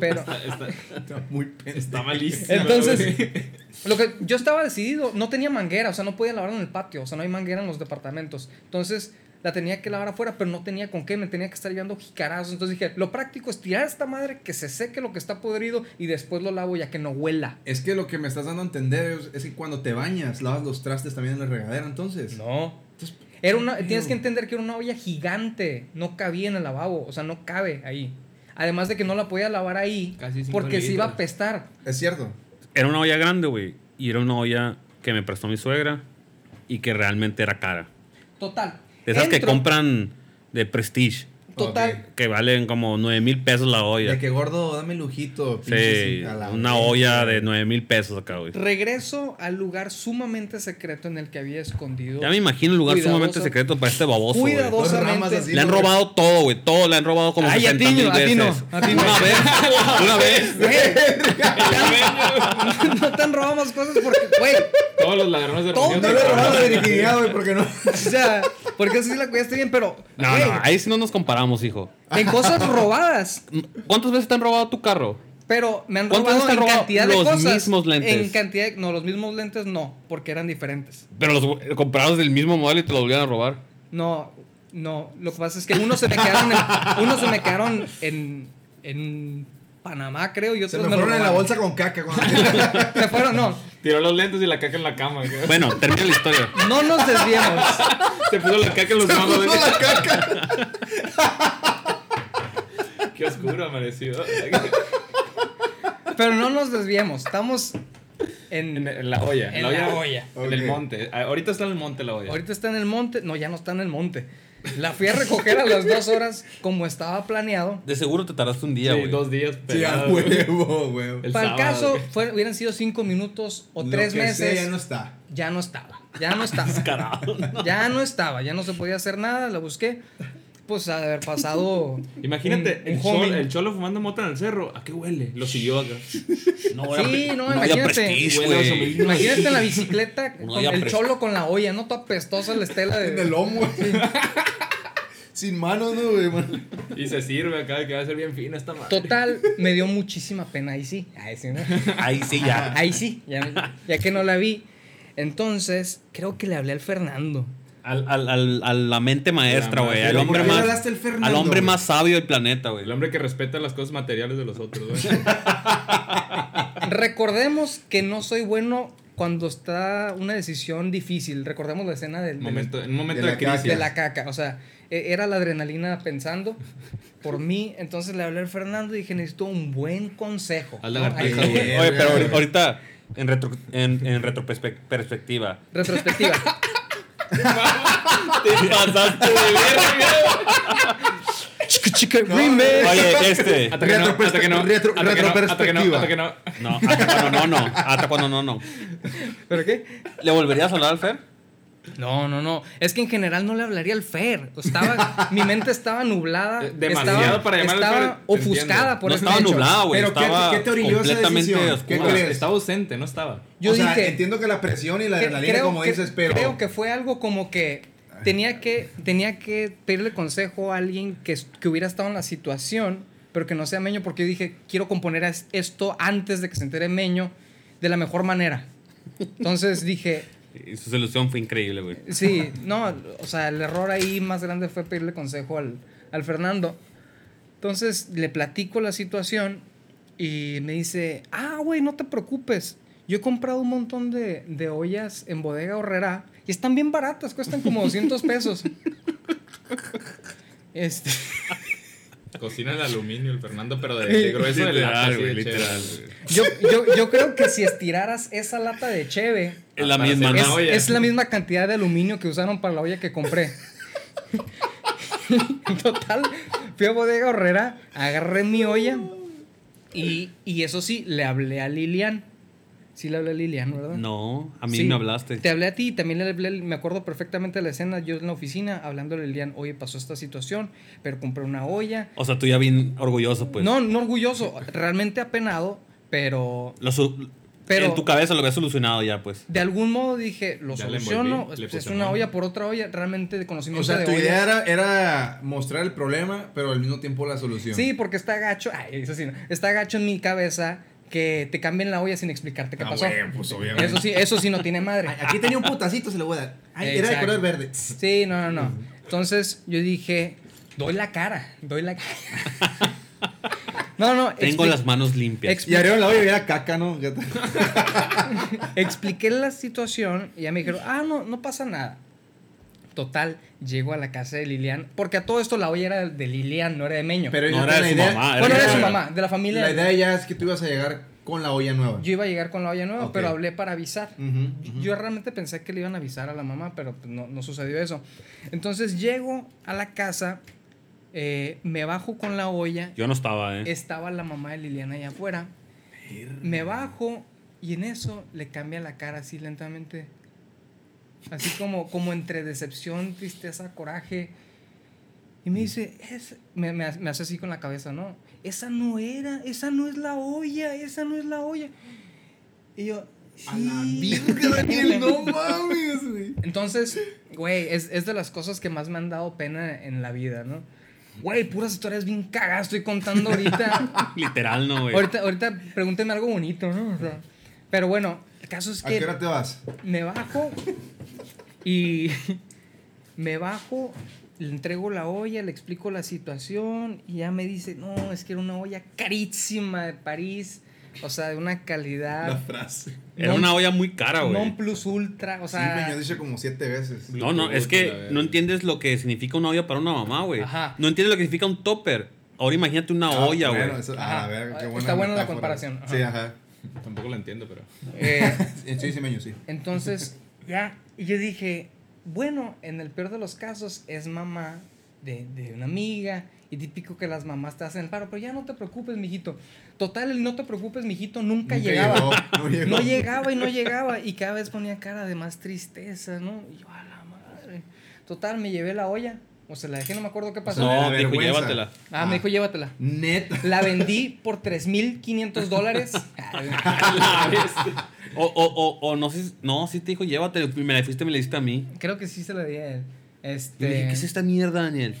Speaker 3: Pero
Speaker 4: Está,
Speaker 1: Está muy pendejo.
Speaker 4: está malísimo.
Speaker 3: entonces,
Speaker 4: güey.
Speaker 3: lo que yo estaba decidido, no tenía manguera, o sea, no podía lavar en el patio, o sea, no hay manguera en los departamentos. Entonces, la tenía que lavar afuera, pero no tenía con qué, me tenía que estar llevando jicarazos. Entonces dije, lo práctico es tirar esta madre, que se seque lo que está podrido y después lo lavo ya que no huela.
Speaker 1: Es que lo que me estás dando a entender es, es que cuando te bañas, lavas los trastes también en la regadera, entonces.
Speaker 3: No. Era una,
Speaker 1: Ew.
Speaker 3: tienes que entender que era una olla gigante, no cabía en el lavabo, o sea, no cabe ahí. Además de que no la podía lavar ahí,
Speaker 4: Casi cinco
Speaker 3: porque se iba a
Speaker 4: litros.
Speaker 3: pestar.
Speaker 1: Es cierto.
Speaker 2: Era una olla grande, güey. Y era una olla que me prestó mi suegra y que realmente era cara.
Speaker 3: Total.
Speaker 2: De esas que
Speaker 3: entro,
Speaker 2: compran de Prestige,
Speaker 3: Total.
Speaker 1: Ok.
Speaker 2: que valen como 9 mil pesos la olla.
Speaker 1: De que gordo, dame lujito. pinche
Speaker 2: Sí,
Speaker 1: cinta, la
Speaker 2: una
Speaker 1: verga.
Speaker 2: olla de 9 mil pesos acá, güey.
Speaker 3: Regreso al lugar sumamente secreto en el que había escondido.
Speaker 2: Ya me imagino un lugar
Speaker 3: Cuidadoso.
Speaker 2: sumamente secreto para este baboso, güey.
Speaker 3: Cuidadoso.
Speaker 1: Dos ramas así,
Speaker 2: Le han
Speaker 1: güey.
Speaker 2: robado todo, güey. Todo le han robado como
Speaker 3: Ay, a
Speaker 2: 60
Speaker 3: ti
Speaker 2: mil
Speaker 3: no, a ti no,
Speaker 2: veces.
Speaker 3: a ti no.
Speaker 2: Una vez, una vez.
Speaker 3: no te han robado más cosas porque, güey,
Speaker 4: Todos los ladrones de
Speaker 3: Todo
Speaker 4: reunión
Speaker 1: No
Speaker 4: se
Speaker 1: le
Speaker 4: acabaron.
Speaker 1: robamos la virginidad, güey, porque no.
Speaker 3: o sea, porque eso sí la cuidaste bien, pero,
Speaker 2: No,
Speaker 3: güey,
Speaker 2: no, ahí sí no nos comparamos, hijo.
Speaker 3: en cosas robadas,
Speaker 2: ¿Cuántas veces te han robado tu carro?
Speaker 3: pero me han
Speaker 2: ¿Cuántas
Speaker 3: robado
Speaker 2: te han
Speaker 3: en
Speaker 2: robado?
Speaker 3: cantidad de
Speaker 2: Los
Speaker 3: cosas.
Speaker 2: mismos lentes.
Speaker 3: En cantidad, de- no, los mismos lentes no, porque eran diferentes.
Speaker 2: Pero los comprados del mismo modelo y te lo volvieron a robar.
Speaker 3: No, no, lo que pasa es que unos se me quedaron en, unos se me quedaron en, en Panamá, creo, y otros
Speaker 1: Se me
Speaker 3: me
Speaker 1: fueron en la
Speaker 3: robaron.
Speaker 1: bolsa con caca. cuando-
Speaker 3: Me fueron, no,
Speaker 4: Tiró los lentes y la caca en la cama. güey.
Speaker 2: Bueno, termina la historia.
Speaker 3: no nos desviemos.
Speaker 4: Se puso la caca en los manos.
Speaker 1: Puso
Speaker 4: güey.
Speaker 1: la caca.
Speaker 4: Qué oscuro amaneció.
Speaker 3: Pero no nos desviemos, estamos en,
Speaker 4: En, en la olla.
Speaker 3: En la olla.
Speaker 4: En el
Speaker 1: Ok.
Speaker 4: monte. Ah, Ahorita está en el monte la olla.
Speaker 3: Ahorita está en el monte. No, ya no está en el monte. La fui a recoger a las dos horas como estaba planeado.
Speaker 2: De seguro te tardaste un
Speaker 4: Sí,
Speaker 2: día, güey.
Speaker 4: dos días.
Speaker 1: Sí, a
Speaker 4: pegado, güey.
Speaker 1: huevo, güey.
Speaker 4: El
Speaker 3: Para el
Speaker 4: sábado,
Speaker 3: caso,
Speaker 4: güey.
Speaker 3: fue- hubieran sido cinco minutos o
Speaker 1: Lo
Speaker 3: tres
Speaker 1: que
Speaker 3: meses.
Speaker 1: sea, ya
Speaker 3: ya,
Speaker 1: no
Speaker 3: no...
Speaker 1: está.
Speaker 3: estaba. Ya no estaba. ya no estaba. Ya no se podía hacer nada. La busqué. pues ha de haber pasado.
Speaker 4: Imagínate,
Speaker 3: un- un
Speaker 4: el, cholo,
Speaker 3: homie.
Speaker 4: el cholo fumando mota en el cerro. ¿A qué huele? Lo siguió acá.
Speaker 2: No,
Speaker 3: Sí, no,
Speaker 2: había
Speaker 3: imagínate.
Speaker 2: prestige,
Speaker 4: Huele a
Speaker 2: güey.
Speaker 4: gasolina.
Speaker 3: Imagínate en la bicicleta,
Speaker 2: Uno
Speaker 3: con
Speaker 2: ya
Speaker 3: el
Speaker 2: fresco.
Speaker 3: cholo con la olla, ¿no? Toda apestosa la estela de.
Speaker 1: En el lomo, güey. Sin manos, ¿no, güey? Man.
Speaker 4: Y se sirve acá, que va a ser bien fina esta madre.
Speaker 3: Total, me dio muchísima pena. Ahí sí. Ahí sí, ¿no?
Speaker 2: Ahí sí ya.
Speaker 3: Ahí sí, ya, ya que no la vi. Entonces, creo que le hablé al Fernando.
Speaker 2: Al, al, al, a la mente maestra,
Speaker 4: La
Speaker 2: güey.
Speaker 4: madre.
Speaker 2: Eh, Al hombre
Speaker 1: ¿Por qué le
Speaker 2: más.
Speaker 1: hablaste al Fernando,
Speaker 2: al hombre
Speaker 1: güey?
Speaker 2: más sabio del planeta, güey.
Speaker 4: El hombre que respeta las cosas materiales de los otros, güey.
Speaker 3: Recordemos que no soy bueno cuando está una decisión difícil. Recordemos la escena del, del-
Speaker 4: Momento- en un momento
Speaker 1: De
Speaker 4: de,
Speaker 1: la
Speaker 4: crisis.
Speaker 3: de la caca. O sea, e- era la adrenalina pensando por mí. Entonces le hablé al Fernando y dije, necesito un buen consejo.
Speaker 4: Al lagartija,
Speaker 3: Ahí-
Speaker 4: güey.
Speaker 2: Oye, pero ahori- ahorita, en, retro, en, en retroperspectiva.
Speaker 3: Retrospectiva.
Speaker 2: Te pasaste de
Speaker 3: Remake.
Speaker 2: Oye, este.
Speaker 4: Hasta que no,
Speaker 1: Retroperspectiva.
Speaker 4: hasta que no,
Speaker 1: Retro-
Speaker 4: hasta que no, hasta que no,
Speaker 1: retroperspectiva.
Speaker 4: hasta que no.
Speaker 2: No, hasta cuando no, no. Hasta cuando no, no.
Speaker 3: ¿Pero qué?
Speaker 2: ¿Le volverías a hablar al Fer?
Speaker 3: No, no, no. Es que en general no le hablaría al Fer. Estaba, mi mente estaba nublada.
Speaker 4: Eh, demasiado
Speaker 3: estaba,
Speaker 4: para llamar al
Speaker 3: estaba
Speaker 4: Fer, te
Speaker 3: ofuscada
Speaker 4: entiendo.
Speaker 3: por
Speaker 2: no
Speaker 3: ese
Speaker 2: estaba
Speaker 3: hecho.
Speaker 2: nublado, güey.
Speaker 1: Pero ¿qué-
Speaker 2: Estaba
Speaker 1: qué te orilló esa
Speaker 2: completamente
Speaker 1: decisión? ¿Qué
Speaker 2: oscura.
Speaker 1: crees?
Speaker 4: Estaba ausente, no estaba.
Speaker 3: Yo
Speaker 1: o sea,
Speaker 3: dije-
Speaker 1: entiendo que la presión y la
Speaker 3: Que-
Speaker 1: adrenalina, como
Speaker 3: que-
Speaker 1: dices, pero.
Speaker 3: creo que fue algo como que tenía que, tenía que pedirle consejo a alguien que, es- que hubiera estado en la situación, pero que no sea Meño, porque yo dije, quiero componer as- esto antes de que se entere Meño de la mejor manera. Entonces dije,
Speaker 2: Y su solución fue increíble, güey.
Speaker 3: Sí, no, o sea, el error ahí más grande fue pedirle consejo al, al Fernando. Entonces le platico la situación y me dice, ah, güey, no te preocupes. Yo he comprado un montón de, de ollas en bodega horrera y están bien baratas, cuestan como 200 pesos. Este,
Speaker 4: Cocina de aluminio el Fernando, pero de, de grueso de lata, así de
Speaker 2: literal,
Speaker 4: chévere.
Speaker 2: güey.
Speaker 3: yo, yo, yo creo que si estiraras esa lata de cheve,
Speaker 2: Es la
Speaker 4: Para
Speaker 2: misma,
Speaker 4: hacer
Speaker 3: es,
Speaker 4: una
Speaker 2: ¿no?
Speaker 4: olla.
Speaker 3: es la misma cantidad de aluminio que usaron para la olla que compré. Total, fui a Bodega Horrera, agarré mi olla y, y eso sí, le hablé a Lilian. Sí le hablé a Lilian, ¿verdad?
Speaker 2: No, a mí
Speaker 3: Sí.
Speaker 2: me hablaste.
Speaker 3: Te hablé a ti, también le hablé, me acuerdo perfectamente de la escena, yo en la oficina, hablando a Lilian, oye, pasó esta situación, pero compré una olla.
Speaker 2: O sea, tú ya bien orgulloso, pues.
Speaker 3: no, no orgulloso, realmente apenado, pero
Speaker 2: Lo su-
Speaker 3: Pero-
Speaker 2: en tu cabeza lo habías solucionado ya, pues.
Speaker 3: de algún modo dije, lo
Speaker 4: Ya le
Speaker 3: soluciono,
Speaker 4: envolví, le
Speaker 3: es
Speaker 4: puse
Speaker 3: una
Speaker 4: mano.
Speaker 3: olla por otra olla, realmente de conocimiento
Speaker 1: O sea,
Speaker 3: de
Speaker 1: tu
Speaker 3: ollas.
Speaker 1: idea era, era mostrar el problema, pero al mismo tiempo la solución.
Speaker 3: Sí, porque está gacho. Ay, eso sí, no. Está gacho en mi cabeza que te cambien la olla sin explicarte qué
Speaker 1: Ah,
Speaker 3: pasó.
Speaker 1: güey, pues, obviamente.
Speaker 3: Eso sí, eso sí no tiene madre.
Speaker 1: Ay, Aquí tenía un putacito, se lo voy a dar. Ay, era de
Speaker 3: Exacto.
Speaker 1: color verde.
Speaker 3: Sí, no, no, no. Entonces yo dije, doy la cara, doy la cara. No, no,
Speaker 2: Tengo
Speaker 3: expli-
Speaker 2: las manos limpias.
Speaker 3: Ex-
Speaker 1: Y arriba en la olla había caca, ¿no? Ya está.
Speaker 3: expliqué la situación y ya me dijeron, ah, no, no pasa nada. Total, llego a la casa de Lilian, porque a todo esto la olla era de Lilian, no era de Meño.
Speaker 1: Pero
Speaker 2: No
Speaker 1: ya
Speaker 2: era de
Speaker 1: la
Speaker 2: su
Speaker 1: idea-
Speaker 2: mamá,
Speaker 3: bueno, era de su
Speaker 2: Pero-
Speaker 3: mamá, de la familia.
Speaker 1: La
Speaker 3: de-
Speaker 1: idea ya es que tú ibas a llegar con la olla nueva.
Speaker 3: Yo iba a llegar con la olla nueva,
Speaker 1: Ok.
Speaker 3: pero hablé para avisar.
Speaker 1: Ujú, ujú.
Speaker 3: Yo realmente pensé que le iban a avisar a la mamá, pero pues, no, no sucedió eso. Entonces llego a la casa, eh, me bajo con la olla.
Speaker 2: Yo no estaba, ¿eh?
Speaker 3: Estaba la mamá de Liliana allá afuera. Me bajo y en eso le cambia la cara así lentamente. Así como, como entre decepción, tristeza, coraje. Y me dice, es, me, me hace me hace así con la cabeza, ¿no? Esa no era, esa no es la olla, esa no es la olla. Y yo,
Speaker 1: A la
Speaker 3: "Sí".
Speaker 1: virgen, no mames, güey.
Speaker 3: Entonces, güey, es, es de las cosas que más me han dado pena en la vida, ¿no? Güey, puras historias bien cagadas estoy contando ahorita.
Speaker 2: Literal, no, güey.
Speaker 3: ahorita. Ahorita pregúnteme algo bonito, ¿no? O sea, pero bueno, el caso es
Speaker 1: ¿A qué
Speaker 3: que
Speaker 1: hora te vas?
Speaker 3: me bajo y me bajo, le entrego la olla, le explico la situación y ya me dice, no, es que era una olla carísima de París, o sea, de una
Speaker 1: La
Speaker 3: calidad
Speaker 1: frase.
Speaker 2: Era
Speaker 3: no-
Speaker 2: una olla muy cara, güey.
Speaker 3: non plus ultra, o
Speaker 1: Sí,
Speaker 3: sea...
Speaker 1: me lo he dicho como siete veces.
Speaker 2: No, no, es
Speaker 4: La
Speaker 2: que
Speaker 4: verga.
Speaker 2: no entiendes lo que significa una olla para una mamá, güey.
Speaker 3: Ajá.
Speaker 2: No entiendes lo que significa un topper. Ahora imagínate una
Speaker 1: Ah,
Speaker 2: olla, güey.
Speaker 1: bueno, eso- ah,
Speaker 3: Ajá.
Speaker 1: la verga, qué buena
Speaker 3: Está buena la
Speaker 1: metáfora.
Speaker 3: comparación, ajá.
Speaker 1: Sí, ajá.
Speaker 4: Tampoco lo entiendo, pero.
Speaker 3: eh,
Speaker 1: Sí, sí, meño, sí.
Speaker 3: Entonces, ya, y yo dije, bueno, en el peor de los casos es mamá de, de una amiga, y típico que las mamás te hacen el paro, pero ya no te preocupes, mijito. Total, el no te preocupes, mijito, nunca, llegaba.
Speaker 1: llegó, no llegó.
Speaker 3: No llegaba y no llegaba, y cada vez ponía cara de más tristeza, ¿no? Y yo, a la madre. Total, me llevé la olla, O se la dejé, no me acuerdo qué pasó.
Speaker 1: sea,
Speaker 2: No,
Speaker 1: de
Speaker 2: dijo,
Speaker 1: vergüenza.
Speaker 2: llévatela.
Speaker 3: ah, me dijo, llévatela.
Speaker 1: Neta.
Speaker 3: La vendí por 3.500 dólares.
Speaker 2: O, o, o, o no sé, si- no, sí te dijo, llévate, y me la fuiste y me la diste a mí.
Speaker 3: Creo que sí se la di a él.
Speaker 2: Yo
Speaker 3: Este,
Speaker 2: le dije, ¿qué es esta mierda, Daniel?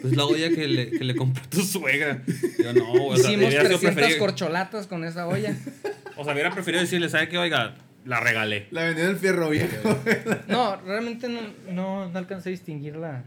Speaker 2: Pues la olla que le, que le compró tu suegra. Yo no, güey. o sea,
Speaker 3: Hicimos
Speaker 2: hubiera sido
Speaker 3: 300
Speaker 2: preferible-
Speaker 3: corcholatas con esa olla.
Speaker 2: O sea, hubiera preferido decirle, ¿sabe qué? Oiga, la regalé.
Speaker 1: La vendió en el fierro viejo.
Speaker 3: No, realmente no, no, no alcancé a distinguir la,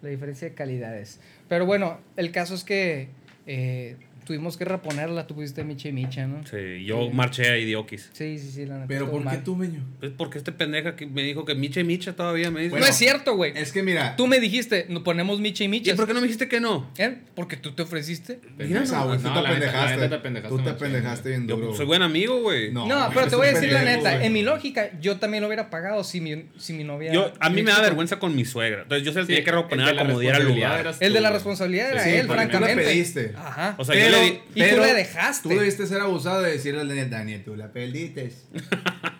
Speaker 3: la diferencia de calidades. Pero bueno, el caso es que eh, tuvimos que reponerla. Tú pusiste micha y micha, ¿no?
Speaker 2: Sí, yo marché ahí de Oquis.
Speaker 3: Sí, sí, sí, la neta.
Speaker 1: Pero
Speaker 3: estuvo
Speaker 1: ¿por qué
Speaker 3: mal.
Speaker 1: tú, meño?
Speaker 2: Pues porque este pendeja que me dijo que Micha y Micha todavía me dice.
Speaker 1: Bueno,
Speaker 3: no es cierto, güey.
Speaker 1: Es que mira,
Speaker 3: Tú me dijiste, no ponemos micha y
Speaker 2: ¿Y
Speaker 3: micha.
Speaker 2: por qué no me dijiste que no?
Speaker 3: ¿Eh? Porque tú te ofreciste.
Speaker 1: mira, Saúl, tú
Speaker 4: No,
Speaker 1: te
Speaker 4: la neta- la
Speaker 1: pendejaste.
Speaker 4: neta te pendejaste
Speaker 1: tú te
Speaker 4: mucho.
Speaker 1: pendejaste bien
Speaker 2: Yo pues,
Speaker 1: duro.
Speaker 2: soy
Speaker 1: güey.
Speaker 2: buen amigo, güey.
Speaker 1: No,
Speaker 3: No,
Speaker 1: güey,
Speaker 3: pero
Speaker 1: eres
Speaker 3: te voy a
Speaker 1: un
Speaker 3: decir la
Speaker 1: pendejo,
Speaker 3: neta.
Speaker 1: güey.
Speaker 3: En mi lógica, yo también lo hubiera pagado si mi, si mi novia.
Speaker 2: Yo, a mí me da
Speaker 3: chico.
Speaker 2: vergüenza con mi suegra. Entonces yo se la tenía que
Speaker 4: el
Speaker 2: reponer
Speaker 4: de la
Speaker 2: como diera
Speaker 4: responsabilidad
Speaker 2: lugar.
Speaker 4: eras
Speaker 3: El de
Speaker 4: tú,
Speaker 3: la
Speaker 4: güey.
Speaker 3: responsabilidad
Speaker 1: Sí,
Speaker 3: era
Speaker 1: porque
Speaker 3: él,
Speaker 1: tú la
Speaker 3: francamente.
Speaker 1: pediste.
Speaker 3: Ajá.
Speaker 2: O sea, yo le di-
Speaker 3: y tú
Speaker 1: pero
Speaker 3: le dejaste.
Speaker 1: Tú debiste ser abusado de decirle al Daniel, Daniel, tú la perdiste.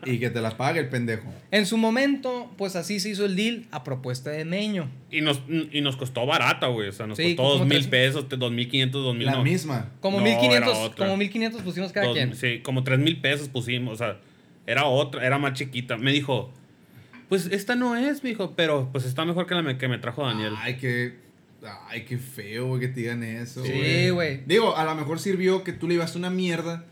Speaker 1: y que te la pague el pendejo.
Speaker 3: En su momento, pues así se hizo el deal a propuesta de Meño.
Speaker 2: Y nos, y nos costó barata, güey. O sea, nos
Speaker 3: Sí,
Speaker 2: costó dos
Speaker 3: como
Speaker 2: mil
Speaker 3: tres-
Speaker 2: pesos, te- dos mil quinientos, dos mil
Speaker 1: La
Speaker 2: no.
Speaker 1: misma.
Speaker 3: Como
Speaker 2: No,
Speaker 3: 1500,
Speaker 2: era otra.
Speaker 3: como 1500 pusimos cada
Speaker 2: Dos-
Speaker 3: quien.
Speaker 2: Sí, como tres mil pesos pusimos. O sea, era otra, era más chiquita. Me dijo, pues esta no es, me dijo, pero pues está mejor que la me- que me trajo Daniel.
Speaker 1: Ay, qué. Ay, qué feo, güey, que te digan eso.
Speaker 3: Sí, güey.
Speaker 1: Digo, a lo mejor sirvió que tú le ibas una mierda.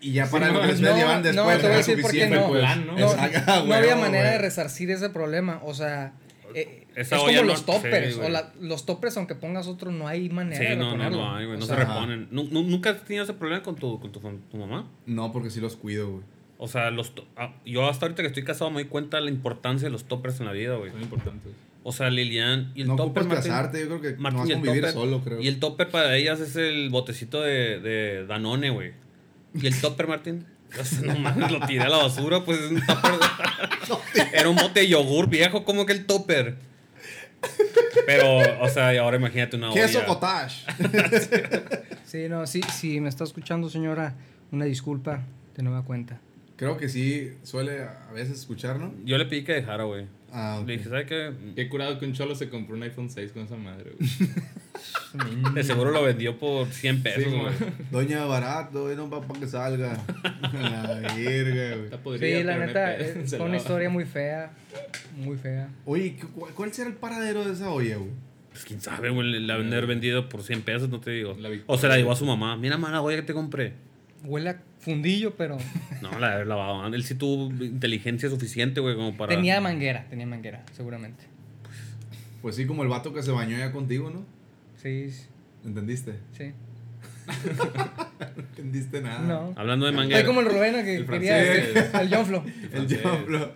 Speaker 1: Y ya para lo
Speaker 3: no,
Speaker 1: que ustedes
Speaker 3: no,
Speaker 1: llevan
Speaker 3: no,
Speaker 1: después
Speaker 3: te voy a
Speaker 1: era
Speaker 3: decir por qué
Speaker 1: suficiente,
Speaker 3: no.
Speaker 1: pues.
Speaker 4: Plan, ¿no?
Speaker 3: No,
Speaker 1: Exacto,
Speaker 3: no
Speaker 1: güey,
Speaker 3: había
Speaker 1: güey.
Speaker 3: manera de resarcir ese problema. O sea, eh, es
Speaker 2: Esa
Speaker 3: como
Speaker 2: olla no-
Speaker 3: los toppers.
Speaker 2: sí,
Speaker 3: o
Speaker 2: güey.
Speaker 3: la- los toppers, aunque pongas otro, no hay manera
Speaker 2: Sí,
Speaker 3: de
Speaker 2: no, no,
Speaker 3: reponerlo.
Speaker 2: no hay, güey.
Speaker 3: O
Speaker 2: No
Speaker 3: sea,
Speaker 2: se
Speaker 1: ajá.
Speaker 2: reponen. Nu- nu- ¿Nunca has tenido ese problema con tu, con tu, fam- tu mamá?
Speaker 1: No, porque sí los cuido, güey.
Speaker 2: O sea, los to- ah, yo hasta ahorita que estoy casado me doy cuenta de la importancia de los toppers en la vida, güey.
Speaker 4: Son importantes.
Speaker 2: O sea, Lilian y el
Speaker 1: No
Speaker 2: topper
Speaker 1: ocupas
Speaker 2: Martín-
Speaker 1: casarte, yo creo que
Speaker 2: Martín
Speaker 1: no vas
Speaker 2: y
Speaker 1: a
Speaker 2: el
Speaker 1: convivir
Speaker 2: topper.
Speaker 1: solo, creo.
Speaker 2: Y el topper para ellas es el botecito de, de Danone, güey. Y el topper, Martín. O sea, no mames, lo tiré a la basura, pues es un topper. de- Era un bote de yogur viejo, como que el topper. Pero, o sea, y ahora imagínate una
Speaker 1: Queso
Speaker 2: olla.
Speaker 1: cottage.
Speaker 3: Sí, no, sí, sí, me está escuchando, señora. Una disculpa, de nueva cuenta.
Speaker 1: creo que sí suele a veces escuchar, ¿no?
Speaker 2: Yo le pedí que dejara, güey.
Speaker 1: Ah, ok.
Speaker 2: Le dije, ¿sabes qué?
Speaker 4: Qué curado que un cholo se compró un iPhone 6 con esa madre, güey.
Speaker 2: De seguro lo vendió por 100 pesos,
Speaker 4: Sí,
Speaker 2: güey.
Speaker 4: güey.
Speaker 1: Doña Barato, era un papá que salga. la verga, güey.
Speaker 4: Está podrida,
Speaker 3: Sí, la
Speaker 4: pero no hay
Speaker 3: neta,
Speaker 4: pedo,
Speaker 3: es
Speaker 4: se
Speaker 3: fue una
Speaker 4: lava.
Speaker 3: historia muy fea. Muy fea.
Speaker 1: Oye, ¿cu- cu- ¿cuál será el paradero de esa olla, güey?
Speaker 2: Pues quién sabe, güey, la vender vendido por 100 pesos, no te digo.
Speaker 4: La victoria.
Speaker 2: O se la llevó a su mamá. Mira, mala olla que te compré.
Speaker 3: Huele a fundillo, pero.
Speaker 2: No, la de haber lavado. Él sí tuvo inteligencia suficiente, güey, como para.
Speaker 3: Tenía manguera, tenía manguera, seguramente.
Speaker 1: Pues sí, como el vato que se bañó ya contigo, ¿no?
Speaker 3: Sí, sí,
Speaker 1: ¿Entendiste?
Speaker 3: sí.
Speaker 1: No entendiste nada.
Speaker 3: No.
Speaker 2: Hablando de
Speaker 3: Fue
Speaker 2: manguera.
Speaker 3: como el Rubén que
Speaker 4: El
Speaker 3: quería
Speaker 4: francés.
Speaker 3: decir, el John Flow.
Speaker 1: El diablo.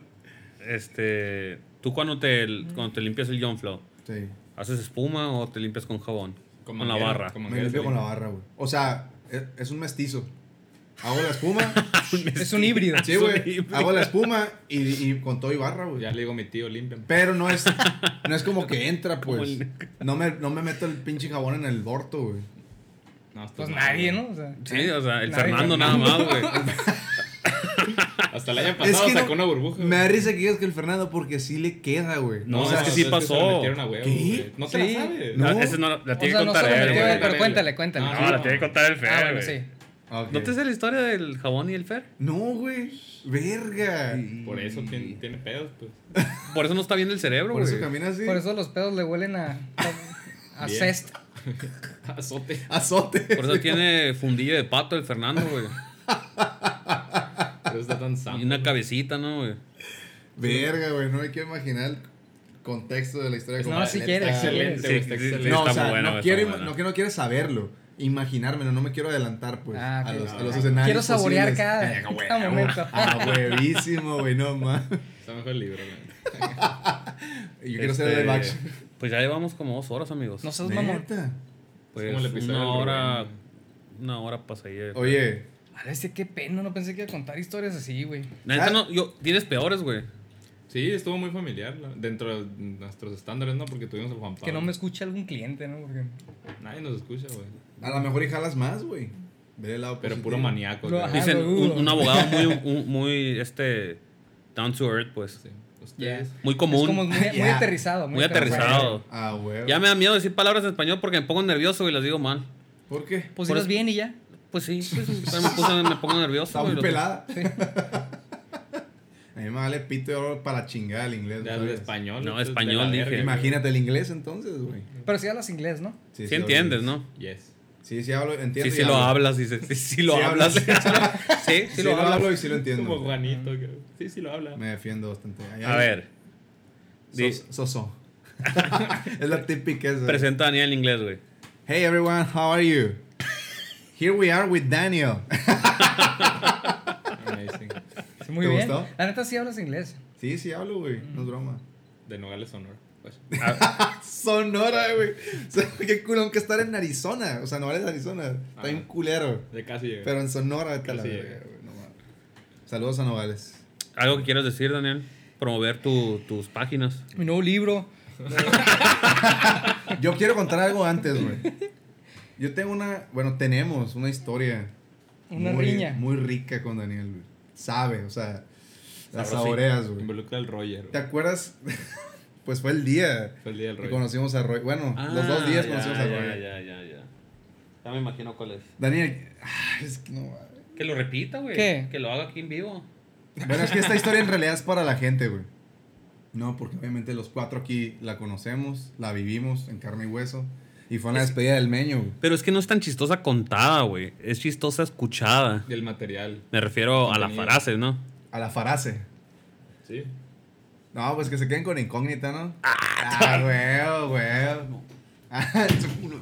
Speaker 2: Este. Tú cuando te, cuando te limpias el John Flow,
Speaker 1: Sí.
Speaker 2: ¿haces espuma o te limpias con jabón? Con, la
Speaker 4: manguera,
Speaker 2: barra.
Speaker 4: con
Speaker 1: Me
Speaker 4: manguera
Speaker 1: limpio
Speaker 4: se
Speaker 1: con la
Speaker 4: limpia.
Speaker 1: barra, güey. O sea, es, es un mestizo. Hago la espuma.
Speaker 3: Es un híbrido.
Speaker 1: sí, güey. Hago la espuma y, y con todo y barra, güey.
Speaker 4: Ya le digo a mi tío, límpiame.
Speaker 1: Pero no es, no es como que entra, pues.
Speaker 2: el-
Speaker 1: No me, no me meto el pinche jabón en el borto, güey.
Speaker 4: No, estás
Speaker 3: Pues
Speaker 4: mal,
Speaker 3: nadie,
Speaker 4: güey.
Speaker 3: ¿no? O sea,
Speaker 2: Sí, o sea, el
Speaker 3: Nadie,
Speaker 2: Fernando nada más, güey.
Speaker 4: Hasta el año pasado
Speaker 1: que no-
Speaker 4: sacó una burbuja.
Speaker 1: Me da risa que digas que el Fernando porque sí le queda, güey. o
Speaker 2: No, es
Speaker 1: sea,
Speaker 2: que sí
Speaker 4: se
Speaker 2: pasó.
Speaker 4: la metieron a huevo,
Speaker 1: ¿Qué?
Speaker 4: güey. No te
Speaker 3: Sí.
Speaker 4: la sabes.
Speaker 1: No.
Speaker 2: La- esa no, la- la
Speaker 3: O
Speaker 2: tiene
Speaker 3: sea, no
Speaker 2: que contar
Speaker 3: se lo
Speaker 2: él,
Speaker 3: metió
Speaker 2: güey.
Speaker 3: él, pero cuéntale, cuéntale.
Speaker 4: Ah,
Speaker 2: No, la tiene que contar el Fer,
Speaker 3: Ah, bueno,
Speaker 2: güey.
Speaker 3: sí.
Speaker 1: ok.
Speaker 2: ¿No te sé la historia del jabón y el Fer?
Speaker 1: No, güey. Verga.
Speaker 4: Por eso tiene, tiene pedos, pues.
Speaker 2: Por eso no está bien el cerebro,
Speaker 1: Por
Speaker 2: güey.
Speaker 1: eso camina así.
Speaker 3: Por eso los pedos le huelen a. A
Speaker 4: Bien.
Speaker 3: cest.
Speaker 4: Azote.
Speaker 1: Azote.
Speaker 2: Por eso tiene fundillo de pato el Fernando, güey.
Speaker 4: Pero está tan sano.
Speaker 2: Y una cabecita, ¿no, güey?
Speaker 1: Verga, güey. No hay que imaginar el contexto de la historia.
Speaker 3: Pues No,
Speaker 1: completa.
Speaker 3: si quieres.
Speaker 4: Excelente,
Speaker 2: Sí,
Speaker 4: güey, está
Speaker 2: sí, sí,
Speaker 4: excelente.
Speaker 1: No, o
Speaker 2: Está
Speaker 1: sea,
Speaker 2: buena,
Speaker 1: no,
Speaker 2: está
Speaker 1: quiero,
Speaker 2: buena.
Speaker 1: no que no quiero saberlo. Imaginármelo. No me quiero adelantar, pues.
Speaker 3: Ah,
Speaker 1: a,
Speaker 3: ok.
Speaker 1: los, a los escenarios.
Speaker 3: Quiero saborear
Speaker 1: posibles.
Speaker 3: cada,
Speaker 1: Eh, güey,
Speaker 3: cada
Speaker 1: güey.
Speaker 3: momento.
Speaker 1: Ah, huevísimo, güey. No, más.
Speaker 4: Está mejor el libro, güey.
Speaker 1: Yo quiero ser el
Speaker 2: Este,
Speaker 1: live action.
Speaker 2: Pues ya llevamos como dos horas, amigos.
Speaker 3: No seas mamón.
Speaker 1: Neta.
Speaker 2: Pues
Speaker 4: Como el episodio
Speaker 2: una
Speaker 4: del
Speaker 2: hora.
Speaker 4: Rubén.
Speaker 2: Una hora pasa ayer.
Speaker 1: Oye.
Speaker 3: A veces qué pena, no pensé que iba a contar historias así, güey.
Speaker 2: La neta
Speaker 1: Ah.
Speaker 2: no, yo, tienes peores, güey.
Speaker 4: Sí, estuvo muy familiar la- dentro de nuestros estándares, ¿no? Porque tuvimos el Juan Pablo.
Speaker 3: Que no me escuche algún cliente, ¿no? Porque
Speaker 4: Nadie nos escucha, güey.
Speaker 1: A lo mejor y jalas más, güey. Ve el lado
Speaker 4: Pero
Speaker 1: positivo.
Speaker 4: puro maníaco.
Speaker 3: Lo-
Speaker 4: güey.
Speaker 3: Ah,
Speaker 2: Dicen
Speaker 3: lo dudo.
Speaker 2: un, un abogado muy, un- muy, este, down to earth, pues.
Speaker 4: Sí. O ustedes.
Speaker 2: Muy
Speaker 3: Es
Speaker 2: común.
Speaker 3: como muy, muy
Speaker 1: Ya.
Speaker 3: aterrizado.
Speaker 2: muy aterrizado.
Speaker 1: Ah, huevo.
Speaker 2: Ya me da miedo decir palabras en español porque me pongo nervioso y las digo mal.
Speaker 1: ¿Por qué?
Speaker 3: Pues
Speaker 2: Por
Speaker 3: dilos
Speaker 2: eso-
Speaker 3: bien y ya.
Speaker 2: Pues sí, pues, me, puse- me pongo nervioso.
Speaker 1: Está
Speaker 2: güey,
Speaker 1: muy
Speaker 2: lo-
Speaker 1: pelada. A mí me vale pito y hablo para chingar el inglés.
Speaker 4: Ya
Speaker 1: Pues, ¿no
Speaker 4: habla
Speaker 1: sabes?
Speaker 4: español.
Speaker 2: No,
Speaker 4: entonces,
Speaker 2: español,
Speaker 4: de la
Speaker 2: dije.
Speaker 4: verga.
Speaker 1: Imagínate el inglés entonces, güey.
Speaker 3: Pero si hablas inglés, ¿no?
Speaker 2: Sí entiendes, ¿no?
Speaker 4: Yes.
Speaker 1: Sí, sí hablo, entiendo.
Speaker 2: Sí,
Speaker 1: y
Speaker 2: sí lo
Speaker 1: hablo.
Speaker 2: hablas, dice. Sí, sí lo
Speaker 1: Sí
Speaker 2: hablas.
Speaker 1: hablas.
Speaker 2: sí, sí,
Speaker 1: Sí
Speaker 2: lo
Speaker 1: lo
Speaker 2: hablas.
Speaker 1: hablo y sí lo entiendo.
Speaker 4: Como
Speaker 1: güey.
Speaker 4: Juanito. que- Sí, sí lo habla.
Speaker 1: Me defiendo bastante. Ahí
Speaker 2: A
Speaker 1: hablo.
Speaker 2: ver, di-
Speaker 1: Sos- Soso. es la típica esa.
Speaker 2: presenta a Daniel en inglés, güey.
Speaker 1: Hey everyone, how are you? Here we are with Daniel.
Speaker 4: Amazing.
Speaker 3: Sí, muy
Speaker 1: ¿Te
Speaker 3: bien.
Speaker 1: gustó?
Speaker 3: La neta sí hablas inglés.
Speaker 1: Sí, sí hablo, güey. No es broma.
Speaker 4: De Nogales, Sonora. Pues.
Speaker 1: Sonora, güey. O sea, Qué culo que estar en Arizona. O sea, no eres Arizona. Está bien
Speaker 4: Ah.
Speaker 1: culero.
Speaker 4: De casi llegué.
Speaker 1: Pero en Sonora, vete a la
Speaker 4: Casi
Speaker 1: verga,
Speaker 4: llega.
Speaker 1: güey, no mames. Saludos a Novales.
Speaker 2: ¿Algo que quieras decir, Daniel? Promover tu- tus páginas.
Speaker 3: Mi nuevo libro.
Speaker 1: Yo quiero contar algo antes, güey. Yo tengo una, bueno, tenemos una historia.
Speaker 3: Una
Speaker 1: muy,
Speaker 3: riña.
Speaker 1: Muy rica con Daniel, güey. Sabe, o sea, la
Speaker 4: Sabroso.
Speaker 1: saboreas, güey.
Speaker 4: Involucra al Roger.
Speaker 1: ¿Te
Speaker 4: güey.
Speaker 1: acuerdas? pues fue el día
Speaker 4: Fue el día del
Speaker 1: que
Speaker 4: Roger.
Speaker 1: conocimos a Roy. Bueno, los dos días conocimos a Roy.
Speaker 2: Ah, Ya, ya, ya, ya. Ya me imagino cuál es.
Speaker 1: Daniel, ay, es que no mames.
Speaker 2: Que lo repita, güey.
Speaker 3: ¿Qué?
Speaker 2: Que lo haga aquí en vivo.
Speaker 1: Bueno, es que esta historia en realidad es para la gente, güey. No, porque obviamente los cuatro aquí la conocemos, la vivimos en carne y hueso. Y fue en la despedida del meño, güey.
Speaker 2: Pero es que no es tan chistosa contada, güey. Es chistosa escuchada.
Speaker 4: Del material.
Speaker 2: Me refiero a la
Speaker 4: Contenido.
Speaker 2: frase, ¿no?
Speaker 1: A la farase.
Speaker 4: Sí.
Speaker 1: No, pues que se queden con incógnita, ¿no? Ah, huevo, huevo. Ah, en su culo.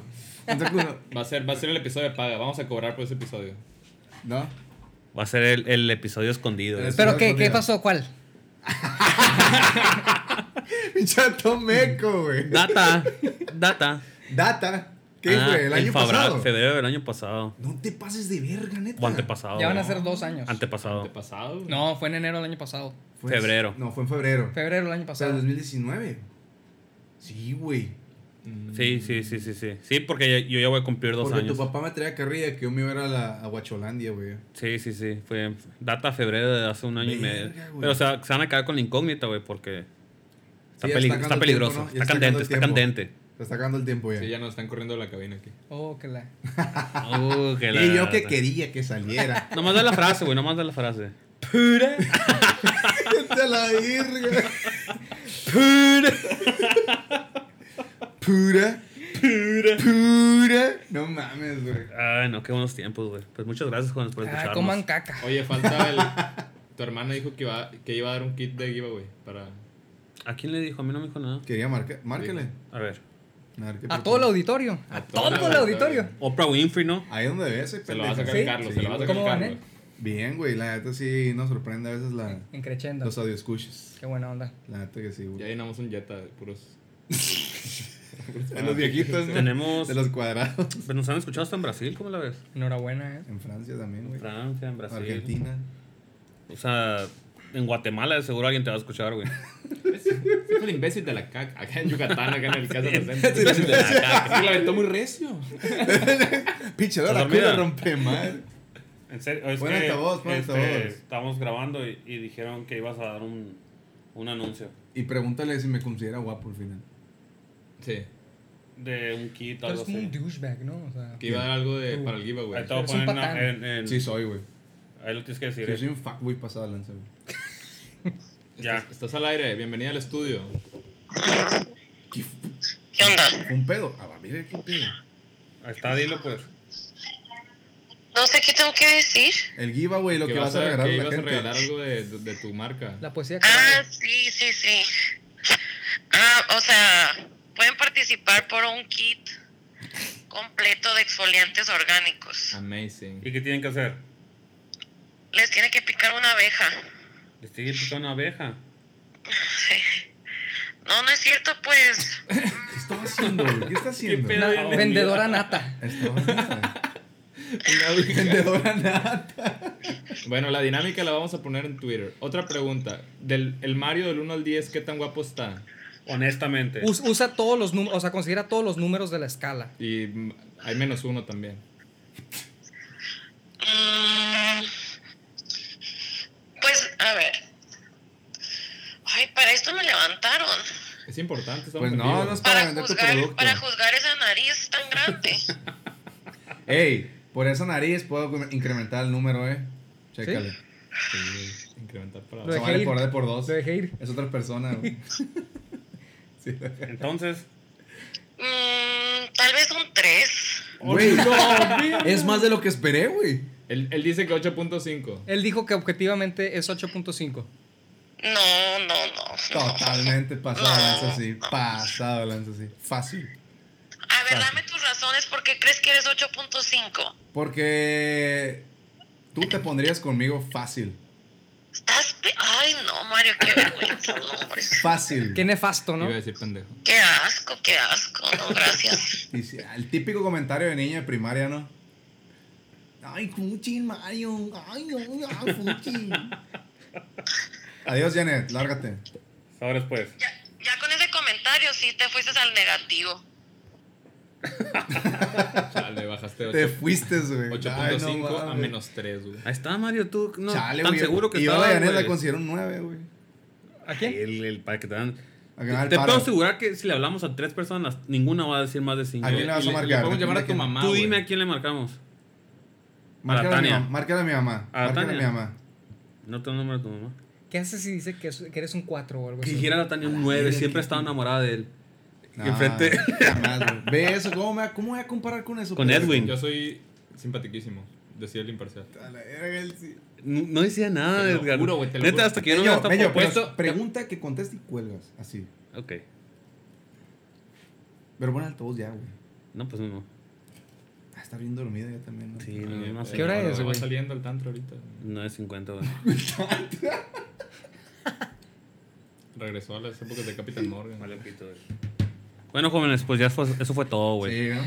Speaker 1: En su culo.
Speaker 4: Va a ser, va a ser el episodio de paga. Vamos a cobrar por ese episodio.
Speaker 1: ¿No?
Speaker 2: Va a ser el, el episodio escondido. güey.
Speaker 1: Es-
Speaker 3: ¿Pero
Speaker 1: no
Speaker 3: qué?
Speaker 1: escondido.
Speaker 3: ¿Qué pasó? ¿Cuál?
Speaker 1: Chato meco, güey.
Speaker 2: Data. Data.
Speaker 1: Data. ¿Qué,
Speaker 2: Ah,
Speaker 1: güey? El
Speaker 2: en
Speaker 1: año
Speaker 2: fabra-
Speaker 1: pasado.
Speaker 2: Febrero del año pasado.
Speaker 1: No te pases de verga, neta.
Speaker 2: O antepasado.
Speaker 3: Ya van a
Speaker 2: güey.
Speaker 3: ser dos años.
Speaker 2: Antepasado.
Speaker 4: Antepasado. güey.
Speaker 3: No, fue en enero del año pasado.
Speaker 1: Fue en-
Speaker 2: Febrero.
Speaker 1: No, fue en febrero.
Speaker 3: Febrero del año
Speaker 1: O sea, el
Speaker 3: pasado.
Speaker 1: 2019. Sí, güey.
Speaker 4: Mm.
Speaker 2: Sí, sí, sí, sí, sí. Sí, porque ya- yo ya voy a cumplir dos
Speaker 1: Porque
Speaker 2: años.
Speaker 1: tu papá me traía carrilla que yo me iba a ir a, la, a Huacholandia, güey.
Speaker 2: Sí, sí, sí. Fue data febrero de hace un año y medio.
Speaker 1: Verga, güey.
Speaker 2: Pero o sea, se van a quedar con la incógnita, güey, porque
Speaker 1: Sí,
Speaker 2: está,
Speaker 1: ya
Speaker 2: peli-
Speaker 1: está
Speaker 2: está
Speaker 1: acabando el
Speaker 2: peligroso.
Speaker 1: tiempo, ¿no? Ya
Speaker 2: Está
Speaker 1: está
Speaker 2: candente,
Speaker 1: acabando el
Speaker 2: está
Speaker 1: tiempo.
Speaker 2: candente.
Speaker 1: Se está acabando el tiempo ya.
Speaker 4: Sí, ya nos están corriendo de la cabina aquí.
Speaker 3: Oh, que la.
Speaker 2: Uh, que la-
Speaker 1: Y yo que quería que saliera.
Speaker 2: Nomás da la frase, güey, nomás da la frase.
Speaker 3: Pura.
Speaker 1: Vete a la verga.
Speaker 2: Pura.
Speaker 1: Pura. Pura. Pura. No mames, güey.
Speaker 2: Ay, no, qué buenos tiempos, güey. Pues muchas gracias, Juan, por
Speaker 3: Ah,
Speaker 2: escucharnos.
Speaker 3: coman caca.
Speaker 4: Oye, falta el. tu hermana dijo que iba, que iba a dar un kit de giveaway para.
Speaker 2: ¿A quién le dijo? A mí no me dijo nada.
Speaker 1: Quería marcar. Márcale.
Speaker 2: A ver.
Speaker 1: ver, ¿qué
Speaker 3: A
Speaker 1: propuso?
Speaker 3: todo el auditorio.
Speaker 4: A
Speaker 3: A
Speaker 4: todo
Speaker 3: todo
Speaker 4: el
Speaker 3: el auditorio.
Speaker 2: Oprah Winfrey, ¿no?
Speaker 1: Ahí donde ves, ese
Speaker 4: Se lo va a sacar
Speaker 1: pendejo.
Speaker 4: Carlos,
Speaker 1: Sí,
Speaker 4: se lo va a sacar
Speaker 3: ¿Cómo van,
Speaker 4: Carlos.
Speaker 3: eh?
Speaker 1: Bien, güey. La neta sí nos sorprende a veces la,
Speaker 3: En crescendo.
Speaker 1: los audio escuches.
Speaker 3: Qué buena onda.
Speaker 1: La neta que sí,
Speaker 4: Ya
Speaker 1: güey.
Speaker 4: llenamos un Jetta de puros.
Speaker 1: De los viejitos, ¿no?
Speaker 2: Tenemos-
Speaker 1: De los cuadrados.
Speaker 2: Pues nos han escuchado hasta en Brasil, ¿cómo la ves?
Speaker 3: Enhorabuena, eh.
Speaker 1: En Francia también, güey.
Speaker 2: Francia, en Brasil.
Speaker 1: Argentina.
Speaker 2: O sea, en Guatemala de seguro alguien te va a escuchar, güey.
Speaker 4: Es el imbécil de la caca. Acá en Yucatán, acá en el caso presente.
Speaker 2: Sí, sí, la caca.
Speaker 4: la aventó muy recio.
Speaker 1: Pinche
Speaker 2: Está
Speaker 1: la
Speaker 2: dormida.
Speaker 1: culo rompe mal.
Speaker 2: En serio, es
Speaker 1: Pon
Speaker 2: que
Speaker 1: altavoz, pon
Speaker 2: este,
Speaker 1: altavoz.
Speaker 2: estamos grabando y, y dijeron que ibas a dar un, un anuncio
Speaker 1: Y pregúntale si me considera guapo al final.
Speaker 4: Sí.
Speaker 2: de un kit o
Speaker 3: Pero
Speaker 2: algo
Speaker 3: es como un
Speaker 2: así.
Speaker 3: douchebag, ¿no? O sea.
Speaker 4: Que iba a dar algo de, para el giveaway.
Speaker 2: Ahí, te voy a
Speaker 3: Eres un
Speaker 2: poner una-
Speaker 3: patán.
Speaker 2: en- en-
Speaker 1: Sí, soy, güey.
Speaker 2: ahí lo tienes que decir.
Speaker 1: Yo
Speaker 2: eh.
Speaker 1: soy un fuckboy pasado de lanza, güey.
Speaker 2: Ya.
Speaker 4: Estás, estás al aire, bienvenida al estudio.
Speaker 5: ¿Qué onda?
Speaker 1: Un pedo. A la mira qué pedo.
Speaker 2: Ahí está, dilo pues.
Speaker 5: No sé qué tengo que decir.
Speaker 1: El giveaway, lo que, vas a regalar a
Speaker 4: que
Speaker 1: la
Speaker 4: ibas a
Speaker 1: gente.
Speaker 4: regalar algo de, de, de tu marca.
Speaker 3: La poesía
Speaker 5: Ah,
Speaker 3: que
Speaker 5: sí, sí, sí. Ah, o sea, pueden participar por un kit completo de exfoliantes orgánicos.
Speaker 4: Amazing.
Speaker 2: ¿Y qué tienen que hacer?
Speaker 5: Les tiene que picar una abeja.
Speaker 2: Les tiene que picar una abeja.
Speaker 5: Sí. No, no es cierto, pues.
Speaker 1: ¿Qué está haciendo, güey? ¿Qué está haciendo?
Speaker 4: pedo?
Speaker 3: una vendedora nata.
Speaker 1: Estaba
Speaker 4: Vendedora Bueno, la dinámica la vamos a poner en Twitter. Otra pregunta. Del el Mario del 1 al 10, ¿qué tan guapo está?
Speaker 2: Honestamente.
Speaker 3: Us- usa todos los números, o sea, considera todos los números de la escala.
Speaker 4: Y mm, hay menos uno también.
Speaker 5: mm, pues, a ver. Ay, para esto
Speaker 4: Es importante. estamos
Speaker 1: Pues
Speaker 4: en
Speaker 1: no,
Speaker 4: vivo.
Speaker 1: no es para
Speaker 5: Para
Speaker 1: vender tu
Speaker 5: juzgar,
Speaker 1: producto.
Speaker 5: para juzgar esa nariz tan grande.
Speaker 1: Ey, por esa nariz puedo com- incrementar el número, eh. Chécale.
Speaker 4: Sí, Incrementar para
Speaker 1: O sea,
Speaker 3: dejé
Speaker 1: vale
Speaker 3: ir.
Speaker 1: por D por dos.
Speaker 3: Lo dejé ir.
Speaker 1: Es otra persona, güey. Sí.
Speaker 2: Entonces,
Speaker 5: Mm, tal vez un 3.
Speaker 1: Güey, es más de lo que esperé, güey.
Speaker 4: Él, él dice que 8.5.
Speaker 3: Él dijo que objetivamente es 8.5.
Speaker 5: No, no, no.
Speaker 1: Totalmente pasado de
Speaker 2: Ah.
Speaker 1: lanza así. Pasado de lanza así. Fácil.
Speaker 5: A ver, dame tus razones por qué crees que eres 8.5.
Speaker 1: Porque tú te pondrías conmigo fácil.
Speaker 5: Estás... pe- Ay, no, Mario, qué vergüenza, no, hombre.
Speaker 1: Fácil.
Speaker 3: Qué nefasto, ¿no?
Speaker 4: Iba a decir pendejo.
Speaker 5: Qué asco, qué asco. No, gracias.
Speaker 1: Y si- el típico comentario de niña de primaria, ¿no? Ay, Cuchi, Mario. Ay, no, ay, Cuchi. Adiós, Janet. Lárgate.
Speaker 2: ahora pues.
Speaker 5: Ya, ya con ese comentario sí te fuiste al negativo.
Speaker 4: Chale, bajaste
Speaker 1: Te
Speaker 4: 8.5
Speaker 1: fuiste, güey. Ay, no
Speaker 4: a
Speaker 1: mames.
Speaker 4: menos 3, güey.
Speaker 2: Ahí está, Mario, tú no
Speaker 1: Chale,
Speaker 2: tan
Speaker 1: güey.
Speaker 2: seguro que
Speaker 1: y yo a
Speaker 2: estabas,
Speaker 1: la Janet
Speaker 2: güey.
Speaker 1: la considero un 9, güey.
Speaker 3: ¿A quién?
Speaker 2: El, el- para que te dan.
Speaker 1: A que me da el
Speaker 2: Te
Speaker 1: paro.
Speaker 2: puedo asegurar que si le hablamos a tres personas, ninguna va a decir más de cinco.
Speaker 1: ¿A quién le vas a
Speaker 4: Y
Speaker 1: marcar?
Speaker 4: podemos
Speaker 1: Depende
Speaker 4: llamar
Speaker 1: de
Speaker 4: a tu
Speaker 1: quién.
Speaker 4: mamá.
Speaker 2: Tú
Speaker 4: güey.
Speaker 2: dime a quién le marcamos.
Speaker 1: Márcale
Speaker 2: A
Speaker 1: a mi
Speaker 2: Tania.
Speaker 1: mamá. Márcale a mi mamá.
Speaker 2: A
Speaker 1: Márcale a mi
Speaker 2: Tania.
Speaker 1: mamá.
Speaker 2: No te número de tu mamá.
Speaker 3: ¿Qué haces si dice que, es- que eres un 4 o algo
Speaker 2: Que
Speaker 3: así?
Speaker 2: dijera la Tania un
Speaker 1: Ah,
Speaker 2: 9,
Speaker 1: mira,
Speaker 2: siempre
Speaker 1: qué-
Speaker 2: he estado enamorada de él.
Speaker 1: No,
Speaker 2: Enfrente.
Speaker 1: jamás, güey. Ve eso. ¿Cómo, me, va- ¿Cómo voy a comparar con eso?
Speaker 2: Con
Speaker 1: pendejo?
Speaker 2: Edwin.
Speaker 4: Yo soy simpaticísimo. Decía el imparcial.
Speaker 1: A la verga, él sí.
Speaker 2: No, no decía nada,
Speaker 4: Te lo
Speaker 2: Edgar.
Speaker 4: juro, güey, te lo
Speaker 2: Neta,
Speaker 4: juro.
Speaker 2: hasta que yo no
Speaker 1: Mello,
Speaker 2: vea esta
Speaker 1: Mello,
Speaker 2: foto-
Speaker 1: pero
Speaker 4: puesto-
Speaker 1: pregunta que conteste y cuelgas. Así.
Speaker 2: Ok.
Speaker 1: Pero bueno, altavoz ya, güey.
Speaker 2: No, pues no.
Speaker 1: Ah, está bien dormido ya también. ¿no?
Speaker 2: Sí, no, no, no
Speaker 4: Ay,
Speaker 2: sé.
Speaker 3: ¿Qué hora
Speaker 4: ahora
Speaker 3: es,
Speaker 4: eh, Va
Speaker 3: güey?
Speaker 4: saliendo el tantro ahorita.
Speaker 2: No es 50, güey.
Speaker 4: Regresó a las épocas de Capitán Morgan.
Speaker 2: Vale, pito, güey. Bueno, jóvenes, pues ya fue- eso fue todo, güey.
Speaker 1: Sí, ¿no?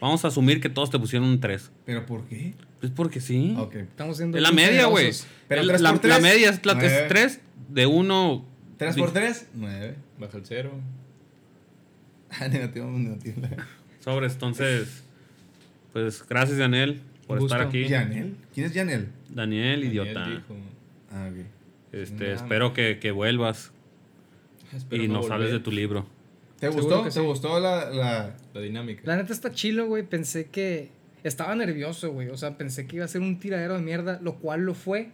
Speaker 2: Vamos a asumir que todos te pusieron un 3.
Speaker 1: ¿Pero por qué?
Speaker 2: Pues porque sí.
Speaker 1: Ah, Ok.
Speaker 3: Estamos siendo
Speaker 2: Es la
Speaker 3: bien
Speaker 2: media, güey.
Speaker 3: generosos.
Speaker 1: Pero
Speaker 2: Es
Speaker 1: tres
Speaker 2: La,
Speaker 1: por tres,
Speaker 2: la media es, la,
Speaker 1: nueve.
Speaker 2: 3 de 1.
Speaker 1: 3 por 3, 9.
Speaker 4: Baja el cero.
Speaker 1: Ah, negativo, negativo.
Speaker 2: Sobres, entonces. Pues gracias, Daniel, por
Speaker 3: Un gusto.
Speaker 2: estar aquí.
Speaker 1: ¿Yanel? ¿Quién es Yanel?
Speaker 2: Daniel,
Speaker 4: Daniel
Speaker 2: idiota.
Speaker 4: dijo,
Speaker 1: Ah, ok.
Speaker 2: Este,
Speaker 4: Nah.
Speaker 2: espero que, que vuelvas
Speaker 4: "Ah, "Espero
Speaker 2: y
Speaker 4: no
Speaker 2: nos hables de
Speaker 4: volver".
Speaker 2: tu libro.
Speaker 1: ¿Te
Speaker 3: Seguro
Speaker 1: gustó?
Speaker 3: que
Speaker 1: ¿Te
Speaker 3: sí.
Speaker 1: gustó la, la...
Speaker 4: La dinámica.
Speaker 3: La neta está chilo, güey. Pensé que. Estaba nervioso, güey. O sea, pensé que iba a ser un tiradero de mierda, lo cual lo fue.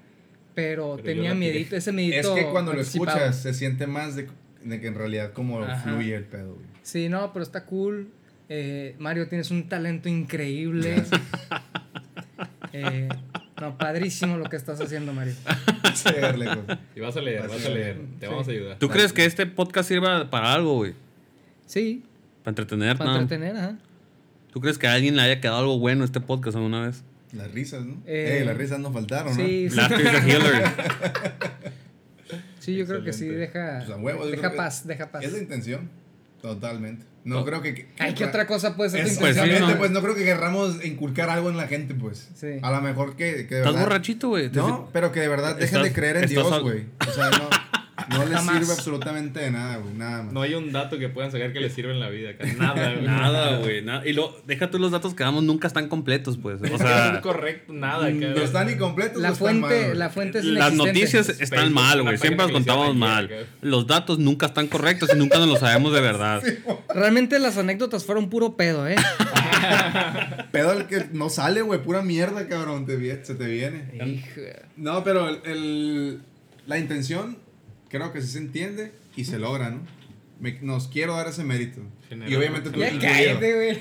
Speaker 3: Pero,
Speaker 4: Pero yo
Speaker 3: tenía
Speaker 4: la tiré.
Speaker 3: miedito, ese
Speaker 1: Es
Speaker 3: miedito.
Speaker 1: que cuando lo
Speaker 3: anticipado.
Speaker 1: escuchas se siente más de, de que en realidad como
Speaker 3: Ajá.
Speaker 1: fluye el pedo, güey.
Speaker 3: Sí, no, pero está cool. Eh, Mario, tienes un talento increíble. Eh, no, padrísimo lo que estás haciendo, Mario.
Speaker 1: Sí, darle, güey.
Speaker 4: Y vas a leer, vas,
Speaker 1: Vas
Speaker 4: a
Speaker 1: a
Speaker 4: leer.
Speaker 3: leer.
Speaker 4: Te
Speaker 3: Sí.
Speaker 4: vamos a ayudar.
Speaker 2: ¿Tú crees que este podcast sirva para algo, güey?
Speaker 3: Sí,
Speaker 2: Para entretener,
Speaker 3: para
Speaker 2: nada.
Speaker 3: entretener, ajá.
Speaker 2: ¿Tú crees que a alguien le haya quedado algo bueno este podcast alguna vez?
Speaker 1: Las risas, ¿no?
Speaker 3: Eh,
Speaker 1: Eh, las risas no faltaron, ¿no?
Speaker 3: Sí, sí,
Speaker 2: Laughter is a healer.
Speaker 3: sí, yo creo que sí,
Speaker 4: Excelente.
Speaker 3: deja,
Speaker 1: Pues a huevo, yo creo
Speaker 3: deja
Speaker 1: que
Speaker 3: paz, deja paz. Oh,
Speaker 1: Es la intención. Totalmente. No
Speaker 2: To-
Speaker 1: creo que. que-
Speaker 3: Ay, ¿qué
Speaker 1: que-
Speaker 3: otra cosa puede ser tu
Speaker 1: Es-
Speaker 2: Pues sí,
Speaker 3: intención?
Speaker 1: Exactamente,
Speaker 2: no.
Speaker 1: pues no creo que querramos inculcar algo en la gente, pues.
Speaker 3: Sí.
Speaker 1: A lo mejor que. que de
Speaker 2: Estás
Speaker 1: verdad-
Speaker 2: borrachito, güey.
Speaker 1: No, pero que de verdad dejen
Speaker 2: Estás-
Speaker 1: de creer en
Speaker 2: estás
Speaker 1: Dios,
Speaker 2: al-
Speaker 1: güey. O sea, no, no les
Speaker 3: Jamás.
Speaker 1: sirve absolutamente de nada, güey. Nada más.
Speaker 4: No hay un dato que puedan sacar que les sirva en la vida. cara. Nada, güey.
Speaker 2: Nada, güey. nada. Y lo, deja tú los datos que damos nunca están completos, pues. O sea, Mm,
Speaker 4: correcto, nada. cara.
Speaker 1: no Mm, están incompletos.
Speaker 3: La
Speaker 1: no están mal,
Speaker 3: fuente,
Speaker 1: güey.
Speaker 3: la fuente es
Speaker 2: las
Speaker 3: inexistente.
Speaker 2: noticias están
Speaker 4: Facebook,
Speaker 2: mal,
Speaker 4: una
Speaker 2: güey. Siempre
Speaker 4: página
Speaker 2: las
Speaker 4: que hicieron
Speaker 2: contamos mal.
Speaker 4: ayer, güey.
Speaker 2: Los datos nunca están correctos y nunca nos los sabemos de verdad.
Speaker 3: Realmente las anécdotas fueron puro pedo, ¿eh?
Speaker 1: Pedo el que no sale, güey. Pura mierda, cabrón. te vie- se te viene.
Speaker 3: Hijo.
Speaker 1: No, pero el, el- la intención creo que sí se entiende y se logra, ¿no? Me- nos quiero dar ese mérito.
Speaker 4: General,
Speaker 1: y obviamente pues, tú
Speaker 3: Ya
Speaker 1: incluido.
Speaker 3: cállate, güey.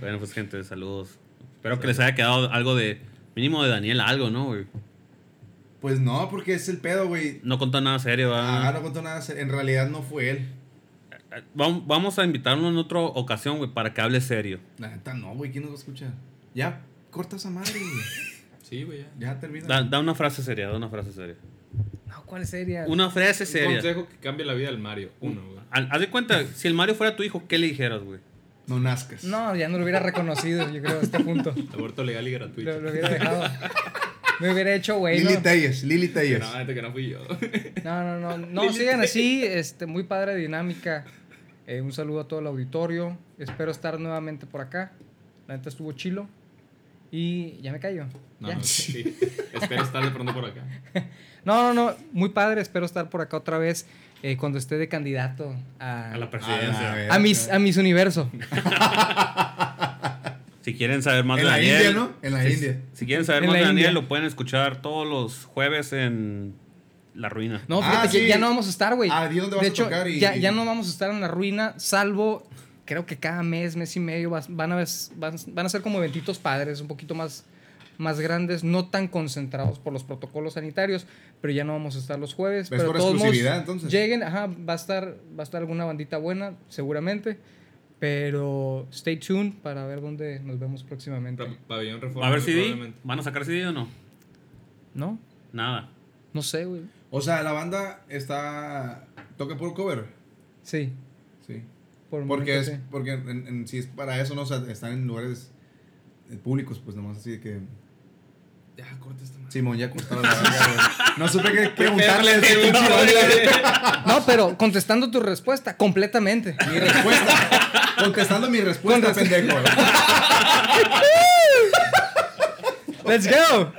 Speaker 2: Bueno, pues, gente, saludos. Espero que les haya quedado algo de. Mínimo de Daniel, algo, ¿no, güey?
Speaker 1: Pues no, porque es el pedo, güey.
Speaker 2: No contó nada serio,
Speaker 1: Ah, no
Speaker 2: ¿verdad?
Speaker 1: contó nada. En realidad no fue él.
Speaker 2: Vam- Vamos a invitarlo en otra ocasión, güey, para que hable serio.
Speaker 1: La neta no, güey. ¿Quién nos va a escuchar? Ya, corta esa madre, güey.
Speaker 4: Sí, güey, ya.
Speaker 1: Ya termina.
Speaker 2: Da, da una frase seria, da una frase seria.
Speaker 3: No, ¿cuál sería?
Speaker 2: Una frase
Speaker 4: Un
Speaker 2: seria.
Speaker 4: consejo que cambie la vida del Mario. Uno, güey.
Speaker 2: Al- Haz de cuenta, si el Mario fuera tu hijo, ¿qué le dijeras, güey?
Speaker 1: No nazcas.
Speaker 3: No, ya no lo hubiera reconocido, yo creo, a este punto.
Speaker 4: Aborto legal y gratuito.
Speaker 3: Lo, lo hubiera dejado. Me hubiera hecho, güey.
Speaker 1: Lili
Speaker 3: ¿no?
Speaker 1: Telles, Lili Telles.
Speaker 4: No, neta que no fui yo.
Speaker 3: No, no, no. No, sigan así. Este, muy padre dinámica. Eh, un saludo a todo el auditorio. Espero estar nuevamente por acá. La neta estuvo chilo. Y ya me callo.
Speaker 4: No,
Speaker 3: ¿Ya?
Speaker 4: no, sí. Espero estar de pronto por acá.
Speaker 3: No, no, no, muy padre, espero estar por acá otra vez eh, cuando esté de candidato a,
Speaker 1: Ah,
Speaker 2: A la
Speaker 1: A
Speaker 2: presidencia.
Speaker 1: ver.
Speaker 3: a mis, a mis universo.
Speaker 2: Si quieren saber más
Speaker 1: En
Speaker 2: de
Speaker 1: la
Speaker 2: Daniel.
Speaker 1: India, ¿no? En la
Speaker 2: si-
Speaker 1: India.
Speaker 2: Si quieren saber
Speaker 3: En
Speaker 2: más
Speaker 3: la
Speaker 2: de Daniel,
Speaker 3: India.
Speaker 2: lo pueden escuchar todos los jueves en La Ruina.
Speaker 3: No,
Speaker 1: Ah,
Speaker 3: fíjate que
Speaker 1: sí.
Speaker 3: ya no vamos a estar, güey.
Speaker 1: Ah, ¿di dónde vas
Speaker 3: de
Speaker 1: a
Speaker 3: hecho,
Speaker 1: tocar y-
Speaker 3: ya, ya
Speaker 1: y-
Speaker 3: no vamos a estar en la ruina, salvo creo que cada mes, mes y medio vas- van, a, ves- van, van a ser como eventitos padres, un poquito más, más grandes, no tan concentrados por los protocolos sanitarios, pero ya no vamos a estar los jueves.
Speaker 1: Pues
Speaker 3: pero
Speaker 1: por
Speaker 3: de todos modos,
Speaker 1: exclusividad, entonces.
Speaker 3: Lleguen, ajá, va a estar, va a estar alguna bandita buena, seguramente. Pero stay tuned para ver dónde nos vemos próximamente.
Speaker 4: Ra- Pabellón Reforma.
Speaker 2: ¿Va a ver CD?
Speaker 4: probablemente.
Speaker 2: ¿Van a sacar CD o no?
Speaker 3: ¿No?
Speaker 2: Nada.
Speaker 3: No sé, güey.
Speaker 1: O sea, la banda está. toca por cover.
Speaker 3: Sí.
Speaker 1: Sí.
Speaker 3: Por el
Speaker 1: Porque
Speaker 3: momento
Speaker 1: es.
Speaker 3: sí.
Speaker 1: Porque en- en- si es para eso, no O sea, están en lugares eh, públicos, pues nomás así de que.
Speaker 4: Ya, corta esta madre.
Speaker 1: Simón ya cortaron la verga, güey. No supe qué preguntarle. a
Speaker 4: Pegarle,
Speaker 1: ese
Speaker 4: güey,
Speaker 1: pinche
Speaker 4: madre.
Speaker 1: banda, güey.
Speaker 3: No, pero contestando tu respuesta, completamente.
Speaker 1: Mi respuesta. Contestando mi respuesta, pendejo.
Speaker 3: Let's go.